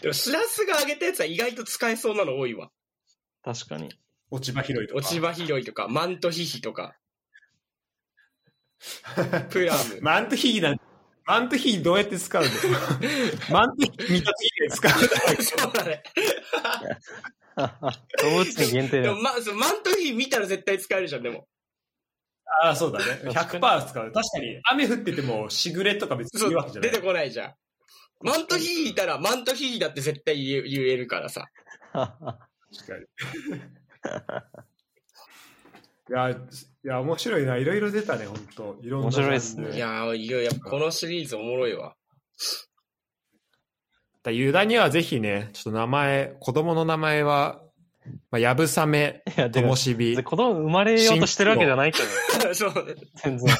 でも、シラスが上げたやつは意外と使えそうなの多いわ。
確 [laughs] かに。
落ち葉拾いとか。
落ち葉拾いとか、マントヒヒとか、プラム。
マントヒーなんマントヒーどうやって使 [laughs] うんだよ。マントヒー見た時で使うんだよ。
[laughs] そうだね。
動物に限定
で
だ
も、
よ。
ま、そうマントヒヒ見たら絶対使えるじゃん、でも。
ああ、そうだね。100%使う。確かに、雨降ってても、しぐれとか別に
そ
いいわ
う
け、じゃな
出
い
て。こないじゃん。マントヒーいたら、マントヒーだって絶対言え言えるからさ。
確かに。 [laughs] いや、いや、面白いな。いろいろ出たね、本当いろんな。
面白いっすね
いやー、いよいよ、このシリーズおもろいわ。 [laughs]
だユダにはぜひね、ちょっと名前、子供の名前は、まあ、やぶさめ、
いや、
と
で
も
も、
しび
子。供生まれようとしてるわけじゃないけど、
そう。
全然。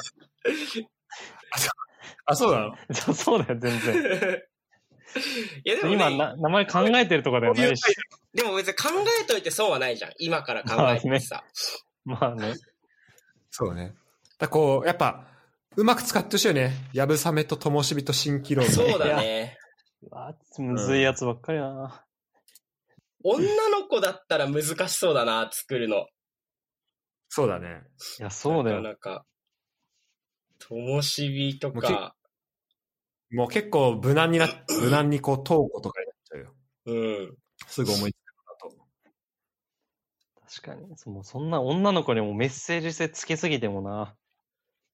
あ、そうなの
じゃあそうだよ、全然。 [laughs]
いや、でも、
今
ね、
な、名前考えてるとかではないし。
でも別に考えといてそうはないじゃん。今から考えてさ。
まあね。
そうね。だこう、やっぱ、うまく使ってほしいよね。やぶさめとともしびと蜃気楼みたいな
そうだね。
うわむずいやつばっかりだな。
女の子だったら難しそうだな、作るの。
そうだね。
いや、そうだよ。
なかなか。ともしびと
もうけ
か、
もう結構無難にな、無難にこう、トーコとかになっちゃうよ。
うん。
すぐ思いつ
確かに。そもうそんな女の子にもメッセージ性つけすぎてもな。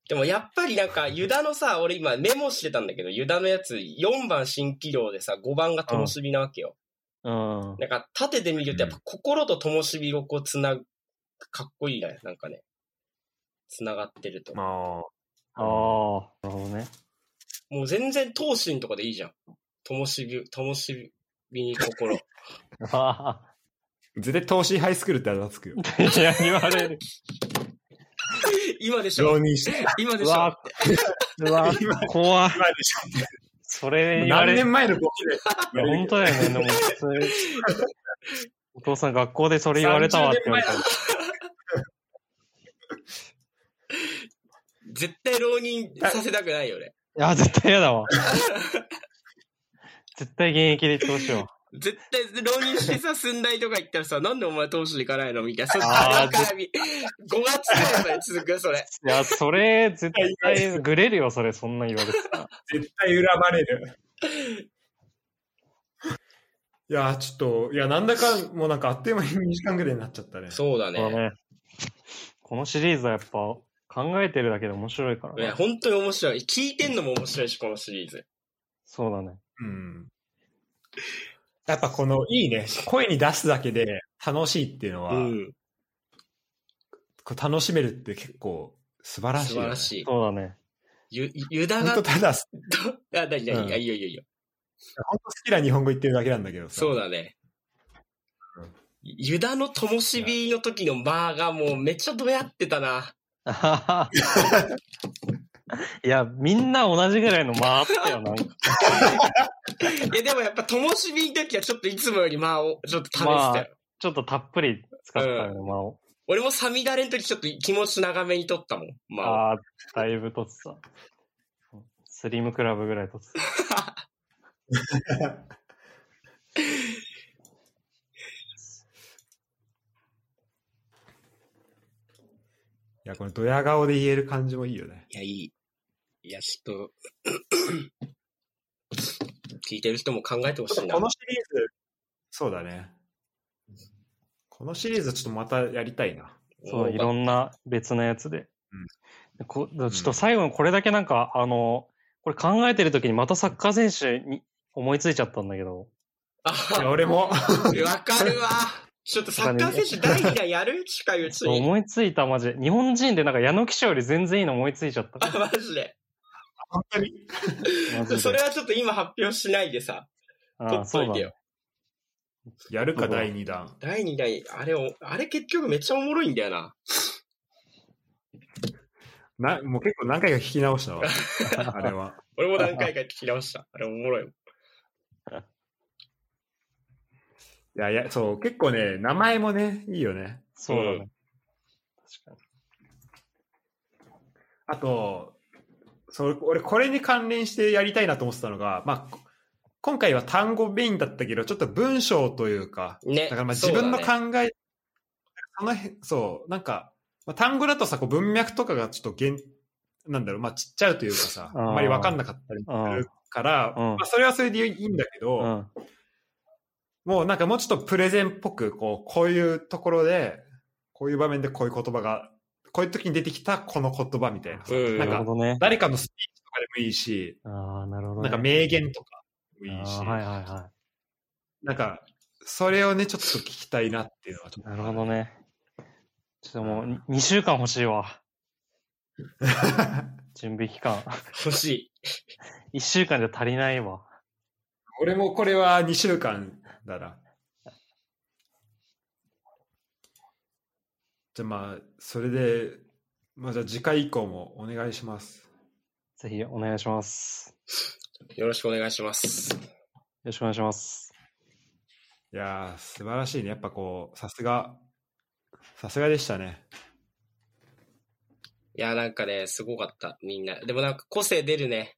でもやっぱりなんか、ユダのさ、俺今メモしてたんだけど、ユダのやつ4番新気量でさ、5番がともしびなわけよ。
うん。
なんか縦で見るとやっぱ心と灯火をこうつなぐ、かっこいいね。なんかね。つながってると
く。。まあ、
ああ、なるほどね。
もう全然闘神とかでいいじゃん。灯火、灯火に心。
あ
絶対投資ハイスクールってあだ名つ [laughs] くよ。
あ、 [laughs] いや、言われる。
[laughs] 今でし
浪
ょ
人して。
今で
う
しょ
わ、うわ、怖い。それ言わ
何
れる。
年前の僕で。
本当だよね。でも、普通お父さん学校でそれ言われたわって言われた。
絶対浪人させたくないよね。
いや、絶対嫌だわ。 [laughs] 絶対現役で行ってほしいわ。
絶対浪人してさ、寸大とか行ったらさ、なんでお前投手行かないのみたいな。そっ
あー
から絡み。5月ぐらいまで続くよ、それ。
いや、それ、絶対、グレるよ、それ、そんな言われてたら。
絶対恨まれる。いやー、ちょっと、いや、なんだか、もうなんかあっという間に2時間ぐらいになっちゃったね。
そうだ
そうだ
ね。
ね。このシリーズはやっぱ、考えてるだけで面白いから
いや、
ね。
本当に面白い。聞いてんのも面白いし、このシリーズ。
そうだね。
うん。やっぱこの、いいね。声に出すだけで楽しいっていうのは、
うん。
こう楽しめるって結構素晴らしい
素
よ
晴
ね、
らしい。
そうだね。
ゆ、ゆだ
本
が
当、ただ、
あ、だいだい、
うん
あ、いいよいいよいいよ。
本当好きな日本語言ってるだけなんだけどさ。
そうだね
うん。
ゆだのともしびの時の間がもうめっちゃどやってたな。
あは [laughs] はいや、みんな同じぐらいの間あったよな。
いや、でもやっぱともしびの時はちょっといつもより間をちょっと試してたよ。
まあちょっとたっぷり使ったよね、間を。
俺もサミダレの時ちょっと気持ち長めに取ったもん。まあ、
ああ、だいぶとってた。スリムクラブぐらいとってた。
いや、このドヤ顔で言える感じもいいよね。
いや、いい。いや、ちょっと、 [coughs] 聞いてる人も考えてほしいな
こ。のシリーズ、そうだね。このシリーズちょっとまたやりたいな。
そう、いろんな別なやつで。こちょっ
うん
と最後にこれだけなんか、あの、これ考えてる時にまたサッカー選手に思いついちゃったんだけど。
あ
いや俺も。
わかるわ。ちょっとサッカー選手第2弾やる近いうちに。
思いついた、マジで。日本人でなんか矢野記者より全然いいの思いついちゃった。
あマジで。
本当に。
マジ
[laughs]
で
それはちょっと今発表しないでさ、
あ
取
あ
っ
そ
と
う
い
だ
て
ね
よ。。
やるか、第2弾。
第2弾、あれを、あれ結局めっちゃおもろいんだよな。
な、もう結構何回か聞き直
[laughs]
したわ。あれは。
俺も何回か聞き
[laughs]
直した。あれおもろいもん。
いやいや、そう、結構ね、名前もね、いいよね。
そうだ
う
ね。確かに。
あと、そう、俺これに関連してやりたいなと思ってたのが、まあ、こ今回は単語メインだったけど、ちょっと文章というか、だ
ね。
からまあ
そ
自
うだ
分の
ね
考え、その辺、そう、なんか、まあ、単語だとさ、こう文脈とかがちょっと限、なんだろう、まあちっちゃうというかさ、
あ
あ
ー
んまりわかんなかったりするから、
うん
まあそれはそれでいいんだけど、
うん。
もうなんかもうちょっとプレゼンっぽく、こう、こういうところで、こういう場面でこういう言葉が、こういう時に出てきたこの言葉みたいなさ。
うん
な
なんる
か
ほ、どね。
誰かのスピーチとかでもいいし、
ああ、なるほど、
な
ね。
んか
ー
名言とかでもいいし、
はいはいは
なんか、それをね、ちょっと聞きたいなっていうのはちょっ
[laughs] い。
と。
なるほどね。ちょっともう2週間欲しいわ。準備期間。 [laughs]
欲しい。
1週間じゃ足りないわ。
俺もこれは2週間だな。じゃあまあ、それで、まあじゃあ次回以降もお願いします。
ぜひお願いします。
よろしくお願いします。
よろしくお願いします。
いやー、素晴らしいね。やっぱこう、さすが、さすがでしたね。
いや、なんかね、すごかった、みんな。でもなんか個性出るね。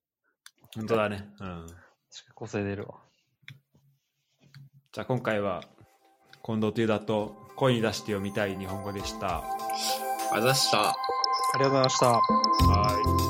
本当だね。うん。
確かに個性出るわ。
じゃあ今回は、近藤というだと声に出して読みたい日本語でした。
ありがとうございました。
ありがとうございました。
はい。